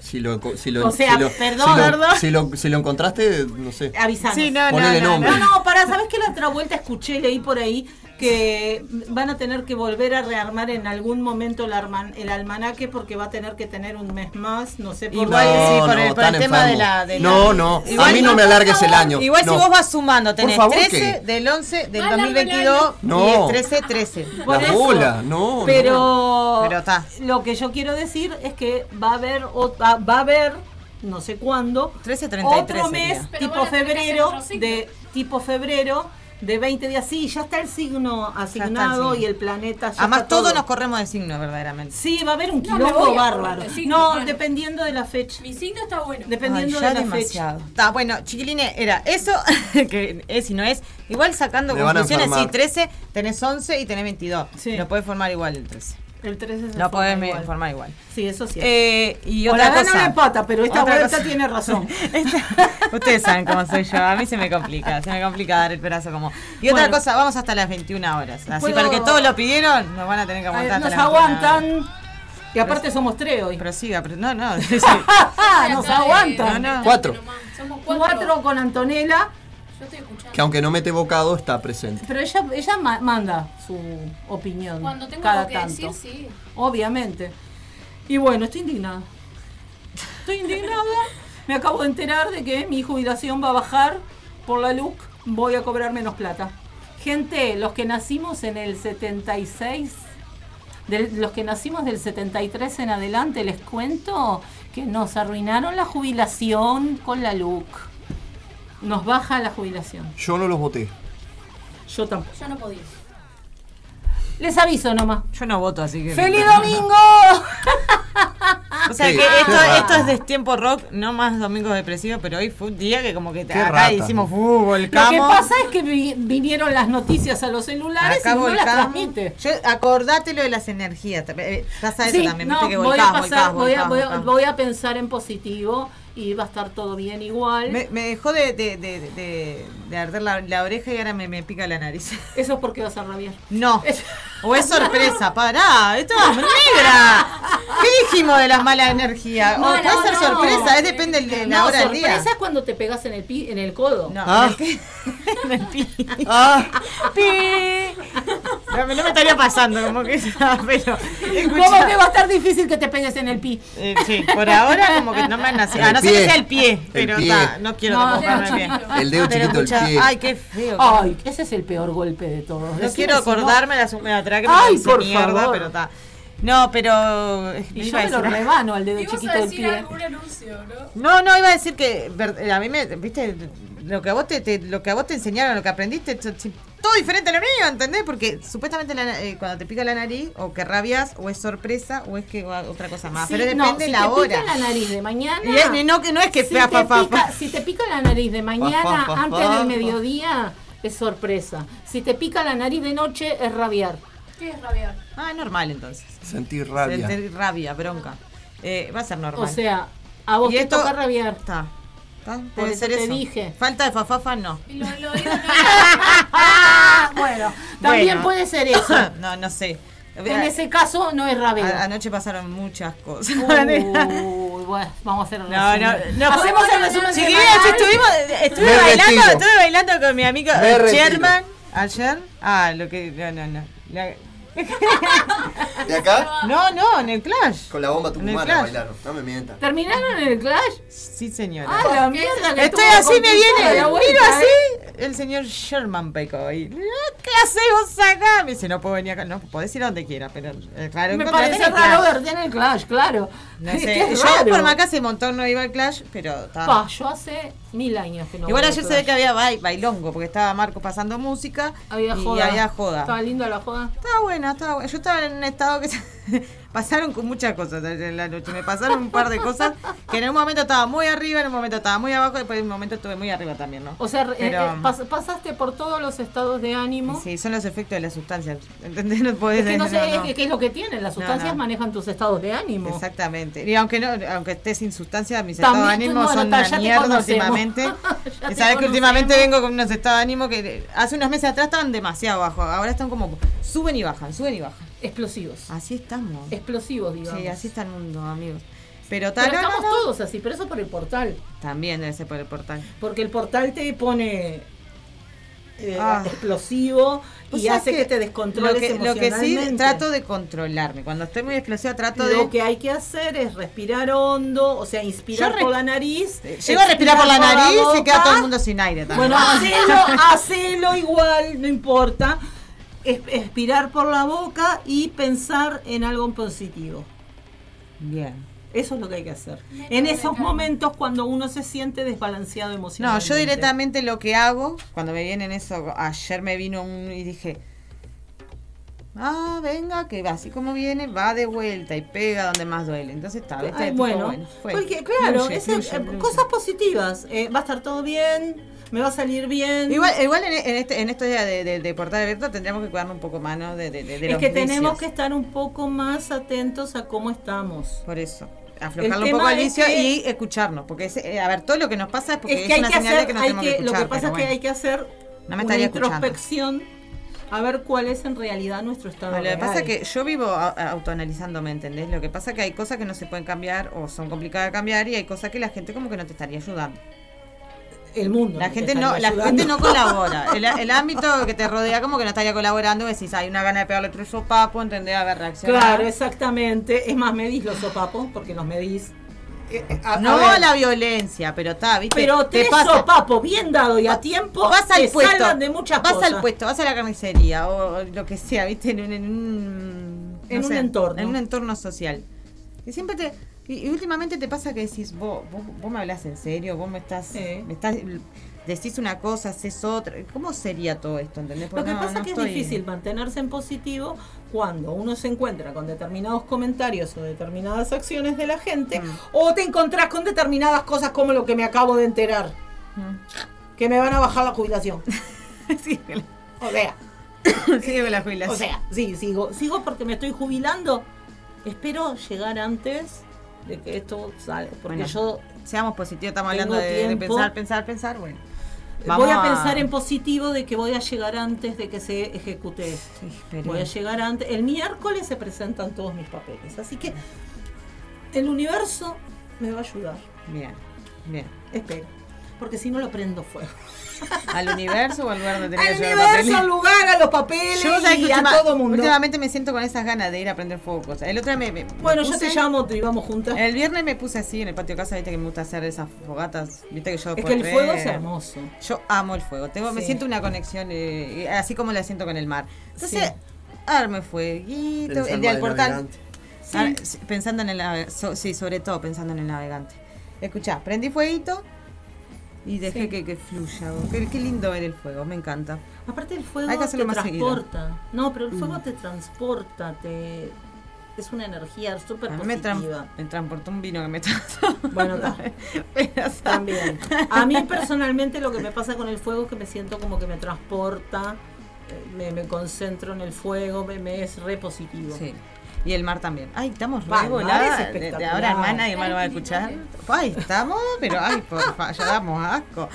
Si lo, enco- si lo,
O sea,
si lo-
perdón,
si lo-
¿verdad?
Si lo, si lo encontraste, no sé.
Avisanos.
Ponele nombre.
No, no, pará, ¿sabes que la otra vuelta escuché y leí por ahí que van a tener que volver a rearmar en algún momento el, arman- el almanaque porque va a tener que tener un mes más, no sé por
Igual
No,
sí, por el,
no,
por el
tan
tema de
enfermo.
la, de la-
No, no, a
Igual
mí
no,
no me
por
alargues
favor.
el año.
Igual
No.
si vos vas sumando, tenés
favor,
13
¿qué?
del 11 del
Alarga el
2022
No.
y es 13, 13.
Por
La
eso.
bola, no.
Pero,
Pero está.
lo que yo quiero decir es que va a haber, ot- ah, va a haber no sé cuándo,
33
otro mes
sería. Pero
tipo
van a tener que
febrero,
hacer otro signo.
de tipo febrero de 20 días. Sí, ya está el signo
signo.
asignado y el planeta. Ya
Además,
está todo.
todos nos corremos de signo, verdaderamente.
Sí, va a haber un
No, me
quilombo
voy a
bárbaro.
correr de signo,
No,
bueno.
dependiendo de la fecha.
Mi signo está bueno.
Dependiendo
Ay, ya
de la
demasiado.
fecha.
Está, bueno, chiquilines, era eso, que es y no es. Igual sacando
Me van a
conclusiones, sí,
enfermar.
13, tenés 11 y tenés 22. Lo podés formar igual el 13.
El 13 se
Lo podés
forma igual.
formar igual.
Sí, eso sí.
Eh, y
O
otra
la gana
cosa.
o la empata, pero esta
Otra
vuelta
cosa.
tiene razón.
Este, Ustedes saben cómo soy yo, a mí se me complica, se me complica dar el pedazo como. Y otra
Bueno.
cosa, vamos hasta las 21 horas. Así
¿Puedo?
para que todos lo pidieron, nos van a tener que aguantar.
Ay,
hasta
nos
las 21 horas.
aguantan. Y aparte somos tres hoy. Ah,
Pero siga, pero no, no.
Nos aguantan.
No, no.
Cuatro,
Somos
cuatro. con Antonella.
Yo estoy escuchando.
que aunque no mete bocado, está presente.
Pero ella, ella ma- manda su opinión.
Cuando tengo
cada
algo que
tanto.
decir, sí.
Obviamente. Y bueno, estoy indignada. Estoy indignada. Me acabo de enterar de que mi jubilación va a bajar por la LUC. Voy a cobrar menos plata. Gente, los que nacimos en el 76, de los que nacimos del 73 en adelante, les cuento que nos arruinaron la jubilación con la LUC. Nos baja la jubilación.
Yo no los voté.
Yo tampoco.
Yo no podía.
Les aviso nomás.
Yo no voto, así que.
¡Feliz domingo!
O sea
Sí,
que
qué
esto,
rata.
esto es destiempo rock, no más domingos depresivos, pero hoy fue un día que como que
Qué
acá
rata.
hicimos uh,
Lo que
volcamos.
pasa es que vi- vinieron las noticias a los celulares
Acá
y no las
volcamos.
transmite.
Yo, acordate lo de las energías. ta- eh, Pasa eso
Sí,
también,
no,
viste que
voy
volcás,
a pasar,
volcás,
voy, a,
volcás,
voy a-
volcás.
voy a pensar en positivo y va a estar todo bien igual.
Me, me dejó de, de, de, de- de arder la, la oreja y ahora me, me pica la nariz.
Eso es porque vas a rabiar.
No. O es sorpresa, pará, esto es negra. ¿Qué dijimos de las malas energías? O
No,
puede
no,
ser
no.
sorpresa, es depende de Eh, la
No,
hora del
sorpresa
día.
es cuando te pegas en el pi- en el codo.
No, Ah. en
Ah.
No, me- no me estaría pasando, como que pero.
¿Cómo te va a estar difícil que te pegues en el pi?
Eh, sí, por ahora como que no me han nacido.
El
Ah, no sé que
pie.
sea el pie,
El
pero
pie.
ta, no quiero
No,
tampoco
el dedo
ponerme el pie.
chiquito.
Oh,
El dedo
Pero
chiquito, el
escucha,
pie.
Ay, qué feo.
Ay, ese es el peor golpe de todos.
No
Decime
quiero
si no.
acordarme la suma de atrás que me
Ay,
hice
por
mierda,
favor.
pero está. No, pero. eh,
Y
iba a
yo me lo
decir-
rebano al dedo
Ibas
chiquito
a
del
decir
pie.
algún anuncio, ¿no?
No, no, iba a decir que ver- eh, a mí me, viste, lo que a vos te, te- lo que a vos te enseñaron, lo que aprendiste, t- t- todo diferente a lo mío, ¿entendés? Porque supuestamente la na- eh, cuando te pica la nariz, o que rabias, o es sorpresa, o es que o- otra cosa más.
Sí,
pero
no,
depende
si
la
te
hora.
pica la nariz de mañana.
Y es- y no que- no es que
si
sea
te
fa, fa,
pica-
fa.
Si te pica la nariz de mañana
fa, fa,
antes
fa,
del
fa.
mediodía, es sorpresa. Si te pica la nariz de noche, es rabiar.
¿Qué es rabiar?
Ah, es normal entonces.
Sentir rabia.
Sentir rabia, bronca. Eh, va a ser normal.
O sea, a vos
Y
te
esto-
toca rabiar.
Está. Está,
Por
debe
eso
ser
te
eso.
dije.
Falta de fafafa, no.
bueno, también puede ser eso.
no, no sé.
En ese caso, no es rabiar.
A- anoche pasaron muchas cosas.
Uy, bueno, vamos a hacer el
No, no,
resumen.
no.
Hacemos el resumen
Chiquillas,
semanal.
estuvimos, estuve
Me
bailando,
retiro.
estuve bailando con mi amigo
Me
eh,
retiro.
Sherman ayer. Ah, lo que. No, no, no. La-
¿De acá?
No, no, en el Clash.
Con la bomba
En el
tucumana
Clash.
bailaron. No me mientan.
¿Terminaron en el Clash?
Sí, señora.
Ah, la mierda que
Estoy
estuvo
así, me
complicada
viene.
la vuelta,
Miro
¿eh?
así, el señor Sherman Peco. ahí. ¿Qué haces vos acá? Me dice, no puedo venir acá. No, podés ir a donde quieras, pero eh, claro,
Me
encontrate en
parece
el Clash.
raro verte en el Clash, claro.
No
Es que
sé,
es
yo
raro.
por acá hace montón no iba al Clash, pero está.
Pa, yo hace mil años que no
Igual
voy
ayer
al
se ve
Clash.
que había bai- bailongo, porque estaba Marco pasando música
Había
y
joda.
había joda.
Estaba linda la joda.
Estaba buena, estaba buena. Yo estaba en un estado que se- pasaron con muchas cosas en la noche. Me pasaron un par de cosas que en un momento estaba muy arriba, en un momento estaba muy abajo, y después en un momento estuve muy arriba también, ¿no?
O sea, re-
Pero-
eh, eh, pas- pasaste por todos los estados de ánimo.
Sí, son los efectos de las sustancias. ¿Entendés? No podés
Es que no sé
no,
es
no.
que- qué es lo que tienen. Las
No,
sustancias
no.
manejan tus estados de ánimo.
Exactamente. Y aunque no, aunque esté sin sustancia, mis
También
estados de
tú-
ánimo
bueno,
son
ta, ya
una
te
mierda
conocemos.
últimamente.
Ya
y
te
sabes que
conocemos.
últimamente vengo con unos estados de ánimo que eh, hace unos meses atrás estaban demasiado bajos. Ahora están como suben y bajan, suben y bajan.
Explosivos.
Así estamos.
Explosivos, digamos.
Ah. Sí, así está el mundo, amigos. Pero,
Pero
tal
estamos todos así, pero eso por el portal.
También debe ser por el portal.
Porque el portal te pone eh,
Ah.
explosivo
Vos
y
sabés
hace que,
que
te descontroles
lo que- lo que sí
emocionalmente.
trato de controlarme. Cuando estoy muy explosiva trato de...
Lo que hay que hacer es respirar hondo, o sea, inspirar
Yo re- eh,
por la nariz.
Llego a respirar por la nariz y queda todo el mundo Ah. sin aire. también.
Bueno, hacelo, hacelo igual, no importa. Es- Expirar por la boca y pensar en algo positivo.
Bien.
Eso es lo que hay que hacer. En esos momentos cuando uno se siente desbalanceado
No,
emocionalmente.
yo directamente lo que hago, cuando me vienen eso, ayer me vino un y dije, ah, venga, que va, así como viene, va de vuelta y pega donde más duele. Entonces está,
Ay,
¿viste? Tipo,
bueno,
fue.
porque claro,
Fluye,
ese-
fluye,
eh,
fluye.
cosas positivas. eh, va a estar todo bien, me va a salir bien.
Igual, igual en, en este, en estos días de, de, de portal abierto tendríamos que cuidarnos un poco más, ¿no? De, de, de, de
es
los
que tenemos
vicios.
que estar un poco más atentos a cómo estamos.
Por eso.
El
aflojarlo un
tema
poco al
es
vicio
que-
y escucharnos. Porque, es, eh, a ver, todo lo que nos pasa es porque
Es
es,
que hay
una
que
señal
hacer,
de que nos
hay
tenemos
que-
que,
lo
escuchar.
que pasa es que hay que hacer
No me
una
estaría escuchando.
introspección a ver cuál es en realidad nuestro estado
Ah, Lo que
real.
pasa es que yo vivo a- a- autoanalizándome, ¿entendés? Lo que pasa es que hay cosas que no se pueden cambiar o son complicadas de cambiar y hay cosas que la gente como que no te estaría ayudando.
El mundo.
La
te
gente
estaría
no, la
ayudando.
gente no colabora. El, el ámbito que te rodea como que no estaría colaborando, decís, hay una gana de pegarle otro sopapo, ¿entendés? A ver, reaccionar.
Claro, exactamente. Es más, medís los sopapos porque los medís. a-
no
a ver.
la violencia, pero está, ¿viste?
Pero
te
tres
pasa.
sopapos bien dado y a tiempo
vas al
te
puesto,
salvan de muchas
vas
cosas.
al puesto, vas a la carnicería o lo que sea, viste, en un, en un,
En un entorno.
en un entorno social. Y siempre te y, y últimamente te pasa que decís, vos, vos, vos me hablas en serio, vos me estás me estás decís una cosa, haces otra. ¿Cómo sería todo esto? ¿Entendés?
Lo
Porque
que
no-
pasa
no
es que
estoy-
es difícil mantenerse en positivo cuando uno se encuentra con determinados comentarios o determinadas acciones de la gente
Mm.
o te encontrás con determinadas cosas como lo que me acabo de enterar,
Mm.
que me van a bajar la jubilación. O sea,
sigue con la jubilación.
O sea, sí, sigo, sigo porque me estoy jubilando. Espero llegar antes de que esto sale, porque
Bueno,
yo
seamos positivos, estamos
tengo
hablando de, de
tiempo.
pensar, pensar, pensar. Bueno,
voy a pensar en positivo de que voy a llegar antes de que se ejecute esto. Voy a llegar antes. El miércoles se presentan todos mis papeles. Así que el universo me va a ayudar.
Bien, bien.
Espero. Porque si no lo prendo fuego.
¿Al universo o al lugar donde tenía
Al
yo los
universo,
papeles?
al lugar, a los papeles
Yo, ¿sabes
y
qué?
a
Última-
todo mundo.
Últimamente me siento con esas ganas de ir a aprender fuego cosas. El otro día me, me- me
Bueno, yo
puse-
te llamo, te vamos juntas.
El viernes me puse así en el patio de casa, viste que me gusta hacer esas fogatas. Viste que yo
Es
por
que el
tres-
fuego es hermoso.
Yo amo el fuego. Tengo, me
Sí.
siento una conexión, eh, eh, así como la siento con el mar. Entonces,
Sí.
arme fueguito,
Eres
el día
alma
del
de
portal.
navegante.
Ah, sí, pensando en el nave- so- sí, sobre todo pensando en el navegante. Escuchá, prendí fueguito y dejé
Sí.
que, que fluya. Qué, qué lindo ver el fuego, me encanta.
Aparte el fuego
Hay que
te
hacerlo más seguido.
transporta. No, pero el fuego
Mm.
te transporta, te es una energía súper
A mí me,
positiva.
tran- me transportó un vino que me trajo.
Bueno, ta- también. A mí personalmente lo que me pasa con el fuego es que me siento como que me transporta, eh, me, me concentro en el fuego, me, me es re positivo.
Sí. Y el mar también. Ay, estamos
Va,
re
el mar
voladas.
es
De- De,
espectacular.
ahora en más nadie más lo va a escuchar. Ay, estamos, pero ay, porfa, ya damos asco.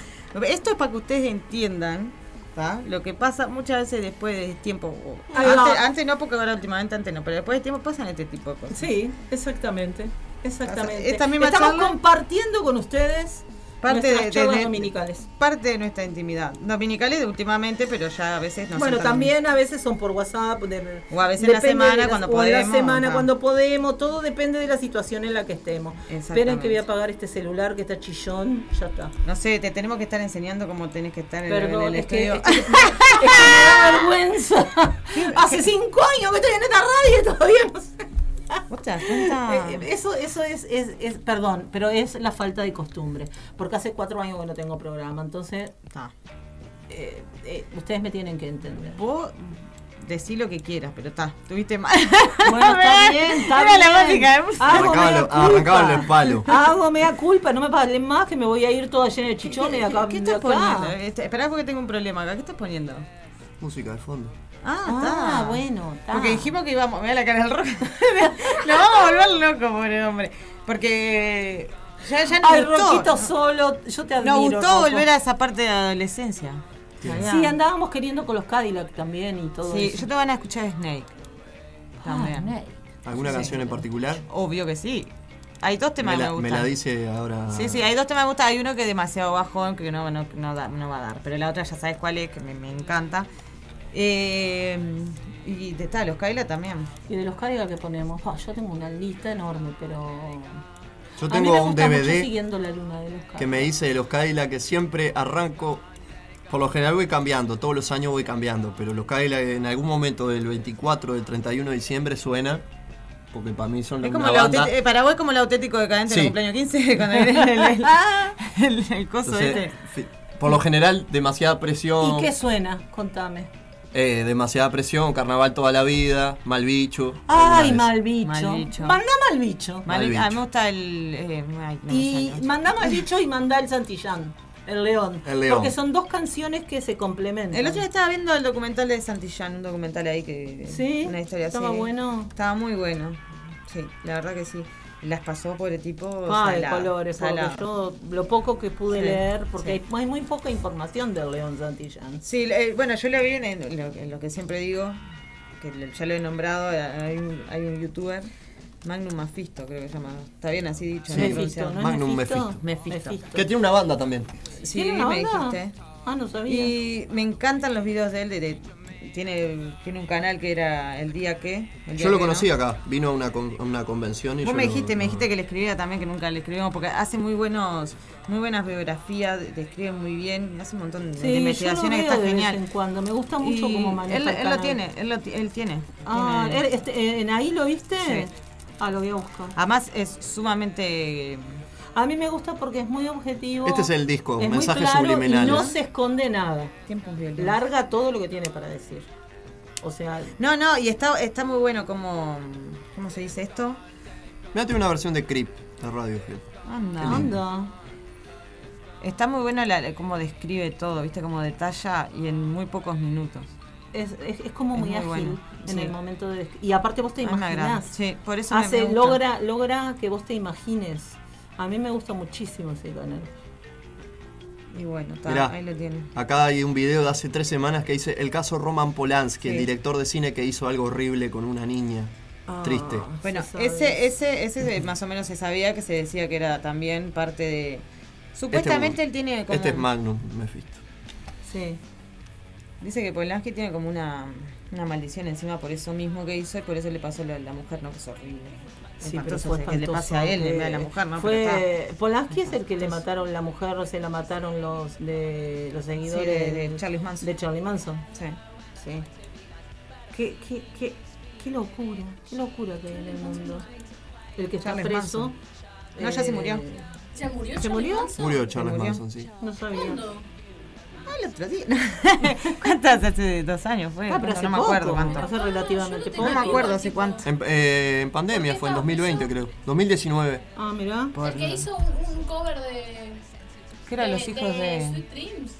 Esto es para que ustedes entiendan ¿tá? lo que pasa muchas veces después de tiempo. o-
Ahí va.
Antes, antes no, porque ahora últimamente antes no, pero después de tiempo pasan este tipo de cosas.
Sí, exactamente. Exactamente.
Esta misma
Estamos
charla-
compartiendo con ustedes
Parte
nuestras
de- de-
charlas
de-
dominicales.
Parte de nuestra intimidad. Dominicales de últimamente, pero ya a veces no
bueno,
son tan-
también a veces son por WhatsApp. de-
O a veces en la
depende
semana
de
cuando
o en
podemos,
la semana
ah.
cuando podemos. Todo depende de la situación en la que estemos. Esperen que voy a apagar este celular que está chillón. Ya está.
No sé, te tenemos que estar enseñando cómo tenés que estar en el-
Perdón,
en el
es que-
estudio.
es que- Es que me da vergüenza. Hace cinco años que estoy en esta radio y todavía no sé.
Ah.
Eh, eh, Eso, eso es, es, es- perdón, pero es la falta de costumbre. Porque hace cuatro años que no tengo programa, entonces eh, eh, ustedes me tienen que entender.
Vos decí lo que quieras, pero está, tuviste mal.
Bueno, está bien, está
Era la
bien. Ah,
básica. ¿eh?
Hago
Arrancaba
mea
lo- arrancaba en el palo.
Hago mea culpa, no me paguen más que me voy a ir toda llena de chichones de acá.
¿Qué
de
estás
acá.
poniendo? Este, Esperá porque tengo un problema acá. ¿Qué estás poniendo?
Música de fondo.
Ah,
Ah,
está.
bueno, está.
Porque dijimos que íbamos. Mira la cara del rojo. Lo vamos a volver loco, pobre hombre. Porque. Ya, ya nos
Ay,
gustó.
Roquito solo, yo te admiro.
Nos gustó
Rocco.
volver a esa parte de la adolescencia.
Sí, andábamos queriendo con los Cadillac también y todo
Sí,
eso. Ah,
yo te van a escuchar Snake. También.
¿Alguna
Sí.
canción en particular?
Obvio que sí. Hay dos temas
Me
que
la,
me
me
gustan.
la dice ahora.
Sí, sí, hay dos temas que me gustan. Hay uno que es demasiado bajón, que no, no, no da- no va a dar. Pero la otra ya sabes cuál es, que me, me encanta. Eh, y de tal, los Kaila también.
Y de los Cadillac que ponemos, ah, yo tengo una lista enorme, pero...
Yo
A
tengo
mí me
un
gusta mucho
DVD
siguiendo la luna de los Cadillac.
que me dice de los Cadillac que siempre arranco. Por lo general voy cambiando, todos los años voy cambiando, pero los Cadillac en algún momento del 24, del 31 de diciembre suena, porque para mí son
Es
una
como el
banda.
auténtico- eh, para vos es como el auténtico decadente del
Sí.
cumpleaños 15, cuando viene el, el- el- el coso
Entonces,
este.
fi- por lo general, demasiada presión,
¿Y qué suena? Contame.
eh, demasiada presión, carnaval toda la vida, mal bicho.
Ay,
alguna de
mal bicho.
Mal bicho.
Mandá mal bicho.
Mal-
Mal
a mí
bicho.
ah, me gusta el. eh, ay, no,
Y mandá mal bicho y mandá el Santillán, el león.
El león.
Porque son dos canciones que se complementan.
El otro día estaba viendo el documental de Santillán, un documental ahí que.
Sí,
Una historia
estaba
así.
bueno.
Estaba muy bueno. Sí, la verdad que sí. Las pasó por el tipo.
Ah, de
salado,
colores, porque
salado.
yo lo poco que pude
Sí,
leer, porque
sí.
hay, hay muy poca información del León Santillán.
Sí, eh, bueno, yo lo vi en, en lo, en lo que siempre digo, que lo- ya lo he nombrado, eh, hay un, hay un youtuber, Magnum Mafisto, creo que se llama. Está bien así dicho,
Sí.
¿no?
Mephisto,
Pronunciado.
¿no es Magnum Mephisto?
Mephisto.
esas. Que tiene una banda también.
Sí,
¿Tiene una
me
banda?
dijiste.
Ah, no sabía.
Y me encantan los videos de él. De, de- tiene, tiene un canal que era El Día Que. El Día
Yo lo
Que, ¿no?
conocí acá, vino a una, con- a una convención y
Vos
yo
me
lo-
dijiste, me dijiste que le escribiera también, que nunca le escribimos, porque hace muy buenos, muy buenas biografías, te escribe muy bien, hace un montón de,
Sí,
de
yo lo
investigaciones que
veo
está
de vez
genial.
en cuando, me gusta mucho
Y
cómo maneja
Él,
el
él lo
canal.
tiene, él, lo ti- él tiene.
Ah,
tiene-
eh, este, eh, ¿en ahí lo viste?
Sí.
Ah, lo voy a buscar.
Además es sumamente. eh,
A mí me gusta porque es muy objetivo.
Este es el disco,
es muy
mensajes
claro
subliminales.
Y no se esconde nada. Larga todo lo que tiene para decir. O sea,
No, no, y está, está muy bueno como. ¿Cómo se dice esto?
Mira, tiene una versión de Creep de Radiohead.
Anda.
Qué lindo.
Está muy bueno la, cómo describe todo, viste, cómo detalla y en muy pocos minutos.
es, es- es como
Es
muy,
muy
ágil
bueno,
en
sí.
el momento de. Y aparte vos te
A mí me agrada,
imaginás.
sí, por eso me-
Hace-
me gusta.
logra, logra que vos te imagines. A mí me gusta muchísimo ese canal.
Y bueno, está,
Mirá.
ahí lo tiene.
Acá hay un video de hace tres semanas que dice el caso Roman Polanski, el
Sí.
director de cine que hizo algo horrible con una niña.
Ah.
Triste.
Bueno,
se sabe.
ese, ese, ese de- más o menos se sabía que se decía que era también parte de.
Este-
Supuestamente él tiene como.
Este es Magnum, me visto.
Sí.
Dice que Polanski tiene como una, una maldición encima por eso mismo que hizo y por eso le pasó lo de la mujer, ¿no? Que es horrible.
Sí, pero
Espantoso,
fue
o sea, que le pase a él
espantoso,
en
fue-
vez de a la mujer, ¿no? Pero
Fue,
está-
Polanski es el que le mataron la mujer, o se la mataron los de los seguidores
Sí, de- de
Charlie Manson. De Charlie Manson. Sí. sí. Qué, qué, qué, qué locura, qué locura que hay en el mundo. El que está
Charles
preso. eh,
Manson. No, ya se murió.
¿Se murió?
¿Se murió?
Murió Charles
Se murió.
Manson, sí.
No sabía.
Ah, el otro día. ¿Cuántas? Hace dos años fue.
Ah, pero
¿cuánto?
hace
no me
poco,
acuerdo cuánto.
hace relativamente
poco. No me acuerdo hace cuánto.
En, eh, en pandemia, fue en 2020 creo. 2019.
Ah, mirá.
El que hizo un, un cover de.
¿Qué eran los hijos de-
eh,
Sweet Dreams.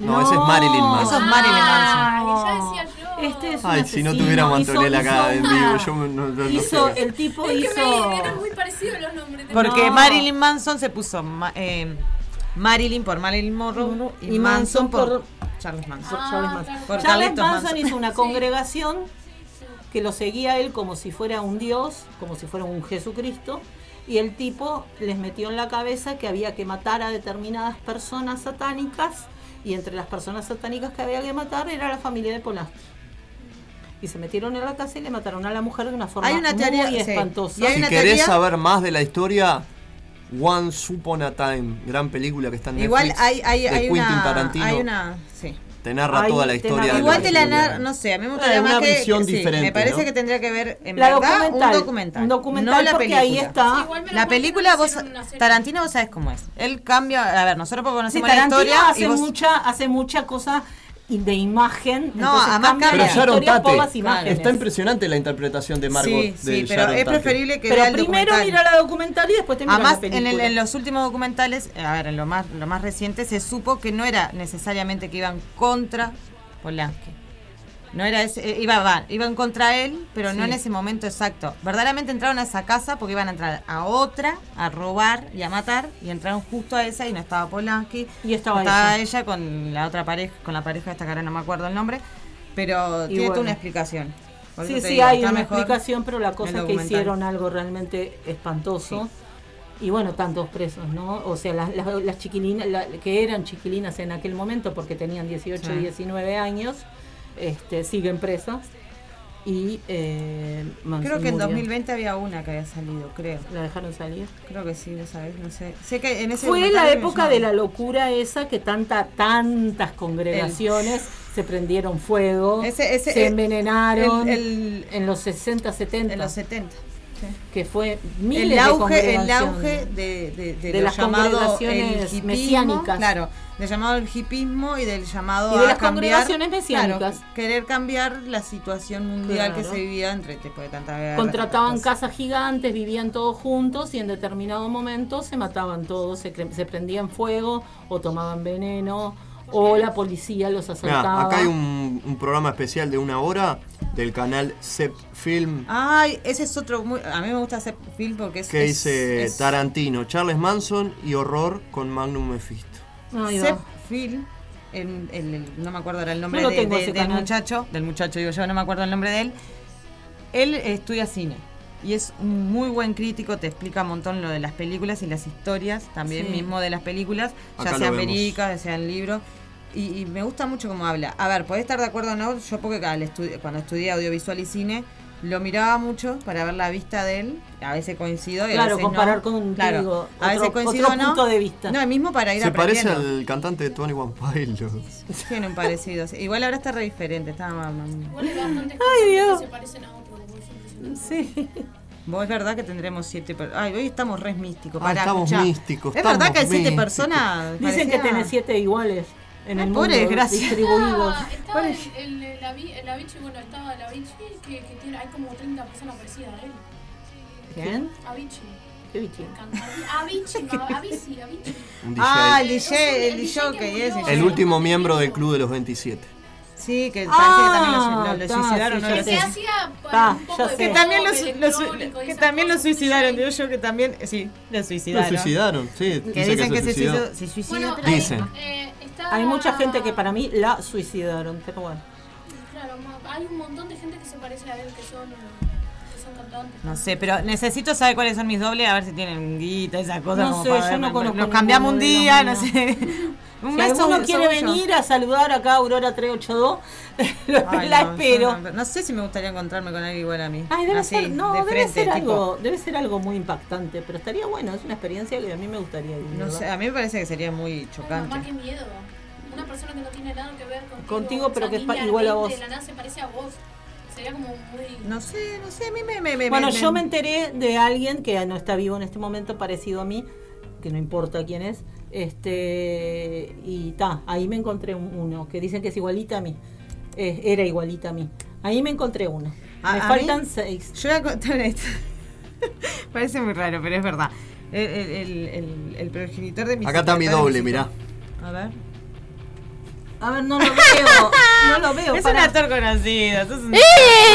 No, ese es Marilyn Manson.
Eso es Marilyn Manson.
Ah, Ya decía yo.
Este es un
Ay, si no
asesino,
tuviéramos a
hizo-
Antonella acá
hizo
en
una-
vivo, yo me- no, no- no
hizo,
sé.
el tipo
Es que me
hizo.
eran muy parecidos los nombres. de-
Porque
No.
Marilyn Manson se puso ma- eh, Marilyn por Marilyn Monroe y,
Y Manson
Manson por,
por- Ah.
Charles Manson.
por Charles Manson.
Por
Charles
Carlitos
Manson
Manson.
hizo una congregación que lo seguía a él como si fuera un dios, como si fuera un Jesucristo, y el tipo les metió en la cabeza que había que matar a determinadas personas satánicas, y entre las personas satánicas que había que matar era la familia de Polanski. Y se metieron en la casa y le mataron a la mujer de una forma
Hay una teoría,
muy
sí.
espantosa.
Y hay
si
una
querés
teoría-
saber más de la historia, Once Upon a Time, gran película que está en Netflix.
Igual hay, hay,
de
hay
Quentin
una.
Tarantino.
Hay una. Sí.
Te narra toda la historia. de
Igual te la
película.
nar- no sé, a mí me
Ah,
gustaría más
una
que,
visión
que- sí,
diferente,
me parece
¿no?
que tendría que ver en
La
verdad
documental.
un documental.
Un documental
no la
porque
película.
ahí está. Sí, igual me lo
la
cuentan,
película vos
hicieron una serie.
Tarantino vos sabés cómo es. Él cambia, a ver, nosotros porque
Sí,
conocemos la
Tarantino
historia y
hace,
vos-
mucha, hace mucha cosa y de imagen.
No,
entonces
además
cambia
Pero
la
Sharon
historia por
Tate,
las imágenes.
está impresionante la interpretación de Margot
Sí,
de
sí, pero
Sharon
es
Tate.
preferible que
Pero
vea el
primero
documental.
mira la documental y después te mira
Además,
la
en, el-
película.
en los últimos documentales, eh, a ver, en lo más, lo más reciente, se supo que no era necesariamente que iban contra Polanski. No era ese, eh, iba, va, iban contra él, pero no
Sí.
en ese momento exacto. Verdaderamente entraron a esa casa porque iban a entrar a otra, a robar y a matar, y entraron justo a esa y no estaba Polanski.
Y estaba
ella. con la otra pareja, con la pareja de esta cara, no me acuerdo el nombre, pero
Y
tiene toda
bueno.
una explicación. Por
Sí,
eso te
sí,
digo,
hay
está
una
mejor
explicación, pero la
el
cosa es que
documental.
hicieron algo realmente espantoso. Y bueno, tantos presos, ¿no? O sea, las, las- las chiquilinas, la- que eran chiquilinas en aquel momento porque tenían 18,
Sí.
19 años, este, siguen presas. Y eh, Manson
Creo que en
murió.
2020 había una que había salido, creo.
¿La dejaron salir?
Creo que sí, lo sabes, no sé. Sé que en ese
Fue
documental
la
me
época de la
llamaron.
locura esa que tanta, tantas congregaciones se prendieron fuego,
Ese- ese-
se
el-
envenenaron
el-
en los 60, 70.
En los 70. sí.
que fue miles
el auge,
de
el auge de, de, de
De
lo
las
llamado el
congregaciones
hipismo,
mesiánicas.
Claro, del llamado el hipismo y del llamado
Y de
a
las
cambiar,
congregaciones mesiánicas.
claro, querer cambiar la situación mundial que
Claro.
se vivía entre tipo de tanta guerra,
Contrataban
tantas
casas gigantes, vivían todos juntos y en determinado momento se mataban todos, se, cre- se prendían fuego o tomaban veneno o la policía los
Mirá,
asaltaba.
acá hay un, un programa especial de una hora del canal Zep Film
cosas. Ay, ese es otro muy, a mí me gusta hacer film porque Ah, es
que
es-
dice
es-
Tarantino, Charles Manson y horror con Magnum Mephisto.
Ahí va.
Sepp Phil, en- en el- no me acuerdo ahora el nombre
No lo
de-
tengo
de-
ese
del
canal.
muchacho, del muchacho digo yo, no me acuerdo el nombre de él. Él estudia cine y es un muy buen crítico, te explica un montón lo de las películas y las historias también
Sí.
mismo de las películas,
Acá
ya
lo
sean
vemos.
pericas, ya sean libros. Y, y me gusta mucho cómo habla. A ver, podés estar de acuerdo o no, yo porque al estu- cuando estudié audiovisual y cine, lo miraba mucho para ver la vista de él. A veces coincido y a
Claro,
veces no.
comparar con,
Claro,
digo,
a veces
otro-
coincido
otro
o no.
punto de vista.
No, y mismo para ir
Se parece
aprendiendo.
al cantante de Tony One Pilots.
Tiene un parecido. sí. Igual ahora está re diferente. Está más- más-
Igual hay bastantes
Ay, Dios.
que se parecen a otros.
Sí.
Vos es verdad que tendremos siete personas. Ay, hoy estamos res místicos.
Ah,
Pará,
estamos
escuchá.
místicos,
Es verdad
estamos
que hay siete
místicos.
personas.
Dicen que tenés siete iguales en el mundo
pobre desgracia.
distribuidos.
Ah, estaba el, el, el, Avi- el Avicii, bueno, estaba el Avicii, que, que tiene, hay como 30 personas parecidas a él.
¿Quién?
Avicii.
¿Qué bichín?
Cantante. Avicii, no, Avicii, Avicii.
Un DJ.
Ah, el
Es un-
DJ, el
el
DJ
DJ que
que es.
murió.
El último miembro del Club de los 27.
Sí, que
Ah,
parece que también lo,
está,
lo suicidaron.
sí,
no
ya
lo
sé.
sé.
Que
hacía para
Pa,
un poco
Ah, ya
de
sé.
pop,
que también lo, su- lo su-
electrónico y
que
esas
también lo suicidaron, digo yo que también, sí, lo
Lo
suicidaron.
suicidaron, sí.
Que dicen que se suicidó- se suicidó.
Bueno,
pero-
Dicen.
Eh, está,
Hay mucha gente que para mí la suicidaron, pero bueno.
Claro, ma- hay un montón de gente que se parece a él, que son, que son cantantes.
No sé, pero necesito saber cuáles son mis dobles, a ver si tienen guita, esas cosas.
No
como
sé,
para
yo
ver,
no conozco
Los cambiamos un
ninguno de los
día, no
míos.
sé.
Si
mes
alguno
soy-
quiere
soy yo.
venir a saludar acá a Aurora 382, lo-
Ay,
la
no, yo
espero.
No, no sé si me gustaría encontrarme con alguien igual a mí.
Ay, debe
Así,
ser, no,
de
debe
frente,
ser
tipo-
algo, debe ser algo muy impactante, pero estaría bueno, es una experiencia que a mí me gustaría vivir.
No sé, a mí me parece que sería muy chocante.
Mamá, qué miedo. Una persona que no tiene nada que ver contigo.
Contigo, pero que es pa-
sanguínea,
igual a
de-
vos.
De la nada se parece a vos. Sería como muy...
No sé, no sé, a mí me...
Bueno, yo me enteré de alguien que no está vivo en este momento, parecido a mí, que no importa quién es, este y ta, ahí me encontré un- uno, que dicen que es igualita a mí, Eh, era igualita a mí. Ahí me encontré uno.
A-
me
a
faltan
mí-
seis.
Yo voy a contar esto. Parece muy raro, pero es verdad. El, el- el- el- el progenitor de mi
Acá está mi doble, mirá.
A ver.
A ver, no lo veo, no lo veo.
Es
pará.
un actor conocido. sos un-
¡Eh!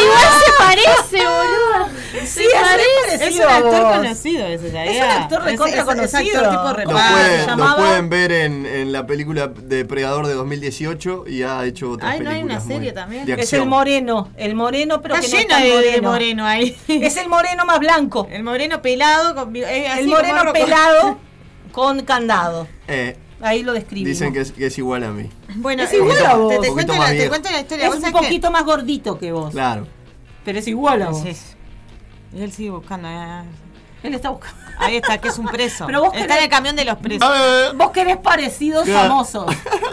Igual se parece, boluda.
Sí,
Se
es,
parece
¿eh? es un
a
actor
vos.
conocido ese, ¿sabía?
Es un actor recontra
Es- es- es
conocido.
actor tipo
Lo,
reparto,
pueden-
se
lo
Ah, llamaba-
pueden ver en, en la película Depredador de 2018 y ha hecho otras
Ay, no, hay una
películas muy
serie también.
de
Es
acción.
el moreno, el moreno, pero
Está
que no
lleno
es tan
de- de
moreno.
moreno ahí.
Es el moreno más blanco.
El moreno pelado con vi- eh, así
el
como
moreno
rojo.
pelado con candado.
Eh,
Ahí lo describimos.
dicen que es, que es igual a mí.
Bueno,
Es
eh,
igual a vos.
te, te
Un poquito
cuento
más
la, te
viejo.
cuento la historia.
es
vos
un
sabés que-
poquito más gordito que vos.
Claro.
Pero es igual a vos.
Sí, Y él sigue buscando. eh.
Él está buscando.
Ahí está, que es un preso.
Pero vos
está
querés-
en el camión de los
Ah,
presos.
Vos querés parecidos
Claro.
famosos.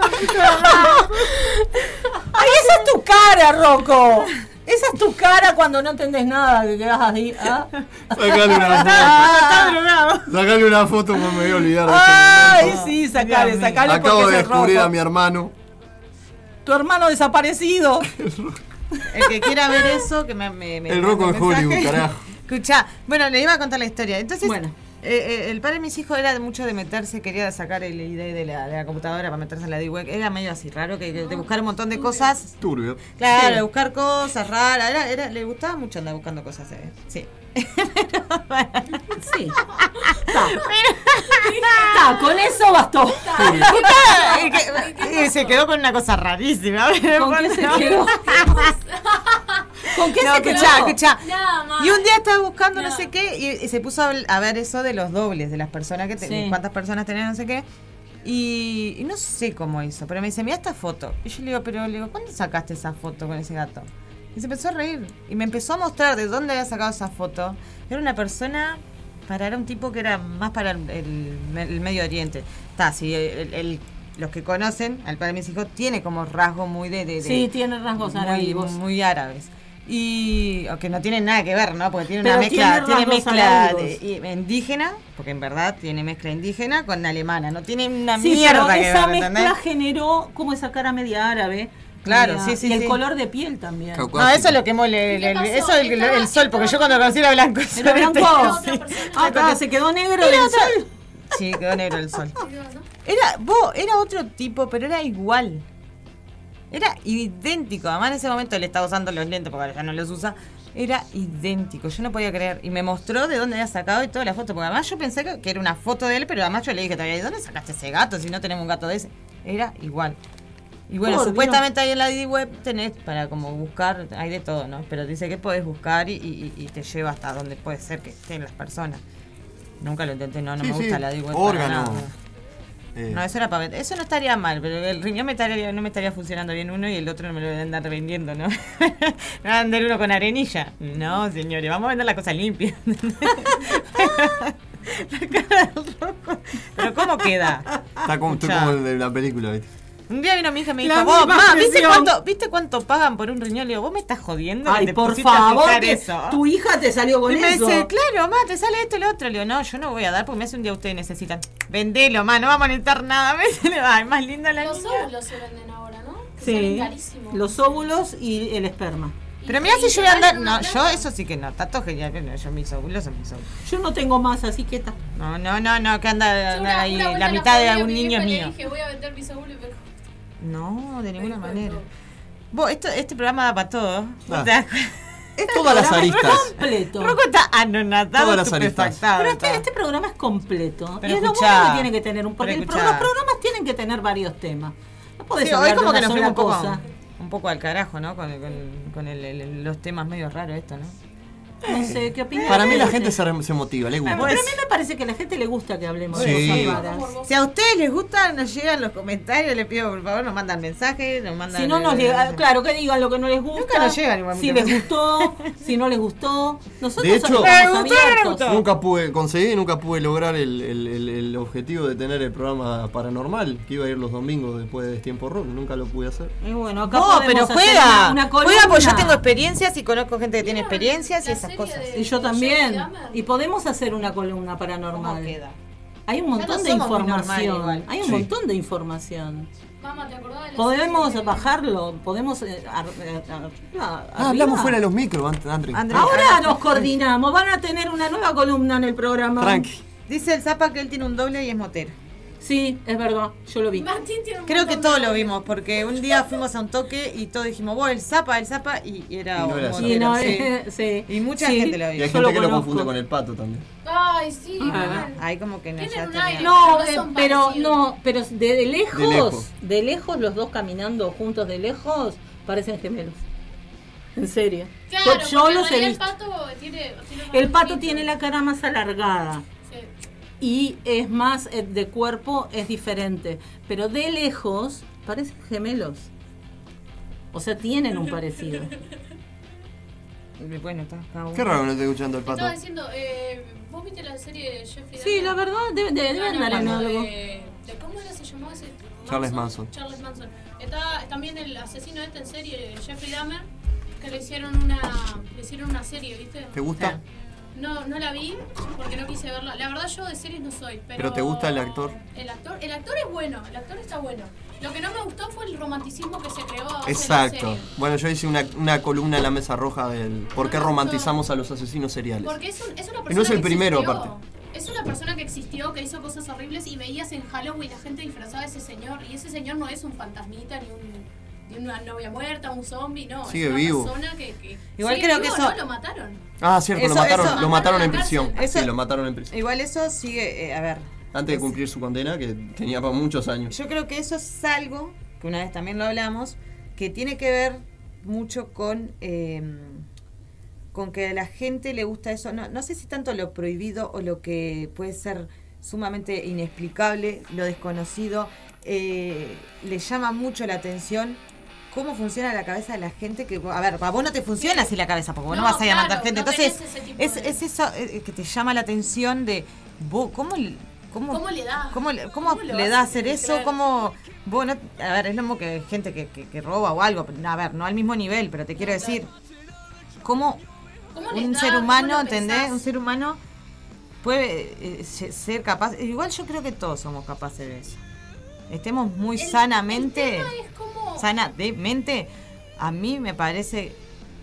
Ay, esa es tu cara, Rocco. Esa es tu cara cuando no entendés nada que quedás ahí. ¿ah?
Sacale una foto. Sacale una foto porque me voy a olvidar de este
Ay,
momento.
sí, sacale, sacale
Acabo
porque
de
es el
descubrir
Rocco.
a mi hermano.
Tu hermano desaparecido.
El que quiera ver eso, que me. me, me
El
mande
roco
un
en Hollywood,
mensaje.
carajo.
Escuchá, bueno, le iba a contar la historia. Entonces, eh, eh, el padre de mis hijos era de mucho de meterse, quería sacar el ID de la, de la computadora para meterse en la D-Web. Era medio así raro, que, que de buscar un montón de cosas.
Turbio.
Claro, de
Sí.
buscar cosas raras. Era, era- le gustaba mucho andar buscando cosas. eh, Sí.
Sí. Ta, con eso bastó. Ah,
Y que- y se quedó con una cosa rarísima.
¿Con qué se quedó? ¿Con qué
No,
se quedó?
escuchá, escuchá.
Nada más.
Y un día estaba buscando no, sé qué y, y se puso a, habl- a ver eso de los dobles, de las personas que tenían,
Sí.
cuántas personas tenían, no sé qué. Y, y no sé cómo hizo, pero me dice, mira esta foto. Y yo le digo, pero le digo, ¿cuándo sacaste esa foto con ese gato? Y se empezó a reír. Y me empezó a mostrar de dónde había sacado esa foto. Era una persona, para, era un tipo que era más para el, el me- el Medio Oriente. Está, si el- el- los que conocen al padre de mis hijos tiene como rasgo muy de... de- de-
Sí, tiene rasgos
muy-
árabes.
Muy árabes. Y o que no tienen nada que ver, ¿no? Porque tiene
Pero
una mezcla,
tiene
tiene,
rasgos
mezcla
arábigos.
de- y- indígena, porque en verdad tiene mezcla indígena con alemana, no tiene una
Sí, pero
mierda que
esa
ver,
mezcla
¿entendés?
generó como esa cara media árabe.
Claro,
media-
sí, sí,
Y el
sí.
color de piel también.
No, eso es lo que mole, el- el-
pasó?
eso es el,
Estaba-
el sol, porque yo cuando lo conocí era blanco.
Era blanco.
Sí.
Ah, porque se quedó negro
Era
del
otra-
sol.
Sí, quedó negro el sol. Era, vos, era otro tipo, pero era igual. Era idéntico. Además, en ese momento él estaba usando los lentes porque ahora ya no los usa. Era idéntico. Yo no podía creer. Y me mostró de dónde había sacado y toda la foto. Porque además yo pensé que que era una foto de él, pero además yo le dije todavía, ¿de dónde sacaste ese gato si no tenemos un gato de ese? Era igual. Y bueno,
Por
supuestamente ahí en la ID web tenés para como buscar, hay de todo, ¿no? Pero dice que podés buscar y, y- y te lleva hasta donde puede ser que estén las personas. Nunca lo intenté, no, no
Sí,
me gusta
sí.
la ID web. para
Órgano.
nada.
Eh,
No, eso era para vender. Eso no estaría mal, pero el riñón me estaría, no me estaría funcionando bien uno y el otro no me lo voy a andar vendiendo, ¿no? Me voy a vender uno con arenilla. No, señores, vamos a vender las cosas limpias. La cara del loco. Pero ¿cómo queda?
está como, estoy
Escuchá.
como el de la película, ¿viste?
Un día vino mi hija y me
La
dijo, vos,
misma
ma, ¿viste
presión.
cuánto, ¿viste cuánto pagan por un riñón? Le digo, vos me estás jodiendo. que
Ay,
te
por
pusiste a
favor,
fijar
que
eso.
tu hija te salió con
y me
eso.
dice, claro, ma, te sale esto y lo otro. Le digo, no, yo no voy a dar porque me hace un día ustedes necesitan. Vendelo, ma, no vamos a necesitar nada. Me dice, ay, más linda la
Los
niña.
óvulos se venden ahora, ¿no? Que
Sí,
salen carísimos.
los óvulos y el esperma.
Pero mira si yo voy a andar. No, yo eso sí que no. Tato genial. No, yo mis óvulos son mis óvulos.
Yo no tengo más, así que está.
No, no, no, no, que anda,
Yo
anda
una-
ahí.
una vuelta
la
la
mitad de
jodí a
algún
mi
niño
vieja
es
y le
mío.
dije, voy a vender mis óvulos y me dijo,
No, de ninguna manera. Vos, esto, este programa da para todo.
Ah.
O
Es
sea,
todas las aristas.
Completo.
Pues, Rocco está anonadado,
Todas las aristas.
estupefactado,
Pero
está.
este, este programa es completo.
Pero
y es lo
escuchá,
bueno que tiene que tener un porque
pero
el pro-
escuchá.
los programas tienen que tener varios temas. No podés
Sí,
hablar
hoy como
de
que
una
nos fuimos un
sola
poco,
cosa.
un poco al carajo, ¿no? Con, con- con el- el- los temas medio raros esto, ¿no?
No sé qué opinas.
Para mí la
Pero-
gente se, re- se motiva, le
Pero
gusta.
a mí
Pues-
me parece que a la gente le gusta que hablemos
Sí.
de cosas raras.
Si a ustedes les gustan, nos llegan los comentarios, les pido por favor, nos mandan mensajes, nos mandan...
Si no nos llega, claro, que digan lo que no les gusta.
Nunca nos llegan igualmente.
Si les gustó, si no les gustó. Nosotros
De hecho,
somos abiertos.
nunca pude conseguir, nunca pude lograr el, el- el- el objetivo de tener el programa paranormal que iba a ir los domingos después de Tiempo Rock. Nunca lo pude hacer.
Y bueno, acá
No,
podemos
pero
hacer
juega.
una- una
juega porque yo
columna.
tengo experiencias y conozco gente que tiene experiencias y esas cosas.
Y yo también. Y podemos hacer una columna paranormal. Hay un
Ya
montón
no
de
somos muy normal
información.
igual.
Hay un
Sí.
montón de información.
mamá, ¿te acordás de la serie
Podemos
de-
bajarlo, podemos... eh, ar- eh, ar- ah,
Ah, hablamos
arriba.
fuera de los micros, Ant- Ah, Andri.
Ahora nos coordinamos, van a tener una nueva columna en el programa.
Tranqui.
Dice el Zapa que él tiene un doble y es motero.
Sí, es verdad, yo lo vi.
Creo que todos lo vimos, porque un día fuimos a un toque y todos dijimos, vos el Zapa, el Zapa, y y era
Y no
un
era
motero.
Zapa. Y no,
sí.
eh, sí.
Y mucha
Sí.
gente lo
Y
vio.
hay gente que lo confunde con el pato también.
Ay, sí.
Ah.
Ahí como que no, ya
un
tenía-
aire.
No,
Pero no son
eh, pero no, pero de, de lejos,
De
de
lejos.
lejos, los dos caminando juntos de lejos, parecen gemelos. En serio.
Claro,
Yo- yo
porque en
los he
realidad
visto.
El pato tiene. tiene más
El pato
brillo.
tiene la cara más alargada.
Sí.
y es más eh, de cuerpo es diferente, pero de lejos parecen gemelos. O sea, tienen un parecido.
Bueno, está. está
Qué raro que no esté escuchando el pato.
Estaba diciendo, eh, ¿vos viste la serie de Jeffrey
Sí,
Dahmer?
la verdad, debe- debe- debe
No, no,
andar en
no,
algo.
De, de- ¿Cómo era? ¿Se llamaba ese?
Charles Manson.
Charles Manson. Está también el asesino este en serie, Jeffrey Dahmer, que le hicieron una, le hicieron una serie, ¿viste?
¿Te gusta?
No, no la vi porque no quise verla. La verdad yo de series no soy, pero...
Pero te gusta el actor.
El actor, el actor es bueno, el actor está bueno. Lo que no me gustó fue el romanticismo que se creó. a base de la
Exacto.
serie.
Bueno, yo hice una, una columna en la mesa roja del por qué romantizamos a los asesinos seriales.
Porque es, un- es una persona
Y no es el
que
primero,
existió.
aparte.
Es una persona que existió, que hizo cosas horribles y veías en Halloween la gente disfrazada de ese señor. Y ese señor no es un fantasmita, ni, un, ni una novia muerta, un zombie, no.
Sigue
es una
vivo.
persona que... que
Igual
sigue
creo que
vivo,
eso-
¿no? Lo mataron.
Ah, cierto,
Eso-
lo mataron,
eso-
lo mataron en
Mataron a
prisión.
cárcel.
Sí,
Eso-
lo mataron en prisión.
Igual eso sigue, eh, a ver,
Antes de cumplir su condena, que tenía para muchos años.
yo creo que eso es algo, que una vez también lo hablamos, que tiene que ver mucho con, eh, con que a la gente le gusta eso. No, no sé si tanto lo prohibido o lo que puede ser sumamente inexplicable, lo desconocido, eh, le llama mucho la atención. ¿Cómo funciona la cabeza de la gente? que A ver, a vos no te funciona así la cabeza, porque vos no,
No,
vas a ir a matar
claro,
gente.
no
Entonces,
tenés ese tipo
es,
de-
es eso eh, que te llama la atención de, vos, ¿cómo, le- cómo,
¿Cómo le da?
¿Cómo, le- cómo
¿Cómo lo
le da a
hace?
hacer eso?
Claro.
¿Cómo, bueno, a ver, es lo mismo que gente que, que- que roba o algo. pero, A ver, no al mismo nivel, pero te quiero decir, ¿cómo
¿Cómo le
un
da?
ser
¿Cómo
humano,
lo
¿entendés?
pensás?
Un ser humano puede eh, se- ser capaz. Igual yo creo que todos somos capaces de eso. Estemos muy sanamente, sana de mente. A mí me parece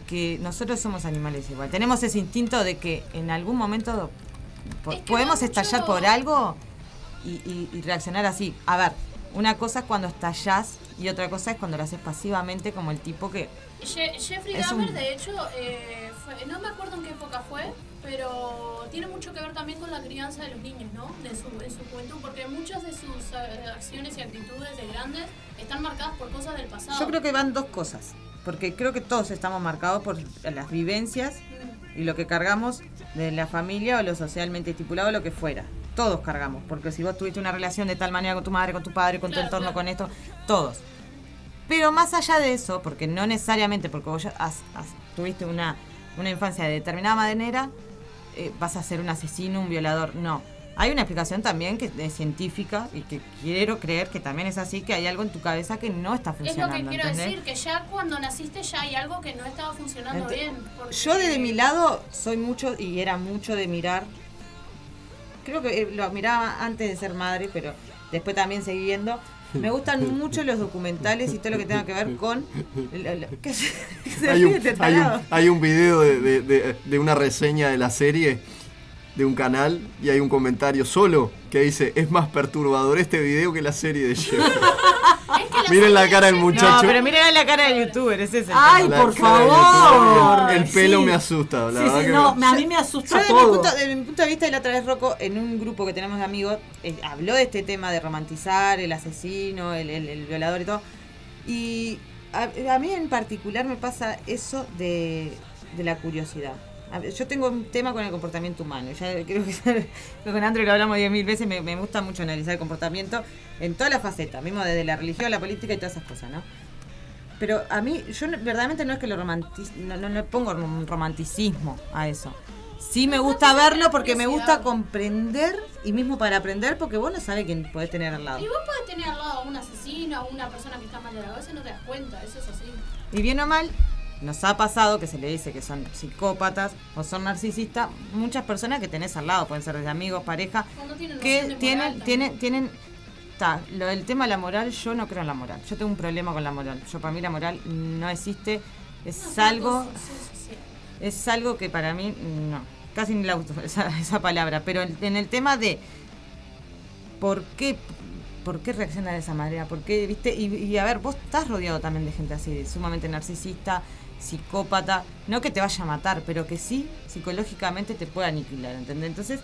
que nosotros somos animales igual. Tenemos ese instinto de que en algún momento po- podemos estallar por algo y, y- y reaccionar así. A ver, una cosa es cuando estallás y otra cosa es cuando lo haces pasivamente como el tipo que...
Ye- Jeffrey
Es
Dahmer,
un-
de hecho, eh, fue- no me acuerdo en qué época fue, pero tiene mucho que ver también con la crianza de los niños, ¿no? De su, en su juventud, porque muchas de sus eh, acciones y actitudes de grandes están marcadas por cosas del pasado.
Yo creo que van dos cosas, porque creo que todos estamos marcados por las vivencias
Mm.
y lo que cargamos de la familia o lo socialmente estipulado, lo que fuera. Todos cargamos, porque si vos tuviste una relación de tal manera con tu madre, con tu padre, con tu entorno, con esto, todos. Pero más allá de eso, porque no necesariamente porque vos ya has- has- tuviste una, una infancia de determinada manera, eh, vas a ser un asesino, un violador. No. Hay una explicación también que es científica y que quiero creer que también es así, que hay algo en tu cabeza que no está
Es lo
funcionando.
que quiero
¿entendés?
decir, que ya cuando naciste ya hay algo que no estaba funcionando
Ente-
bien. porque-
Yo desde mi lado soy mucho y era mucho de mirar. Creo que eh, lo miraba antes de ser madre, pero después también seguí viendo. Me gustan mucho los documentales y todo lo que tenga que ver con... lo- lo- que se- que se este
Hay un,
ríe, te
hay un-
tarado.
hay un video de, de- de- de una reseña de la serie de un canal y hay un comentario solo que dice es más perturbador este video que la serie de Jeff. Miren la cara del muchacho.
No, pero miren la cara del youtuber, es ese.
Ay,
La
por
cara del
favor.
youtuber. El pelo
Sí.
me asusta, la
Sí,
verdad
sí,
que
no,
me-
me- a mí me
Yo
asusta
desde mi,
todo.
punto, desde mi punto de vista, y la otra vez Rocco, en un grupo que tenemos de amigos, eh, habló de este tema de romantizar el asesino, el, el- el violador y todo. Y a, a mí en particular me pasa eso de, de la curiosidad. A ver, Yo tengo un tema con el comportamiento humano. Ya creo que ya- con Andrew lo hablamos 10.000 veces. Me, me gusta mucho analizar el comportamiento en todas las facetas, mismo desde la religión, la política y todas esas cosas, ¿no? Pero a mí, yo no- verdaderamente no es que lo romantiz- no, no le pongo un romanticismo a eso. Sí me gusta verlo porque me gusta comprender y mismo para aprender porque vos no sabés quién podés tener al lado.
Y vos podés tener al lado a un asesino, a una persona que está mal de la cabeza y no te das cuenta, eso es así.
Y bien o mal, nos ha pasado que se le dice que son psicópatas o son narcisistas muchas personas que tenés al lado, pueden ser desde amigos, pareja,
Cuando tienen noción de
que
moral
tienen,
también.
tienen, tienen, ta, lo del tema de la moral, yo no creo en la moral. Yo tengo un problema con la moral. Yo para mí la moral no existe, es algo,
Sí, sí, sí.
es algo que para mí no, casi ni la uso esa, esa palabra, pero en, en el tema de por qué por qué reacciona de esa manera, por qué, viste, y, y a ver, vos estás rodeado también de gente así, de sumamente narcisista, psicópata, no que te vaya a matar, pero que sí psicológicamente te pueda aniquilar, ¿entendés? Entonces,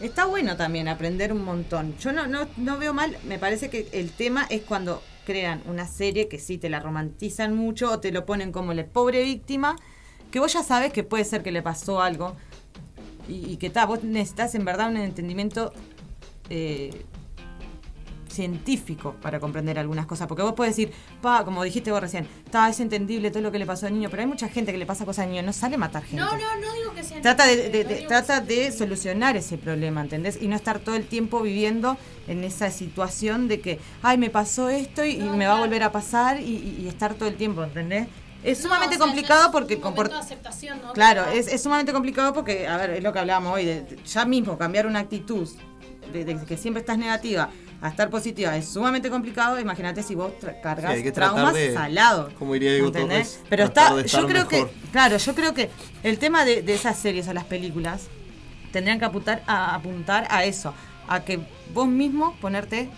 Está bueno también aprender un montón. Yo no, no, no veo mal, me parece que el tema es cuando crean una serie que sí te la romantizan mucho o te lo ponen como la pobre víctima, que vos ya sabes que puede ser que le pasó algo y, y que está, vos necesitas en verdad un entendimiento eh, científico para comprender algunas cosas, porque vos podés decir, pa, como dijiste vos recién, está, es entendible todo lo que le pasó al niño, pero hay mucha gente que le pasa cosas al niño, no sale a matar gente.
No, no, no digo que sea
Trata de,
entendible,
de-
no
de-
digo que
trata de solucionar ese problema, ¿entendés? Y no estar todo el tiempo viviendo en esa situación de que, ay, me pasó esto y, y me va a volver a pasar y, y- y estar todo el tiempo, ¿entendés? Es sumamente
No, o sea, ya
complicado
es
porque...
un momento
comport-
de aceptación, ¿no?
Claro,
Como-
es, es sumamente complicado porque, a ver, es lo que hablábamos hoy, de- de- ya mismo cambiar una actitud de, de que siempre estás negativa a estar positiva es sumamente complicado, imagínate si vos tra-
Sí,
cargas
hay que tratar
traumas
de-
salados.
Como diría Diego
¿Entendés?
Torres,
Pero
tratar
está,
de
yo
estar
creo
mejor.
que, claro, yo creo que el tema de, de esas series o las películas tendrían que apuntar a, apuntar a eso, a que vos mismo ponerte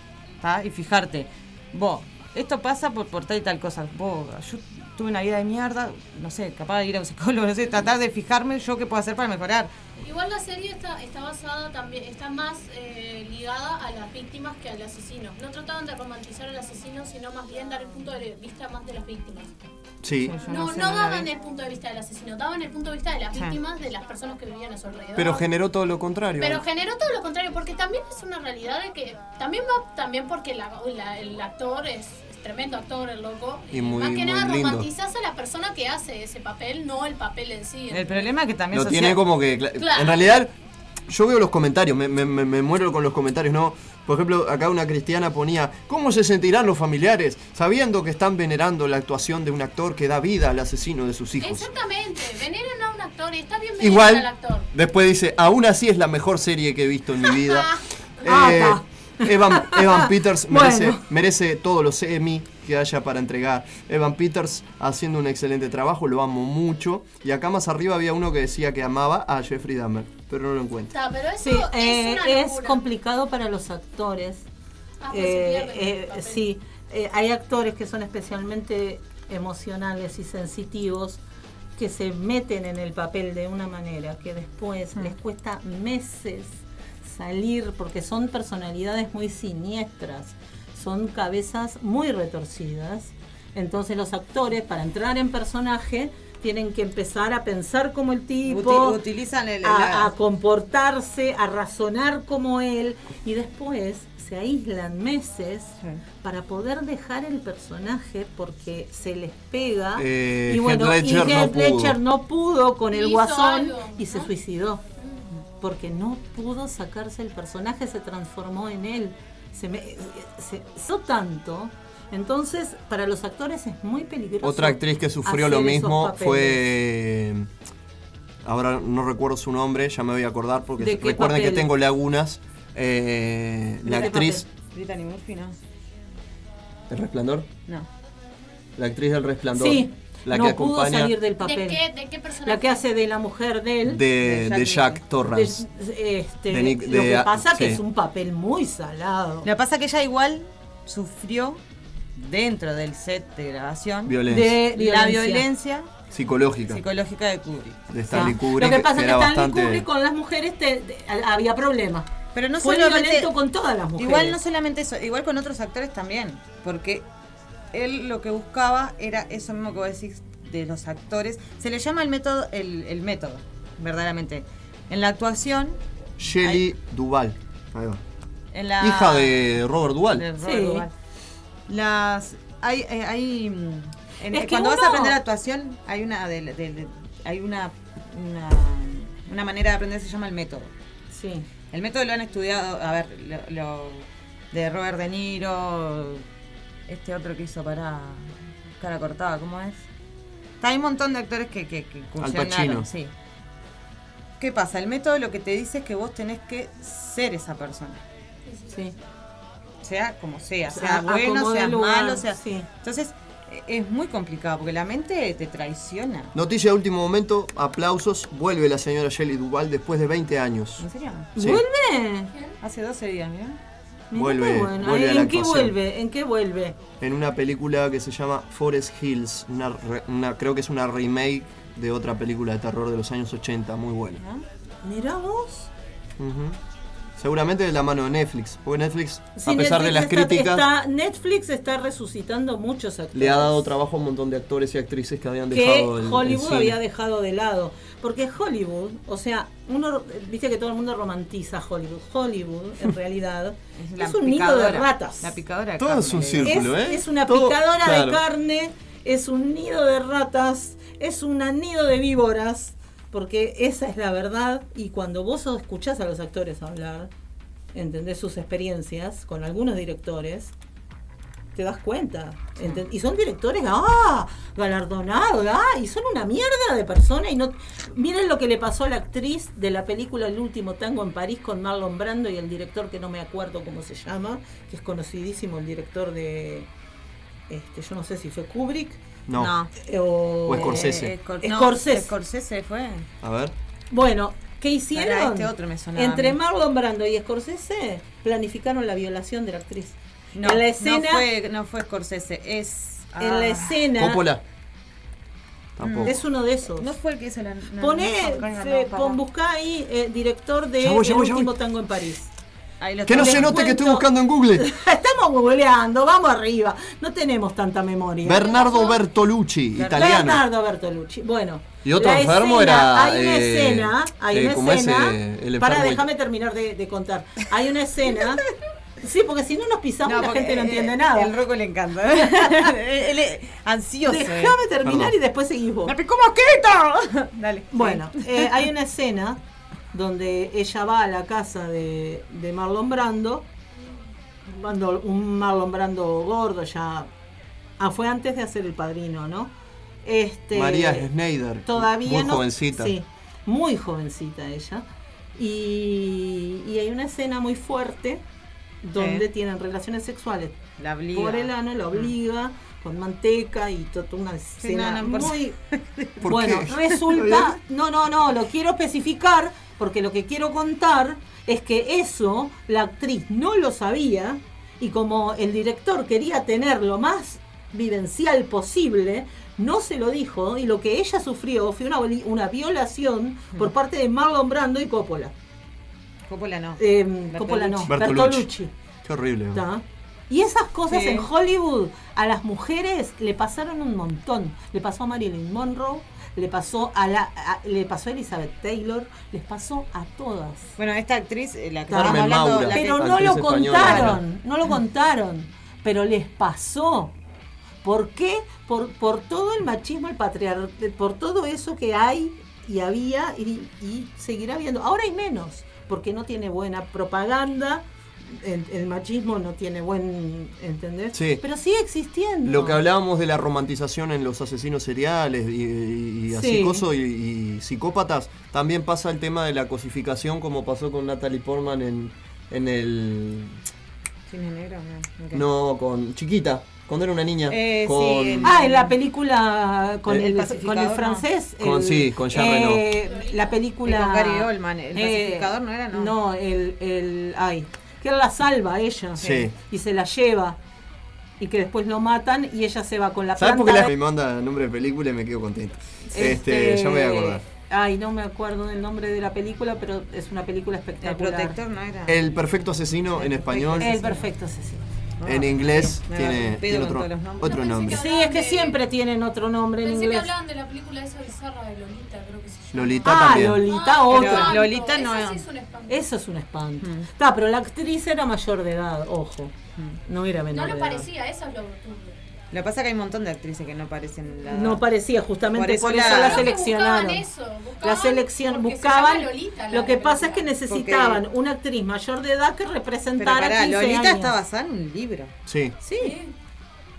¿tá? y fijarte, vos, esto pasa por, por tal y tal cosa, vos, yo tuve una vida de mierda, no sé, capaz de ir a un psicólogo, no sé, tratar de fijarme yo qué puedo hacer para mejorar.
Igual la serie está, está basada también, está más eh, ligada a las víctimas que al asesino. No trataban de romantizar al asesino, sino más bien dar el punto de vista más de las víctimas.
Ah,
Sí.
No, no, daban el punto de vista del asesino, daban el punto de vista de las
Ah.
Sí.
víctimas, de las personas que vivían a su alrededor.
Pero generó todo lo contrario.
Pero generó todo lo contrario, porque también es una realidad de que también va también porque la- la- el actor es, es tremendo actor, el loco.
Y muy-
Más que
muy
nada
lindo.
romantizás a la persona que hace ese papel, no el papel en sí.
El problema es que también
Lo
social-
tiene como que. cla-
Claro.
En realidad, yo veo los comentarios, me, me- me- me muero con los comentarios, ¿no? Por ejemplo, acá una cristiana ponía, ¿cómo se sentirán los familiares sabiendo que están venerando la actuación de un actor que da vida al asesino de sus hijos?
Exactamente, veneran a un actor y está bien venerar al
Igual,
actor.
después dice, aún así es la mejor serie que he visto en mi vida.
Ah,
Eh,
ta.
Evan, Evan Peters merece,
Bueno.
merece todos los Emmy que haya para entregar. Evan Peters haciendo un excelente trabajo, lo amo mucho. Y acá más arriba había uno que decía que amaba a Jeffrey Dahmer, pero no lo encuentro.
Está, pero eso
Sí,
es
eh,
una
es,
locura.
complicado para los actores.
Ah, pues se
Eh,
pierden en el
eh,
papel.
sí, eh, hay actores que son especialmente emocionales y sensitivos que se meten en el papel de una manera que después les cuesta meses salir porque son personalidades muy siniestras, son cabezas muy retorcidas. Entonces los actores para entrar en personaje tienen que empezar a pensar como el tipo,
Uti- utilizan el- la-
a, a comportarse, a razonar como él y después se aíslan meses para poder dejar el personaje porque se les pega
Eh,
y bueno,
Heath Ledger
y
no
Heath Ledger
pudo.
no pudo con el
Hizo
guasón
algo,
y se suicidó.
Mm.
porque no pudo sacarse el personaje, se transformó en él. Se me se- hizo tanto. Entonces, para los actores es muy peligroso.
Otra actriz que sufrió
hacer
lo
esos
mismo
papeles.
fue. Ahora no recuerdo su nombre, ya me voy a acordar porque
¿De qué
recuerden que
papel?
tengo lagunas. Eh, la
¿De qué
actriz.
Este papel? Brittany Murphy, no.
¿El resplandor?
No.
La actriz del resplandor.
Sí,
La
no
que
pudo
acompaña.
salir del papel.
qué- de qué personaje?
La que hace de la mujer de él.
De- de Jack Torrance.
de- este,
De Nick-
lo
de-
que pasa que
sí.
es un papel muy salado.
Lo que pasa es que ella igual sufrió dentro del set de grabación
Violencia.
de la
violencia.
violencia
Psicológica.
psicológica de Kubrick.
de Stanley
Ah,
Kubrick.
Lo que pasa es que
era
Stanley
bastante...
Kubrick con las mujeres te- te- había problemas.
Pero no
Fue
solamente-
violento con todas las mujeres.
Igual no solamente eso, igual con otros actores también, porque él lo que buscaba era eso mismo que vos decís de los actores. Se le llama el método, el, el método, verdaderamente. En la actuación,
Shelley Duval. Ahí va.
en la
Hija de Robert Duvall.
de Robert
Sí.
Duvall. Las hay, eh, hay, mm, en-
Es que
cuando vas a
uno-
aprender actuación hay una de, de- de- hay una, una una manera de aprender se llama el método.
Sí.
El método lo han estudiado, a ver, lo, lo- de Robert De Niro, este otro que hizo para cara cortada, ¿cómo es? Hay un montón de actores que, que, que incursionaron,
Pacino.
sí. ¿Qué pasa? El método lo que te dice es que vos tenés que ser esa persona.
Sí.
Sea como sea,
O sea,
sea bueno,
acomoda
sea
el lugar,
malo, sea.
sí.
Entonces, e- es muy complicado porque la mente te traiciona.
Noticia de último momento, aplausos. Vuelve la señora Shelley Duval después de 20 años.
¿En serio?
Sí.
¿Vuelve?
Hace 12 días, mirá.
Eh. Mirá
Vuelve-
qué bueno.
vuelve a la
¿En qué
actuación.
vuelve? ¿En qué vuelve?
En una película que se llama Forest Hills. Una, re- una- creo que es una remake de otra película de terror de los años 80, muy buena.
¿Ah?
Mirá vos.
Ujú. Seguramente de la mano de Netflix. Porque Netflix,
Sí,
a pesar
Netflix
de las
está-
críticas,
está- Netflix está resucitando muchos actores.
le ha dado trabajo a un montón de actores y actrices que habían
que
dejado el- el
Hollywood
cine.
había dejado de lado. Porque Hollywood, o sea, uno eh, viste que todo el mundo romantiza Hollywood. Hollywood, en realidad, es,
la
un nido de
picadora,
ratas.
La picadora de
Todo es
carne,
un
le-
círculo,
es,
¿eh?
es una
Todo-
picadora
claro.
de carne, es un nido de ratas, es un nido de víboras, porque esa es la verdad. Y cuando vos escuchás a los actores hablar, entendés sus experiencias con algunos directores, te das cuenta. enten- Y son directores, ¡ah! Galardonados, ¡ah! Y son una mierda de persona. Y no miren lo que le pasó a la actriz de la película El último tango en París con Marlon Brando y el director que no me acuerdo cómo se llama, que es conocidísimo, el director de. Este, yo no sé si fue Kubrick.
No. No.
eh, O,
O Scorsese.
Eh,
Cor- no,
Scorsese.
Scorsese fue.
A ver.
Bueno, ¿qué hicieron?
Pará, este otro me sonaba a
Entre
mí.
Marlon Brando y Scorsese planificaron la violación de la actriz.
No,
en la escena,
no fue, Ah. no fue Scorsese, es.
En la escena-
Coppola. Tampoco.
Mm. es uno de esos.
No fue el que hizo la. no,
Poné,
no, no, no,
eh,
pará.
pon, buscá ahí, eh, director de
Ya voy, ya
El
voy, ya
último tango en París.
Ahí lo
Que no
Les
se note que estoy
cuento-
buscando en Google.
Estamos googleando, vamos arriba. No tenemos tanta memoria.
Bernardo Bertolucci, italiano.
Bernardo Bertolucci. Bueno.
Y otro
la
enfermo
escena-
era,
Hay una
eh,
escena. Hay
eh,
una
¿cómo es,
escena.
eh, el
para,
enfermo?
déjame terminar de, de contar. Hay una escena. Sí, porque si no nos pisamos,
No,
la
porque,
gente no
eh,
entiende nada.
El roco le encanta. Él es ansioso. eh.
Déjame terminar
Perdón.
y después seguís vos.
¡Como quito! Dale.
Bueno, eh, hay una escena donde ella va a la casa de, de Marlon Brando, Brando- un Marlon Brando gordo ya, ah, fue antes de hacer El Padrino, ¿no? Este,
María Schneider.
todavía
muy
no-
jovencita.
Sí, muy jovencita ella. Y, y hay una escena muy fuerte donde
Eh.
tienen relaciones sexuales
La obliga.
por el ano, la obliga con manteca y toda una escena
no, no, por-
muy
¿Por
bueno,
qué?
resulta, no, no, no, lo quiero especificar porque lo que quiero contar es que eso la actriz no lo sabía y como el director quería tener lo más vivencial posible, no se lo dijo y lo que ella sufrió fue una, voli- una violación por
Mm.
parte de Marlon Brando y Coppola.
Coppola no.
Eh, Coppola no,
Bertolucci.
Bertolucci.
Qué horrible. ¿no?
¿Tá? Y esas cosas
Sí.
en Hollywood a las mujeres le pasaron un montón. Le pasó a Marilyn Monroe, le pasó a la a- le pasó a Elizabeth Taylor, les pasó a todas.
Bueno, esta actriz, eh, la que estamos
Carmen
hablando,
Maura.
la que-
Pero no lo
actriz española.
contaron, no lo contaron, pero les pasó. ¿Por qué? Por, por todo el machismo, el patriarcado, por todo eso que hay y había y, y seguirá habiendo. Ahora hay menos, porque no tiene buena propaganda, el, el machismo no tiene buen, ¿entendés?
Sí.
Pero sigue existiendo.
Lo que hablábamos de la romantización en los asesinos seriales y, y- y así
Sí.
coso y, y psicópatas, también pasa el tema de la cosificación como pasó con Natalie Portman en, en el...
¿Cine negro? No. ok.
No, con chiquita, cuando era una niña.
Eh, sí,
con,
el-
Ah, en la película con
Eh,
el,
Pacificador,
con el
¿no?
francés.
Con-
el-
sí, con Jean
eh, La película.
Y con Gary Oldman, el pacificador
no era, ¿no? Eh, No, el, el. Ay. Que la salva ella. eh,
Sí.
Y se la lleva. Y que después lo matan y ella se va con la
¿Sabes
planta.
por qué la... me
de-
manda nombre de película y me quedo contento? Este, ya me voy a acordar.
Ay, no me acuerdo del nombre de la película, pero es una película espectacular. Eh. El protector
no era.
El perfecto asesino en español,
El perfecto asesino.
en inglés,
Me
tiene,
pedo
tiene
con
otro,
todos los nombres.
otro nombre.
Sí, es que siempre tienen otro nombre en
Pensé que
inglés.
hablaban de la película esa bizarra de Lolita, creo que sí.
Lolita
ah,
también.
Lolita, Mm.
Ah,
otra.
pero Lolita no esa sí es un espanto.
Eso es un espanto. Está, pero la actriz era mayor de edad, ojo. No era
No
menor.
lo
de
parecía, eso es lo turbio.
Lo que pasa es que hay un montón de actrices que no parecen en la.
edad. No parecía, justamente por eso, la,
las
seleccionaron. la selección buscaban.
llama Lolita la
lo que pasa es que necesitaban una actriz mayor de edad que
Pero
representara.
pará,
15
Lolita
años.
está basada en un libro.
Sí.
Sí.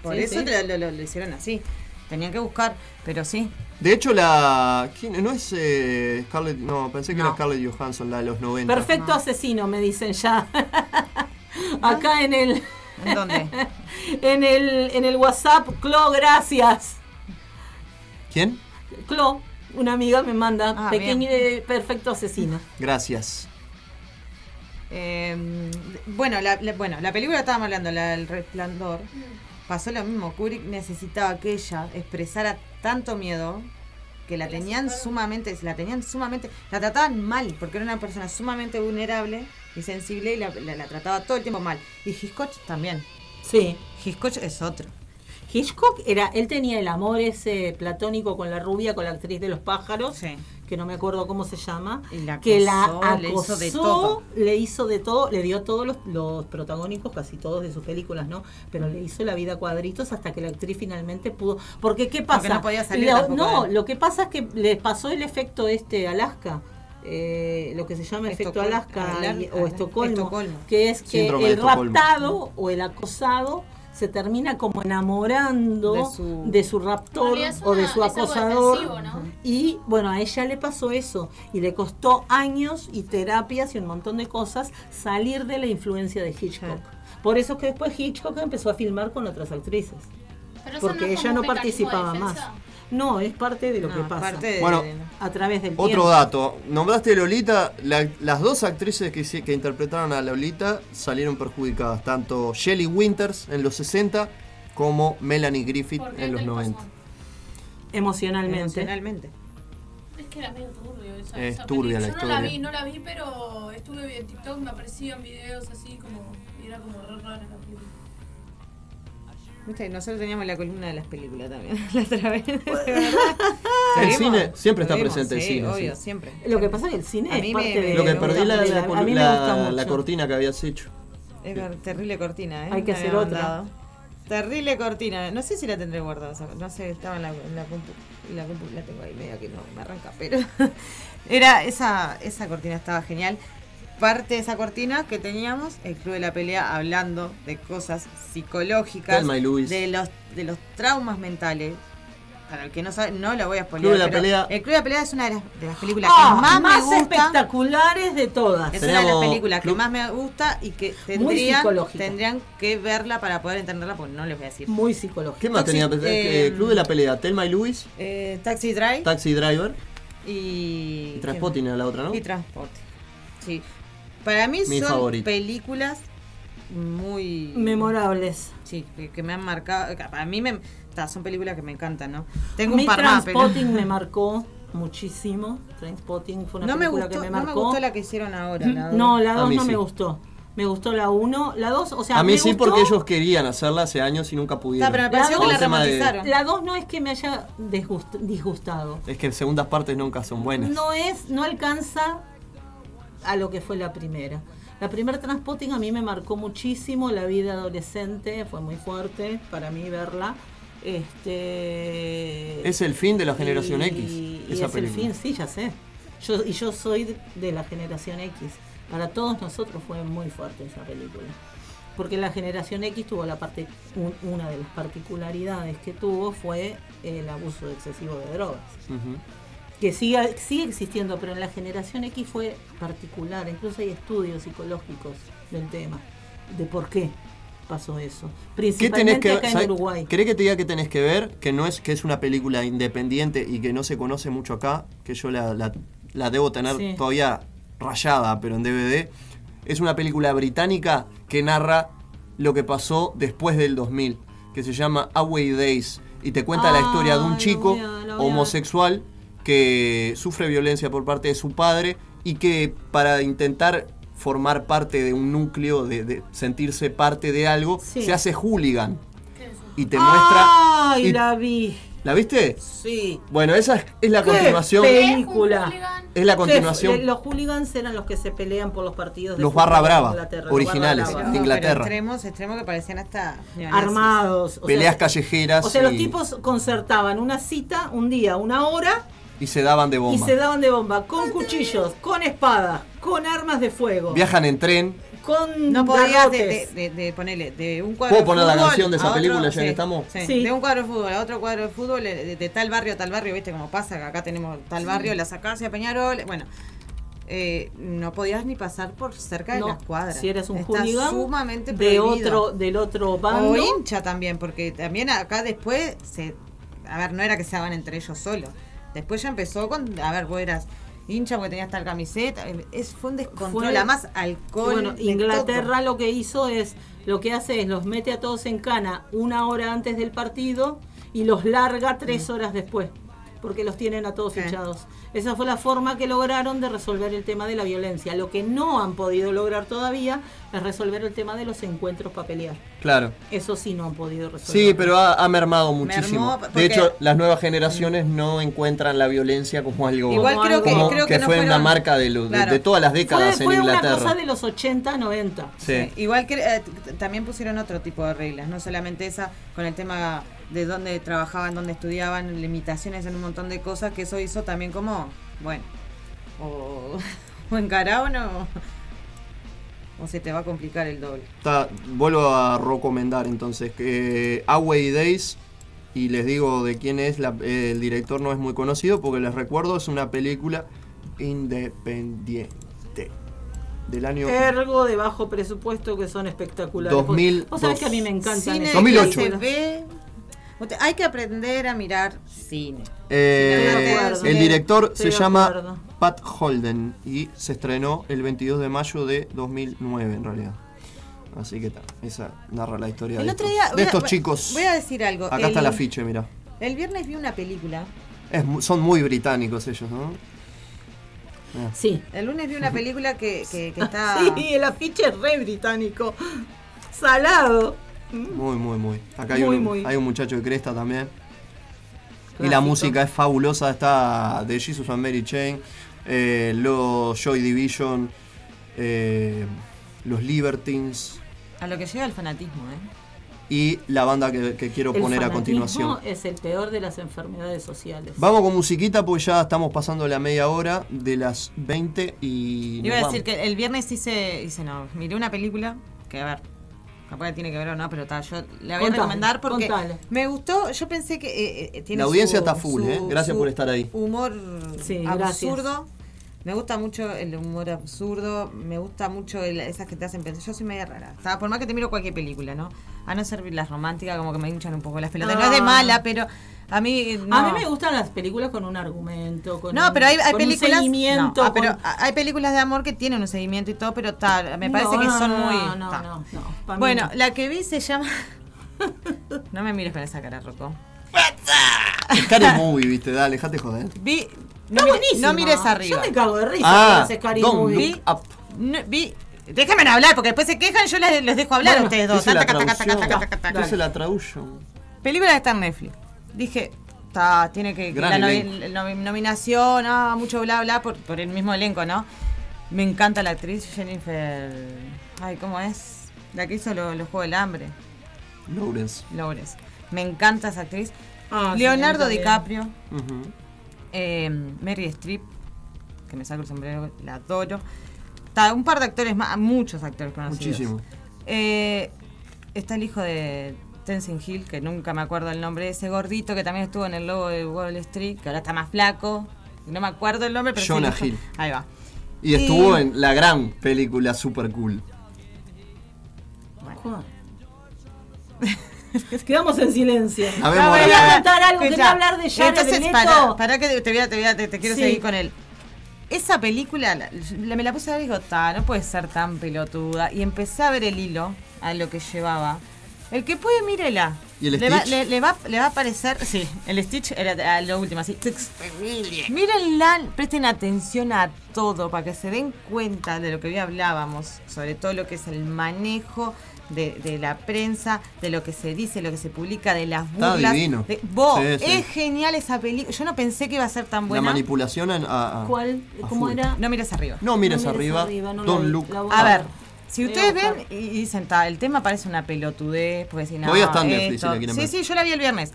Por
Sí,
eso
sí.
Lo, lo- lo- lo hicieron así. Tenían que buscar, pero sí.
De hecho, la. ¿quién? ¿No es eh, Scarlett? No, pensé que era Scarlett Johansson, la de los 90.
Perfecto asesino, me dicen ya. Acá en el.
¿En dónde?
en, el, en el WhatsApp, Clo, gracias.
¿Quién?
Clo, una amiga me manda
Ah,
pequeño
bien.
eh, perfecto asesino.
Gracias.
Eh, bueno, la, la- bueno, la película que estábamos hablando, la del resplandor, pasó lo mismo. Kubrick necesitaba que ella expresara tanto miedo que la tenían sumamente, la tenían sumamente, la trataban mal porque era una persona sumamente vulnerable y sensible y la, la- la trataba todo el tiempo mal. Y Hitchcock también.
Sí.
Hitchcock es otro.
Hitchcock era, él tenía el amor ese platónico con la rubia, con la actriz de los pájaros, que no me acuerdo cómo se llama, que la acosó,
le hizo de todo.
le hizo de todo, le dio todos los, los protagónicos, casi todos de sus películas, ¿no? Pero le hizo la vida a cuadritos hasta que la actriz finalmente pudo. Porque qué pasa,
no podía salir
Lo-
tampoco
no,
de él.
lo que pasa es que le pasó el efecto este Alaska. eh, lo que se llama efecto
Estocolmo-
Alaska
Alar-
y- o
Alar-
Estocolmo,
Estocolmo.
que es que
Síndrome de
el
Estocolmo.
raptado o el acosado se termina como enamorando de
De
su,
su-
raptor
En realidad es
o de
una-
su
es algo defensivo,
acosador.
¿no?
Y bueno, a ella le pasó eso y le costó años y terapias y un montón de cosas salir de la influencia de Hitchcock. Por eso es que después Hitchcock empezó a filmar con otras actrices.
Pero eso
Porque
no es
ella
como
no
un mecanismo de
participaba más.
defensa.
No, es parte de lo
No,
que
es
pasa.
parte de-
Bueno,
a través del tiempo.
Otro dato. Nombraste a Lolita. la- las dos actrices que, hici- que interpretaron a Lolita salieron perjudicadas. Tanto Shelley Winters en los 60 como Melanie Griffith
¿Por qué
en los
les pasó?
90.
Emocionalmente.
Emocionalmente.
Es que era medio turbio esa,
Es
esa
turbia la
película. Yo no la
historia.
vi, no la vi, pero estuve en TikTok, me aparecían videos así como. Y era como re rara la película.
Viste, Nosotros teníamos la columna de las películas también, la otra vez.
El
¿Seguimos?
cine siempre está
Seguimos,
presente el
sí,
cine,
obvio,
sí.
siempre.
Lo que pasa es que el cine
A
es
mí
parte
me-
de...
Lo que perdí la, la-
Eh, a mí me gusta
la- la
mucho.
cortina que habías hecho.
Es ver- terrible cortina, ¿eh?
Hay que
Me
hacer
había
otra.
mandado. Terrible cortina. No sé si la tendré guardada. esa- No sé, estaba en la, en la compu. en La compu la tengo ahí medio que no me arranca, pero. Era esa, esa cortina estaba genial. Parte de esa cortina que teníamos, el Club de la Pelea hablando de cosas psicológicas,
Thelma y Louise.
de los de los traumas mentales. Para el que no sabe, no lo voy a spoiler.
Club de la Pelea.
El Club de la Pelea es una de las, de las películas
Ah,
que más,
más
me gusta.
espectaculares de todas.
Es una de las películas que más me gusta y que tendrían,
psicológica.
tendrían que verla para poder entenderla, porque no les voy a decir.
Muy psicológica.
¿Qué más
Taxi,
tenía?
eh,
Eh, Club de la Pelea, Telma y Luis,
Eh, Taxi Drive
Taxi Driver
y.
y Transpotting era la otra, ¿no?
Y Transporte. Sí. Para mí
Mi
son
favorita.
películas muy.
Memorables.
Sí, que, que me han marcado. que Para mí me. ta, son películas que me encantan, ¿no? Tengo
Mi
un par más, pero-
Trainspotting me marcó muchísimo. Trainspotting fue una
No me,
película
gustó,
que me
no
marcó.
me gustó la que hicieron ahora. la dos.
No, la
A
2
mí
no
sí.
me gustó. Me gustó la 1. La 2, o sea,
a mí
me
sí,
gustó.
porque ellos querían hacerla hace años y nunca pudieron. Por un tema de-
La 2 no es que me haya desgust- disgustado.
Es que segundas partes nunca son buenas.
No es, no alcanza a lo que fue la primera. La primera Transpotting a mí me marcó muchísimo la vida adolescente, fue muy fuerte para mí verla. Este
Es el fin de la generación
y-
X.
y
Esa
es el
película.
fin, sí, ya sé. Yo, y yo soy de- de la generación X. Para todos nosotros fue muy fuerte esa película. Porque la generación X tuvo la parte, un- una de las particularidades que tuvo fue el abuso excesivo de drogas. Que sigue, sigue existiendo, pero en la generación X fue particular. Incluso hay estudios psicológicos del tema, de por qué pasó
¿Qué
eso.
tenés
Principalmente
que
acá
sabe-
en Uruguay.
¿Querés que te diga que tenés que ver? Que no es que es una película independiente y que no se conoce mucho acá, que yo la, la- la debo tener
Sí.
todavía rayada, pero en DVD. Es una película británica que narra lo que pasó después del 2000, que se llama Away Days y te cuenta
Ah,
la historia de un chico homosexual que sufre violencia por parte de su padre y que para intentar formar parte de un núcleo, de, de sentirse parte de algo,
Sí.
se hace hooligan y te muestra.
¡Ay,
y-
la vi!
¿La viste?
Sí.
Bueno, esa es, es la
¡Qué
continuación.
película!
Es la continuación.
Los hooligans eran los que se pelean por los partidos de
Los
fútbol
barra
de
brava,
Inglaterra, los
originales,
barra
de
brava.
Inglaterra.
Extremos, extremos que parecían hasta
Armados. o
Peleas
sea,
callejeras
O sea, los
y,
tipos concertaban una cita, un día, una hora,
y se daban de
y
bomba.
se daban de bomba con cuchillos, con espadas, con armas de fuego.
Viajan en tren.
Con
No podías de,
garrotes.
de- de- de ponerle de un cuadro
¿Puedo poner
de
la
fútbol
canción de esa
a otro-
película, ya que
sí,
estamos?
sí,
Sí.
De un cuadro de fútbol a otro cuadro de fútbol, eh, de, de tal barrio a tal barrio, viste como pasa, que acá tenemos tal
Sí.
barrio, la sacás y a Peñarol, bueno. eh, no podías ni pasar por cerca de
No,
las cuadras.
si eras un
Está
hooligan
sumamente
de
prohibido.
otro- del otro bando.
O hincha también, porque también acá después se. A ver, no era que se hagan entre ellos solos. Después ya empezó con. A ver, vos eras hincha porque tenías tal camiseta. Es, fue un descontrol.
Fue-
además, alcohol.
Bueno,
de
Inglaterra
todo.
lo que hizo es, lo que hace es los mete a todos en cana una hora antes del partido y los larga tres horas después, porque los tienen a todos fichados. Esa fue la forma que lograron de resolver el tema de la violencia. Lo que no han podido lograr todavía es resolver el tema de los encuentros para pelear.
Claro.
Eso sí no han podido resolver.
Sí, pero ha, ha mermado muchísimo.
Mermó, porque-
de hecho, las nuevas generaciones no encuentran la violencia como algo
Igual creo que-
como
creo que no
fue una
fueron-
marca de, lo- de-
Claro.
de todas las
Fue,
décadas
fue
en
una
Inglaterra.
cosa de los 80, 90.
Sí.
Igual que eh, t- también pusieron otro tipo de reglas, no solamente esa, con el tema de dónde trabajaban, dónde estudiaban, limitaciones en un montón de cosas, que eso hizo también como, bueno, o, o encará o no, o se te va a complicar el doble.
Está- vuelvo a recomendar entonces que Away Days y les digo de quién es la- eh, el director no es muy conocido porque les recuerdo es una película independiente del año
Ergo de bajo presupuesto que son espectaculares.
2002.
Vos sabés que a mí me encantan.
Cine
esas
2008.
que se ve- Usted- hay que aprender a mirar cine.
Eh,
Estoy de acuerdo.
el director
Estoy
se
de
llama
acuerdo.
Pat Holden y se estrenó el 22 de mayo de 2009 en realidad así que ta, esa narra la historia
El
de,
otro
estos-
día
de
voy a-
estos
voy-
chicos
voy a decir algo.
acá
El-
está el afiche mira
El viernes vi una película.
es, mu- son muy británicos ellos no Ah.
Sí.
El lunes vi una película que, que- que está.
Sí, el afiche es re británico. Salado.
Muy, muy, muy. Acá hay,
Muy,
un,
muy.
hay un muchacho de cresta también. Y la
Clásico.
música es fabulosa, está de Jesus and Mary Chain, eh, los Joy Division, eh, los Libertines
A lo que llega el fanatismo, ¿eh?
y la banda que, que quiero
El
poner a
fanatismo
continuación.
Es el peor de las enfermedades sociales.
Vamos con musiquita porque ya estamos pasando la media hora de las 20 y... nos
Iba a decir
vamos.
que el viernes hice, hice no, miré una película que a ver, capaz que tiene que ver o no, pero está, yo la voy
Contale,
a recomendar porque
contale.
me gustó, yo pensé que eh, eh, tiene
La audiencia
su-
está full,
su-
¿eh? Gracias
su
por estar ahí.
Humor
Sí,
absurdo.
gracias.
Me gusta mucho el humor absurdo, me gusta mucho el- esas que te hacen pensar. Yo soy media rara. O sea, por más que te miro cualquier película, ¿no? A no ser las románticas, como que me hinchan un poco las pelotas. No es de
Ah.
mala, pero a mí. eh,
A
no.
mí me gustan las películas con un argumento, con
No,
un-
pero hay, hay
con un
películas.
seguimiento,
no, ah, pero
con-
hay películas de amor que tienen un seguimiento y todo, pero tal, me parece
No,
que
no,
son
no,
muy.
no, no,
ta.
no, no, pa' mí
bueno,
no.
la que vi se llama. no me mires con esa cara, Rocco.
Scary Movie, viste, dale, dejate joder.
Vi.
Está
No, mire-
buenísima.
no mires arriba.
Yo me cago de risa
Ah,
con las Scary
don't
Movie.
look up.
No, vi. Déjenme hablar, porque después se quejan, yo les, los dejo hablar a ustedes dos.
Yo se la
Taca, taca, taca,
traducción.
taca, taca, taca.
Yo se la traducción.
Película que está en Netflix. Dije, está, tiene que. que
Gran
la novi-
elenco.
la novi- nominación, ah, mucho bla bla, por, por el mismo elenco, ¿no? Me encanta la actriz Jennifer. Ay, ¿cómo es? La que hizo lo- los Juegos del Hambre.
Lawrence.
Lores. Me encanta esa actriz.
Ah, sí, a mí
Leonardo
también.
DiCaprio.
Ujú.
eh, Mary Streep, que me saco el sombrero, la adoro. Está un par de actores más, muchos actores conocidos.
Muchísimo.
Eh, está el hijo de Tenzin Hill, que nunca me acuerdo el nombre, ese gordito que también estuvo en el logo de Wall Street, que ahora está más flaco. No me acuerdo el nombre, pero es el
Jonah
hijo-
Hill.
Ahí va.
Y estuvo en la gran película Super Cool.
Juan. Quedamos en silencio.
A ver,
Ah,
Mora.
quería contar algo,
Escuchá,
quería hablar de Jared
Entonces,
Leto.
para, para que te, voy a- te, voy a- te- te quiero
Sí.
seguir con él. Esa película la- la- me la puse a ver y digo, "Ta, no puede ser tan pelotuda. Y empecé a ver el hilo a lo que llevaba. El que puede, mírela.
¿Y el
le, va,
Stitch?
le- le va, le va a aparecer, sí, el Stitch era a lo último, así. tix. Mírenla, presten atención a todo para que se den cuenta de lo que hoy hablábamos, sobre todo lo que es el manejo de, de la prensa, de lo que se dice, lo que se publica, de las
Está
burlas.
divino.
de- vos,
Sí, sí.
es genial esa película. Yo no pensé que iba a ser tan
La
buena.
manipulación a- a- a- a full.
No mires arriba.
No mires No mires arriba, arriba, no don't la- look la voy a
a
up.
ver,
buscar.
si
La voy a
ustedes ven y y dicen, "Ta, el tema parece una pelotudez, porque si no.
Todavía está en Netflix,
esto-
si la quieren
Sí,
ver.
sí, yo la vi el viernes.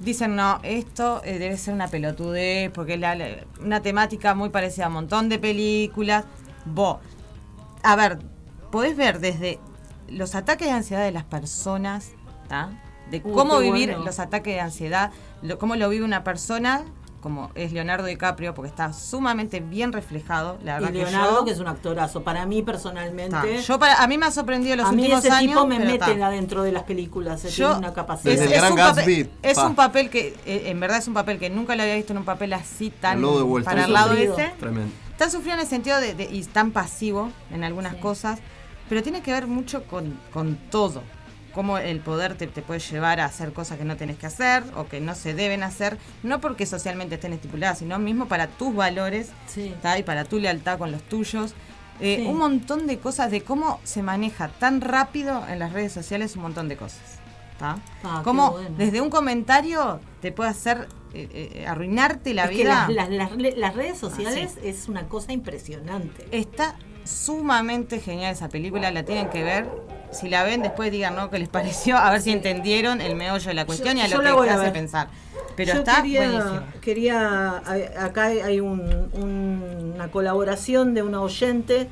Dicen, no, esto eh, debe ser una pelotudez, porque es la- la- una temática muy parecida a un montón de películas. Vos, a ver, podés ver desde los ataques de ansiedad de las personas, ¿tá? de
Uy,
cómo
qué
vivir
bueno.
los ataques de ansiedad, lo- cómo lo vive una persona, como es Leonardo DiCaprio, porque está sumamente bien reflejado. La verdad
Y Leonardo, que,
que yo,
es un actorazo, para mí personalmente.
Tá, yo para- a mí me ha sorprendido los
a mí
últimos
ese
años.
tipo me
pero
mete
tá.
adentro de las películas, eh,
Yo-
tiene una capacidad.
Desde el gran
un papel-
Gatsby,
es
pa.
un papel que, eh, en verdad es un papel que nunca lo había visto en un papel así tan
Al lado de Wall
para el
Street.
lado ese.
Tremendo.
Tan sufrido en el sentido de, de- y tan pasivo en algunas cosas, pero tiene que ver mucho con, con todo. Cómo el poder te, te puede llevar a hacer cosas que no tenés que hacer o que no se deben hacer, no porque socialmente estén estipuladas, sino mismo para tus valores ¿tá? y para tu lealtad con los tuyos. Eh,
Sí.
Un montón de cosas de cómo se maneja tan rápido en las redes sociales un montón de cosas. ¿tá?
Ah, qué
cómo
bueno.
desde un comentario te puede hacer eh, eh, arruinarte la
Es que
vida.
las, las- las- las redes sociales es una cosa impresionante.
Está sumamente genial esa película, la tienen que ver. Si la ven, después digan ¿no? qué les pareció, a ver si entendieron el meollo de la cuestión y a
yo
lo
la
que
voy
te
a
hace
ver.
pensar. Pero
Yo
está
quería,
buenísimo.
quería- a- acá hay un- un- una colaboración de una oyente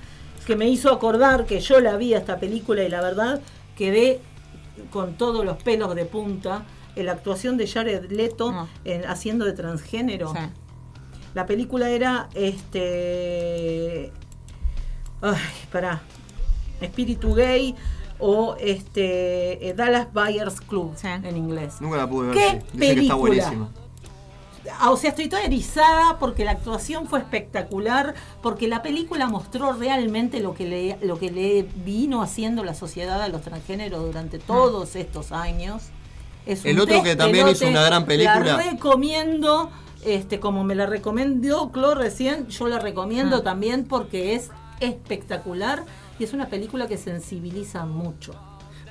que me hizo acordar que yo la vi a esta película y la verdad quedé con todos los pelos de punta en la actuación de Jared Leto en- haciendo de transgénero. La película era este ay, pará. Espíritu gay o este eh, Dallas Buyers Club en inglés.
Nunca la pude ver.
¿Qué
sí. Dicen que está
película?
buenísima.
Ah, o sea, estoy toda erizada porque la actuación fue espectacular, porque la película mostró realmente lo que le, lo que le vino haciendo la sociedad a los transgéneros durante todos estos años. Es un
Ah. El otro que también hizo
despelote,
una gran película.
La recomiendo, este, como me la recomendó Clo recién, yo la recomiendo
Ah.
Mm.
también porque es espectacular y es una película que sensibiliza mucho.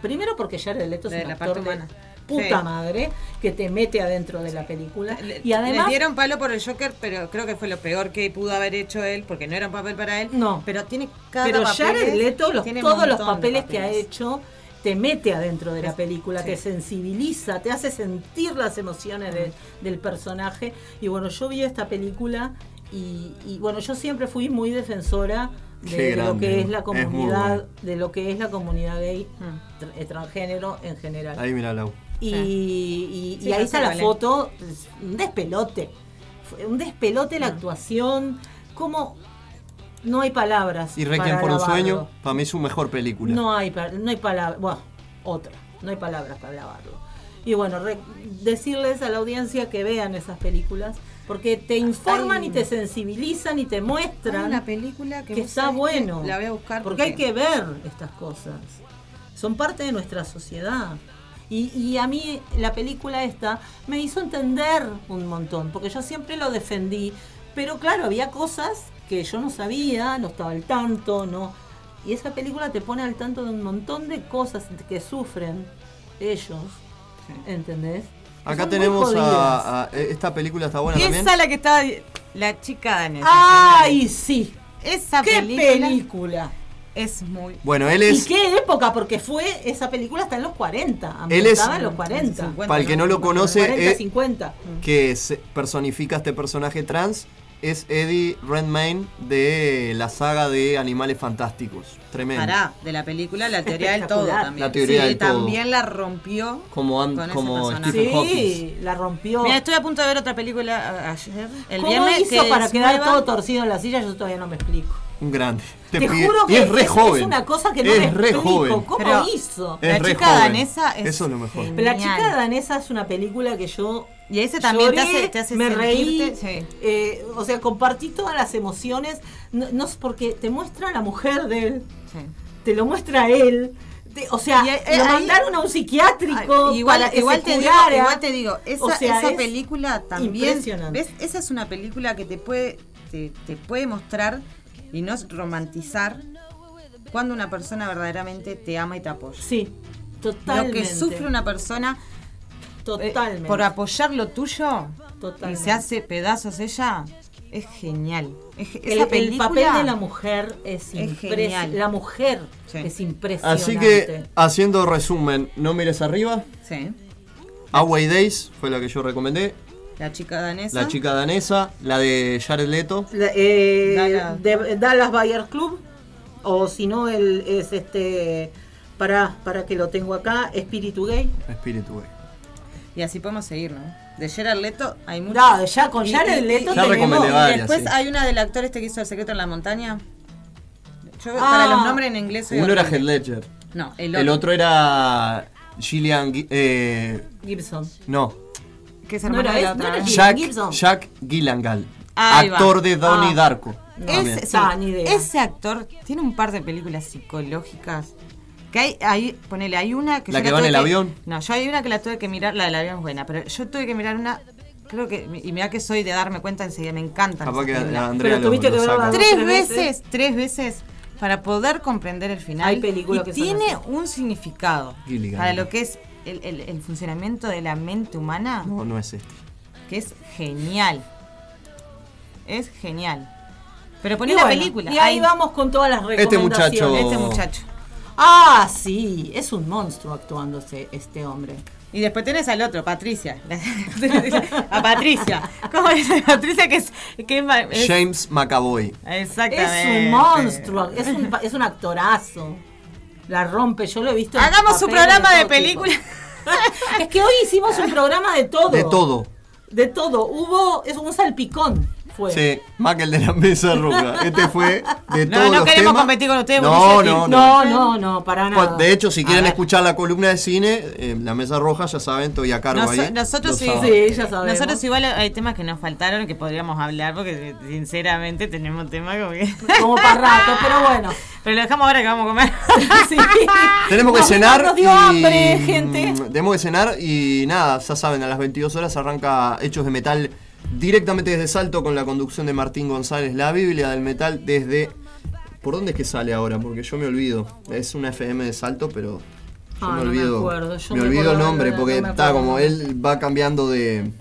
Primero porque Jared Leto
De
es un
la
actor
parte
de
humana.
puta
Sí.
madre que te mete adentro de la película y
Le
además
dieron palo por el Joker, pero creo que fue lo peor que pudo haber hecho él, porque no era un papel para él.
No.
Pero tiene cada
pero Jared
papel,
Leto los-
tiene
todos los
montón de
papeles, que ha hecho te mete adentro de la película,
sí.
te sensibiliza, te hace sentir las emociones de- del personaje. Y bueno, yo vi esta película y, y, bueno, yo siempre fui muy defensora de,
Qué
de lo
grande,
que es la
es muy
comunidad, de lo que es la comunidad gay tr- eh, transgénero en general.
Ahí mirá, Lau.
Y, y- y
Sí,
ahí
no
está
sé
la
cuál es.
foto, un despelote. Fue Un despelote la
Mm.
actuación, como no hay palabras.
Y
para
Requiem por un
alabarlo.
sueño, para mí es su mejor película.
No hay, pa- no hay palabras, bueno, otra, no hay palabras para alabarlo. Y bueno, re- decirles a la audiencia que vean esas películas, porque te informan y te sensibilizan y te muestran
Hay una película que,
que
vos
está
sabés que
bueno.
La voy a buscar
Porque hay que ver estas cosas. Son parte de nuestra sociedad. Y, y a mí la película esta me hizo entender un montón, porque yo siempre lo defendí, pero claro, había cosas que yo no sabía, no estaba al tanto, no. Y esa película te pone al tanto de un montón de cosas que sufren ellos, ¿entendés?
Acá
Son muy
tenemos
jodidas.
a, a- Esta película está buena también.
Esa la que estaba. La chica Daniel.
¡Ay, sí!
Esa
¡Qué
película.
película!
Es muy.
Bueno, él es.
¿Y qué época? Porque fue esa película está en los 40.
Él es-
ambientada en los 40.
para el que no lo conoce,
40,
eh,
50.
que se- personifica a este personaje trans es Eddie Redmayne de la saga de Animales Fantásticos. Tremendo.
Pará, de la película La Teoría del Todo
Espectacular.
también.
La Teoría
Sí,
del Todo.
también la rompió.
Como, and-
con ese
como
personaje.
Stephen Hawking.
Sí, la rompió.
Mira, estoy a punto de ver otra película a- ayer. El
¿Cómo
viernes
hizo
que
para
es
quedar
nueva.
todo torcido en la silla? Yo todavía no me explico.
Un grande.
Te
pide-
juro
y
que
es re
es- es
joven.
una cosa que no
es
me
re
explico.
joven.
¿Cómo
Pero
Oh, hizo?
Es
La
re
chica
joven.
danesa es
Eso es lo mejor.
La
Genial.
chica danesa es una película que yo.
Y ese también te
lloré,
hace- te hace
me reí,
sentirte, sí.
eh, o sea, compartí todas las emociones, no, no es porque te muestra a la mujer de él, te lo muestra a él, te- o sea,
Y, eh,
lo
ahí-
mandaron a un psiquiátrico,
Ay, igual,
para que
igual
se
te digo,
curara.
igual te digo, esa,
O sea,
esa
es
película también.
impresionante.
¿ves? Esa es una película que te puede, te, te puede mostrar y no es romantizar cuando una persona verdaderamente te ama y te apoya.
Sí,
Lo
totalmente.
que sufre una persona eh,
Totalmente.
por apoyar lo tuyo
Totalmente.
y se hace pedazos ella es genial. Es, esa
El, el
película-
papel de la mujer es,
es
impresionante.
genial.
La mujer es impresionante.
Así que, haciendo resumen, no mires arriba.
Sí.
Away Days fue la que yo recomendé.
La chica danesa.
La chica danesa, la de Jared Leto.
La- eh,
Dallas.
de- Dallas Bayer Club o si no el es este para para que lo tengo acá espíritu gay
Espíritu Gay.
Y así podemos seguir, ¿no? De Gerard Leto hay mucho.
No, ya con Jared Leto Ya tenemos- recomendé
y
varias,
después
sí.
hay una del actor este que hizo El secreto en la montaña. Yo
Ah.
para los nombres en inglés soy
Uno era
horrible.
Heath Ledger.
No, el
El
otro.
otro, era Gillian. Gi- Eh,
Gibson
no,
Que es
No
hermano
era
de la
él, no
otra.
era
¿eh?
Jack, Jack Gillangal.
Ahí va.
actor de Donnie
Ah.
Darko. también.
Ese, sí, ese actor tiene un par de películas psicológicas. Que hay, ahí, ponele, hay una que
¿La
yo
que va en
tuve
el avión?
No, yo hay una que la tuve que mirar, la del avión es buena, pero yo tuve que mirar una, creo que, y mirá que soy de darme cuenta enseguida, me encanta.
Capaz que a Andrea Pero lo- tuviste
tuviste
que lo verla saca. dos,
tres
tres
veces, tres veces, para poder comprender el final.
Hay películas
Y
que son
tiene
así.
un significado
Gilligan.
para lo que es el, el- el funcionamiento de la mente humana
No, no es este.
que es genial. Es genial. Pero
Y
poné la
bueno,
película.
y ahí vamos con todas las
Este
recomendaciones
muchacho.
ah sí es un monstruo actuándose este hombre
Y después tenés al otro, Patricia. A Patricia. ¿Cómo dice Patricia que es... Que es ma- es-
James McAvoy.
es
Exactamente.
un monstruo es un, pa- es un actorazo la rompe yo lo he visto en
Hagamos un
papeles
programa de
todo tipo.
películas.
es que hoy hicimos un programa de todo
De todo.
de todo hubo es un salpicón fue
Sí, más que el de la mesa roja. Este fue de
No,
todos
no
los
queremos
temas.
competir con ustedes,
No,
Bucetti.
no, no.
No, no, no, para nada.
Pues, De hecho, si
A
quieren
ver.
escuchar la columna de cine, eh, la mesa roja, ya saben, estoy a cargo
Noso-
ahí.
nosotros
los
sí,
sábados.
Nosotros igual hay temas que nos faltaron que podríamos hablar porque sinceramente tenemos temas como que...
como para rato pero bueno
Pero lo dejamos ahora que vamos a comer.
Tenemos que
Nos-
cenar.
nos dio
y-
hambre, gente.
mm, Tenemos que cenar y nada, ya saben, a las 22 horas arranca Hechos de Metal directamente desde Salto con la conducción de Martín González, la Biblia del Metal desde. ¿Por dónde es que sale ahora? Porque yo me olvido. Es una FM de Salto, pero. Yo
Ah,
me
no me
olvido.
acuerdo, yo
me
me
olvido
acuerdo,
el nombre
no, no
porque
me
está
acuerdo.
como él va cambiando de.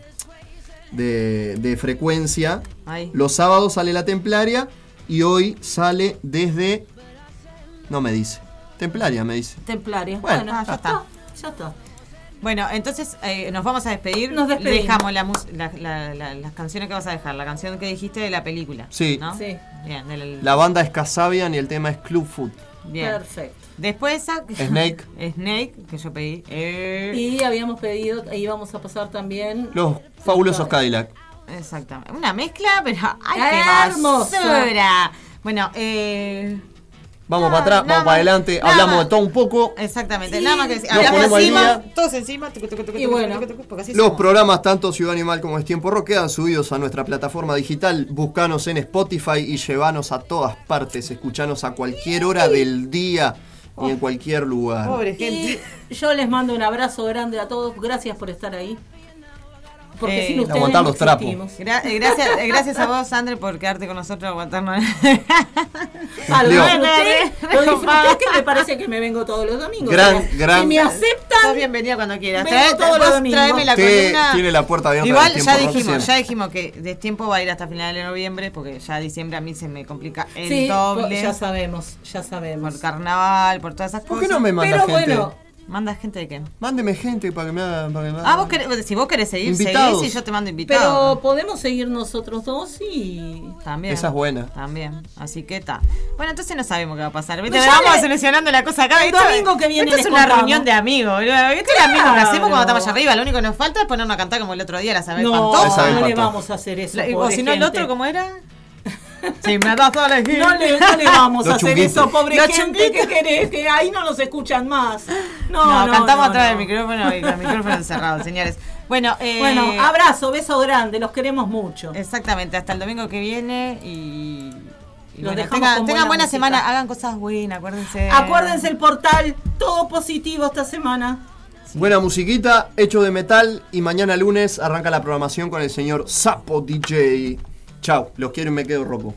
de, de frecuencia.
Ay.
Los sábados sale la Templaria y hoy sale desde. No me dice. Templaria me dice.
templaria
Bueno,
bueno,
ya está.
ya está ya está
Bueno, entonces eh, nos vamos a despedir.
Nos despedimos.
Dejamos la mus- la- la- la- las canciones que vas a dejar, la canción que dijiste de la película.
Sí.
¿no?
Sí.
Bien, del-
La banda es Casabian y el tema es Club Food.
bien.
Perfecto.
Después esa.
Snake.
Snake, que yo pedí. Eh,
y habíamos pedido ahí vamos a pasar también
Los fabulosos Cadillac.
Exactamente. Una mezcla, pero ¡ay, qué
Hermoso.
hermosura! Bueno, eh,
Vamos para atrás, vamos para adelante,
nada
hablamos
más.
de todo un poco.
exactamente. Nada más que decir.
Nos ponemos al
encima,
día.
todos encima. tucu, tucu, tucu,
Y
tucu,
bueno.
tucu, tucu, porque así
Los
somos.
programas tanto Ciudad Animal como Es Tiempo Rock quedan subidos a nuestra plataforma digital. Buscanos en Spotify y llevanos a todas partes. Escuchanos a cualquier hora del día y
Oh,
en cualquier lugar.
Y yo les mando un abrazo grande a todos. Gracias por estar ahí.
Porque sin
Eh,
ustedes Aguantar no los trapos. existimos.
Gra- eh, gracias, eh, gracias a vos, Sandre, por quedarte con nosotros aguantarnos.
Ah, lo
Cumplió.
¿eh?
disfruté, lo disfruté,
Recopada.
que me parece que me vengo todos los domingos.
Gran-
O sea,
gran-
Si me aceptan.
Estás bienvenida cuando quieras.
Vengo
Trae-
todos los
vos
domingos.
traeme la
Te-
columna.
tiene la puerta abierta
Igual
del
ya
tiempo,
dijimos,
Roxy.
ya dijimos que de tiempo va a ir hasta final de noviembre, porque ya diciembre a mí se me complica el
Sí,
doble.
ya sabemos, ya sabemos.
Por carnaval, por todas esas
¿Por
cosas.
qué no me manda
Pero
gente?
bueno, ¿manda gente de qué?
Mándeme gente para que me hagan. Para que me
Ah,
hagan-
vos querés, si vos querés seguir,
Invitados.
seguís y yo te mando invitados.
Pero podemos seguir nosotros dos y.
También.
Esa es buena.
También. Así que está. Bueno, entonces no sabemos qué va a pasar. ¿viste?
No, Pues ya
Vamos
le-
solucionando la cosa acá.
El
Esto-
domingo que viene
Esto es
les
una
contamos.
reunión de amigos. boludo. Esto es lo
Claro.
mismo que hacemos cuando estamos allá arriba. Lo único que nos falta es ponernos a cantar como el otro día, la saber
No,
Pantoja.
La Sabe no le Pantoja. vamos a hacer eso,
La- y- O
pobre
si no, el
gente.
otro, ¿cómo era? Si me das a elegir.
No le, no le vamos
Los
a hacer
chunguitos.
eso, pobre
Los
gente. ¿Qué querés? Que ahí no nos escuchan más. No,
No,
no,
cantamos
no,
atrás
no.
del micrófono y con el micrófono encerrado, señores. Bueno, eh, este,
Bueno, abrazo, beso grande, los queremos mucho.
Exactamente, hasta el domingo que viene y. y
Los
bueno, tengan
dejamos con
tengan buena,
buena música.
semana, hagan cosas buenas, acuérdense.
Acuérdense el portal, todo positivo esta semana.
Buena musiquita, hecho de metal. Y mañana lunes arranca la programación con el señor Sapo DJ. Chau, los quiero y me quedo ropo.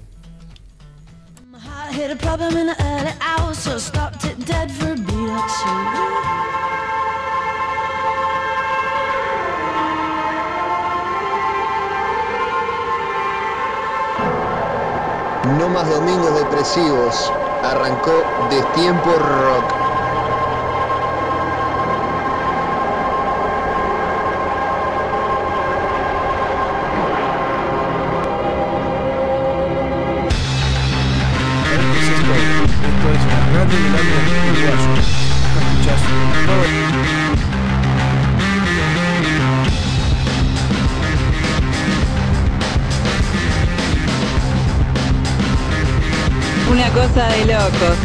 I hit a problem in the early hours, so I stopped it dead for a beat or two.
No más domingos depresivos. Arrancó Destiempo Rock.
Una cosa de locos.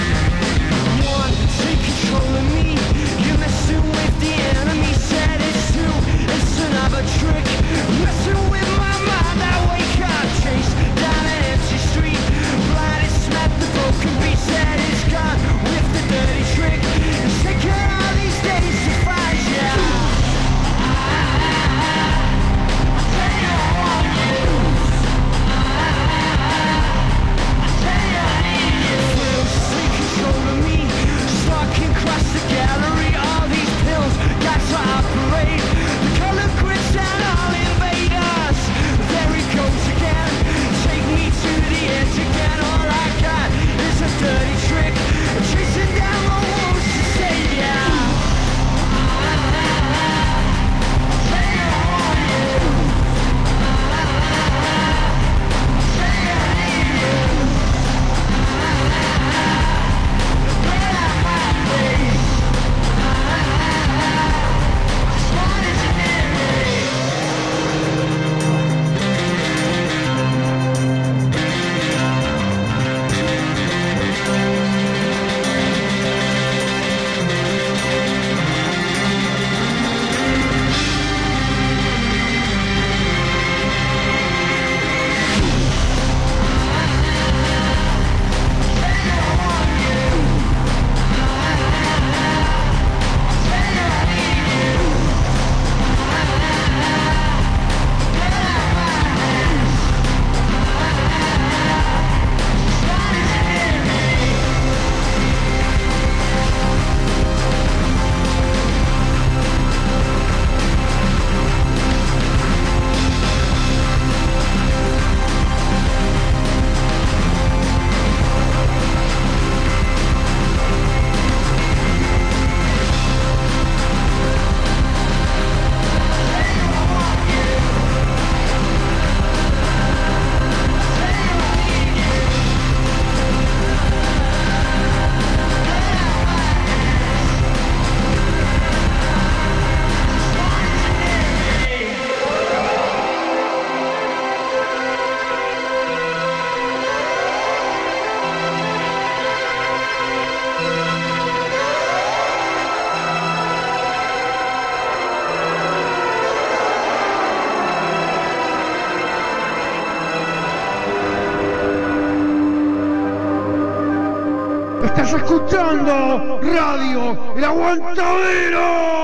Estás escuchando Radio El Aguantadero.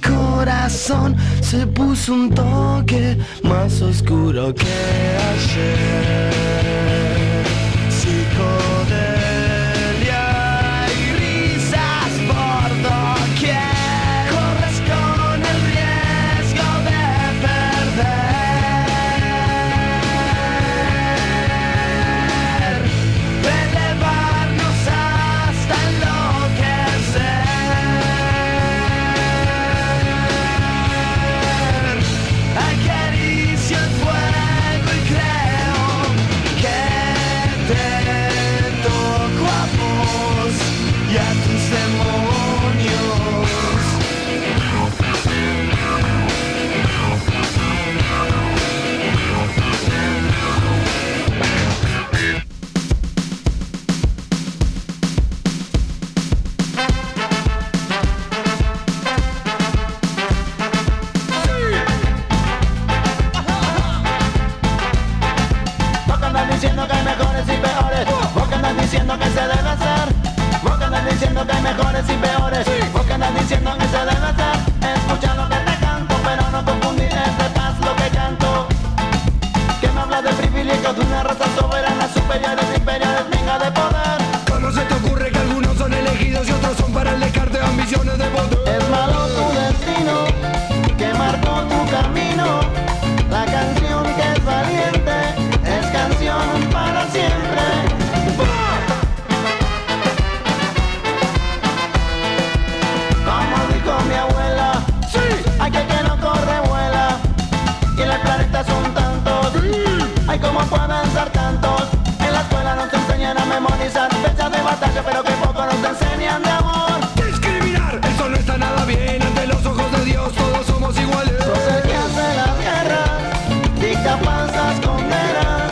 corazón se puso un toque más oscuro que ayer. Psicodelia y risas por doquier. Corres con el riesgo de perder. De elevarnos hasta enloquecer. Acaricio el fuego y creo que te toco a vos y a tus demonios.
Vos que andas diciendo que hay mejores y peores Vos que andas diciendo que se debe hacer Vos que andas diciendo que hay mejores y peores Vos que andas diciendo que se debe hacer Escucha lo que te canto Pero no confundir de paz lo que canto Que me habla de privilegios de una raza soberana Superiores, inferiores, venga de poder
¿Cómo se te ocurre que algunos son elegidos y otros son para el descarte de ambiciones de poder?
Es malo tu destino que marcó tu camino. La canción que es valiente es canción para siempre. Como dijo mi abuela, sí, hay que que no corre vuela. Y los planetas son tantos, hay como pueden ser tantos. En la escuela nos enseñan a memorizar fechas de batalla, pero que poco nos enseñan de amor.
Discriminar, eso no está nada bien Ante los ojos de Dios todos somos iguales
Sos el que hace la guerra, dicta falsas condenas,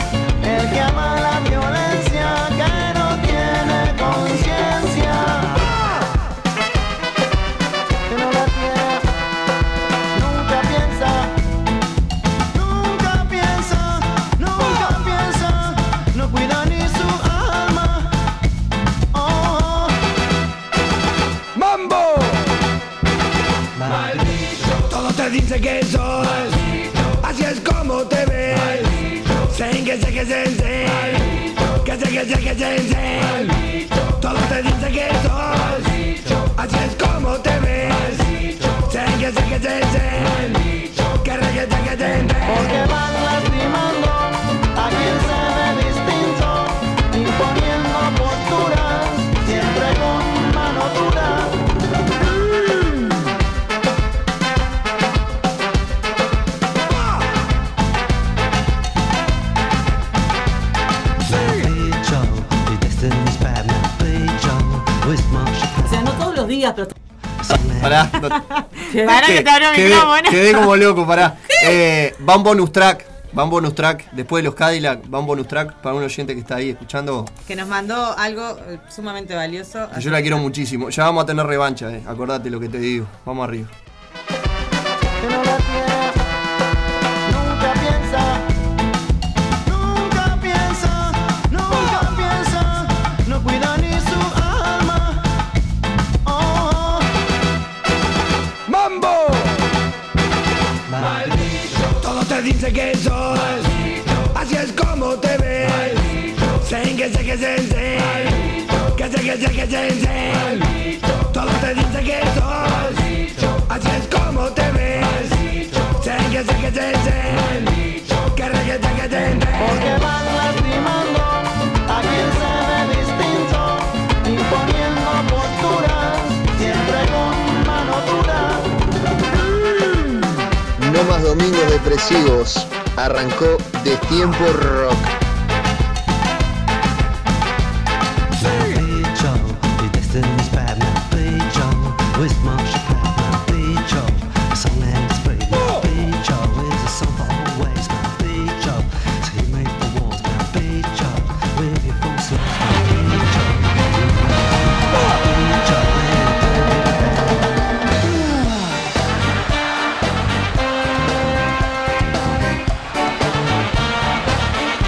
el que ama la violencia, que no tiene conciencia. Que no la tiene, nunca piensa, nunca piensa, nunca piensa, no cuida ni su alma. Oh,
¡Mambo! Maldito Todos te dicen que sos Así es como te ves Sen que se que se se Que se que se que se se Todos te dicen que sos Así es como te ves Sen que se que se se Que re que se que se
Porque van lastimando a quien se ve distinto, imponiendo posturas, siempre con mano dura.
O sea, no todos los días, pero
Pará, no-
Pará que te abro el
quedé-
micrófono.
Quedé como loco, pará. Eh, van bonus track, van bonus track. Después de los Cadillac, van bonus track para un oyente que está ahí escuchando.
Que nos mandó algo eh, sumamente valioso.
que yo la quiero muchísimo. Ya vamos a tener revancha, eh. acordate lo que te digo. Vamos arriba.
Nunca piensa, nunca piensa, nunca piensa, no cuida ni su alma. Oh,
¡Mambo! Maldito Todos te dicen que sos Así es como te ves Sen que se que se se Que se que se que se se Todos te dicen que sos Así es como te ves Sen que se que se se Que re que se que se
porque van lastimando a quien se ve distinto, imponiendo posturas, siempre con mano dura.
No más domingos depresivos. Arrancó Destiempo Rock.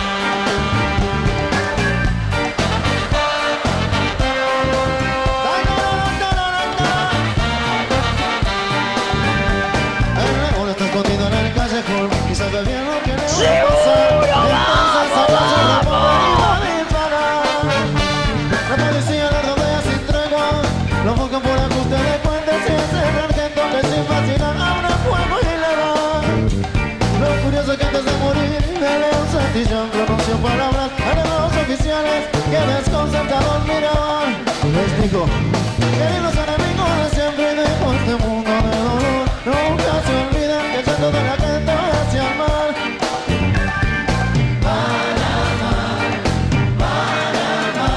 Nunca
dijo.
Que los enemigos de siempre dejo este mundo de dolor Nunca se olvidan que el llanto de la gente va hacia el mar Panamá, Panamá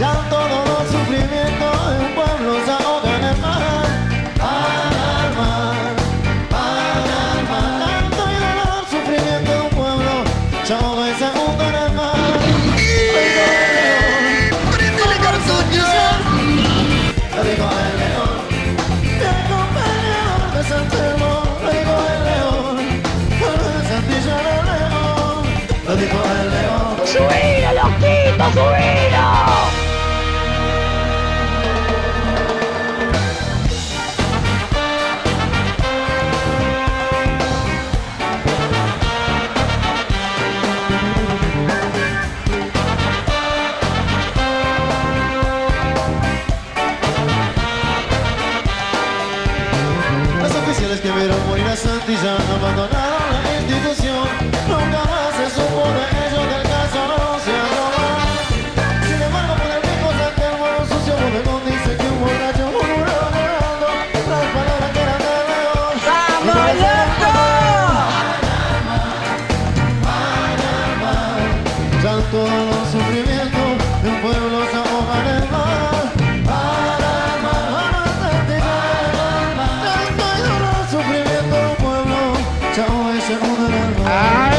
Ya todos los sufrimientos de un pueblo se ahogan en el mar Panamá, Panamá Tanto y dolor, sufrimiento de un pueblo se ahoga y se hunde en el mar ¡Prendele cartucho! Rico el león, te acompaño de San Telmo, rico el león, de Santillo el león, lo dijo el león. ¡Subilo, loquito, subilo! Los oficiales que vieron morir a Santillán abandonaron la institución. Nunca más se supo de ellos del caso no se habló más. Sin embargo, por el mismo San Telmo, un sucio bodegón dice que un borracho murmuró llorando las palabras que eran de León. Y por eso era Panamá, Panamá. Ya todos los sufrimientos de un pueblo se ahogan en el mar. Panamá, Panamá, Santillán, tanto dolor, sufrimiento de un pueblo, chao ese mundo en el mar.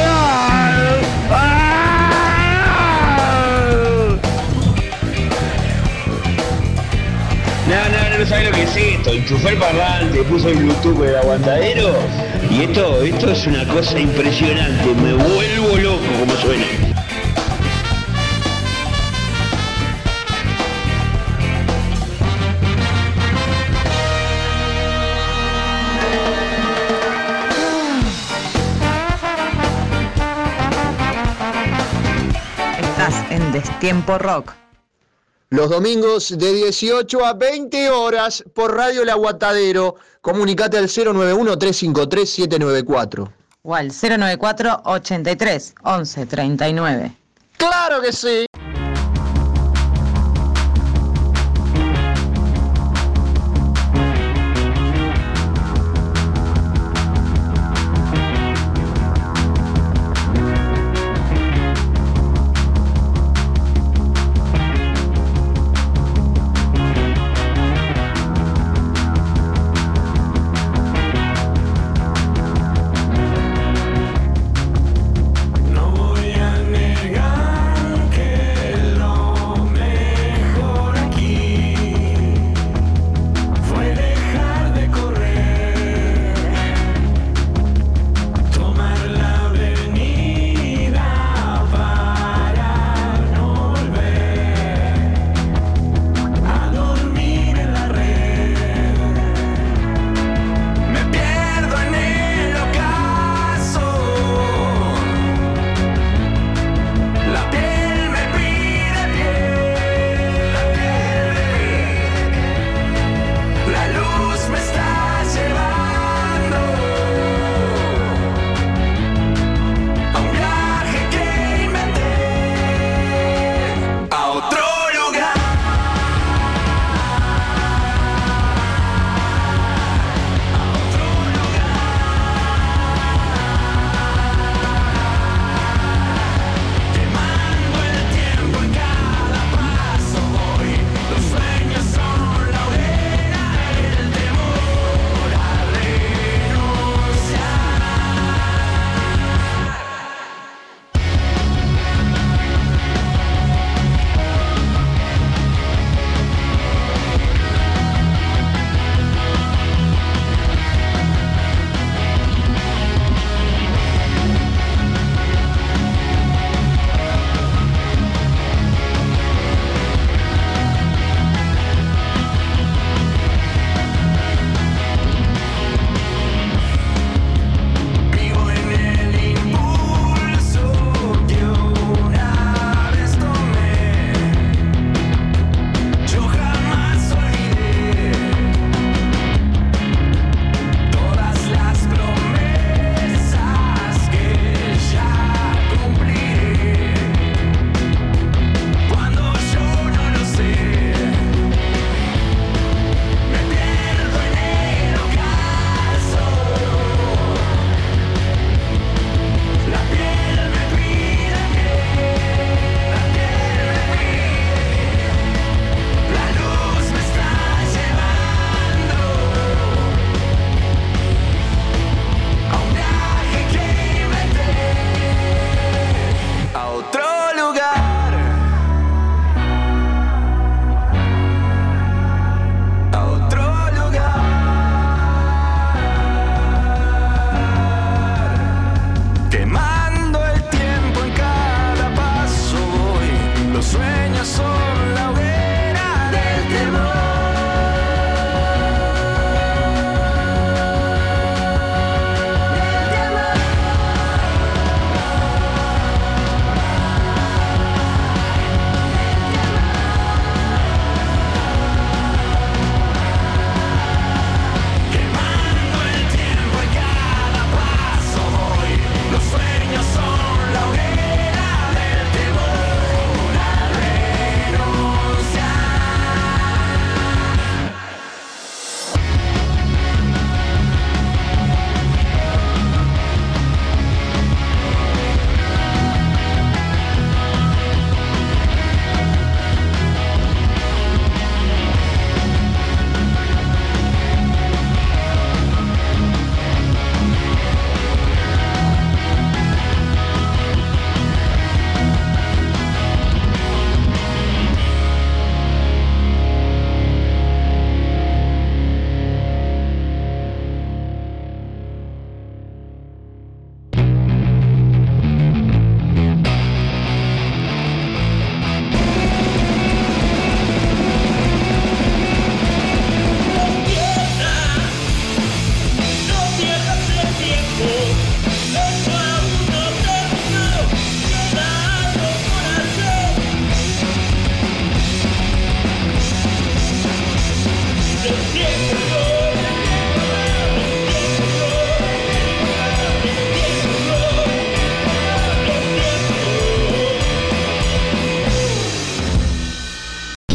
No, no, no sabes lo que es esto. Enchufé el parlante, puse el Bluetooth con el aguantadero. Y esto, esto es una cosa impresionante. Me vuelvo loco como suena.
Estás en Destiempo Rock.
Los domingos de 18 a 20 horas por Radio El Aguatadero. Comunicate al 091-353-794.
O al 094 83 11 39.
¡Claro que sí!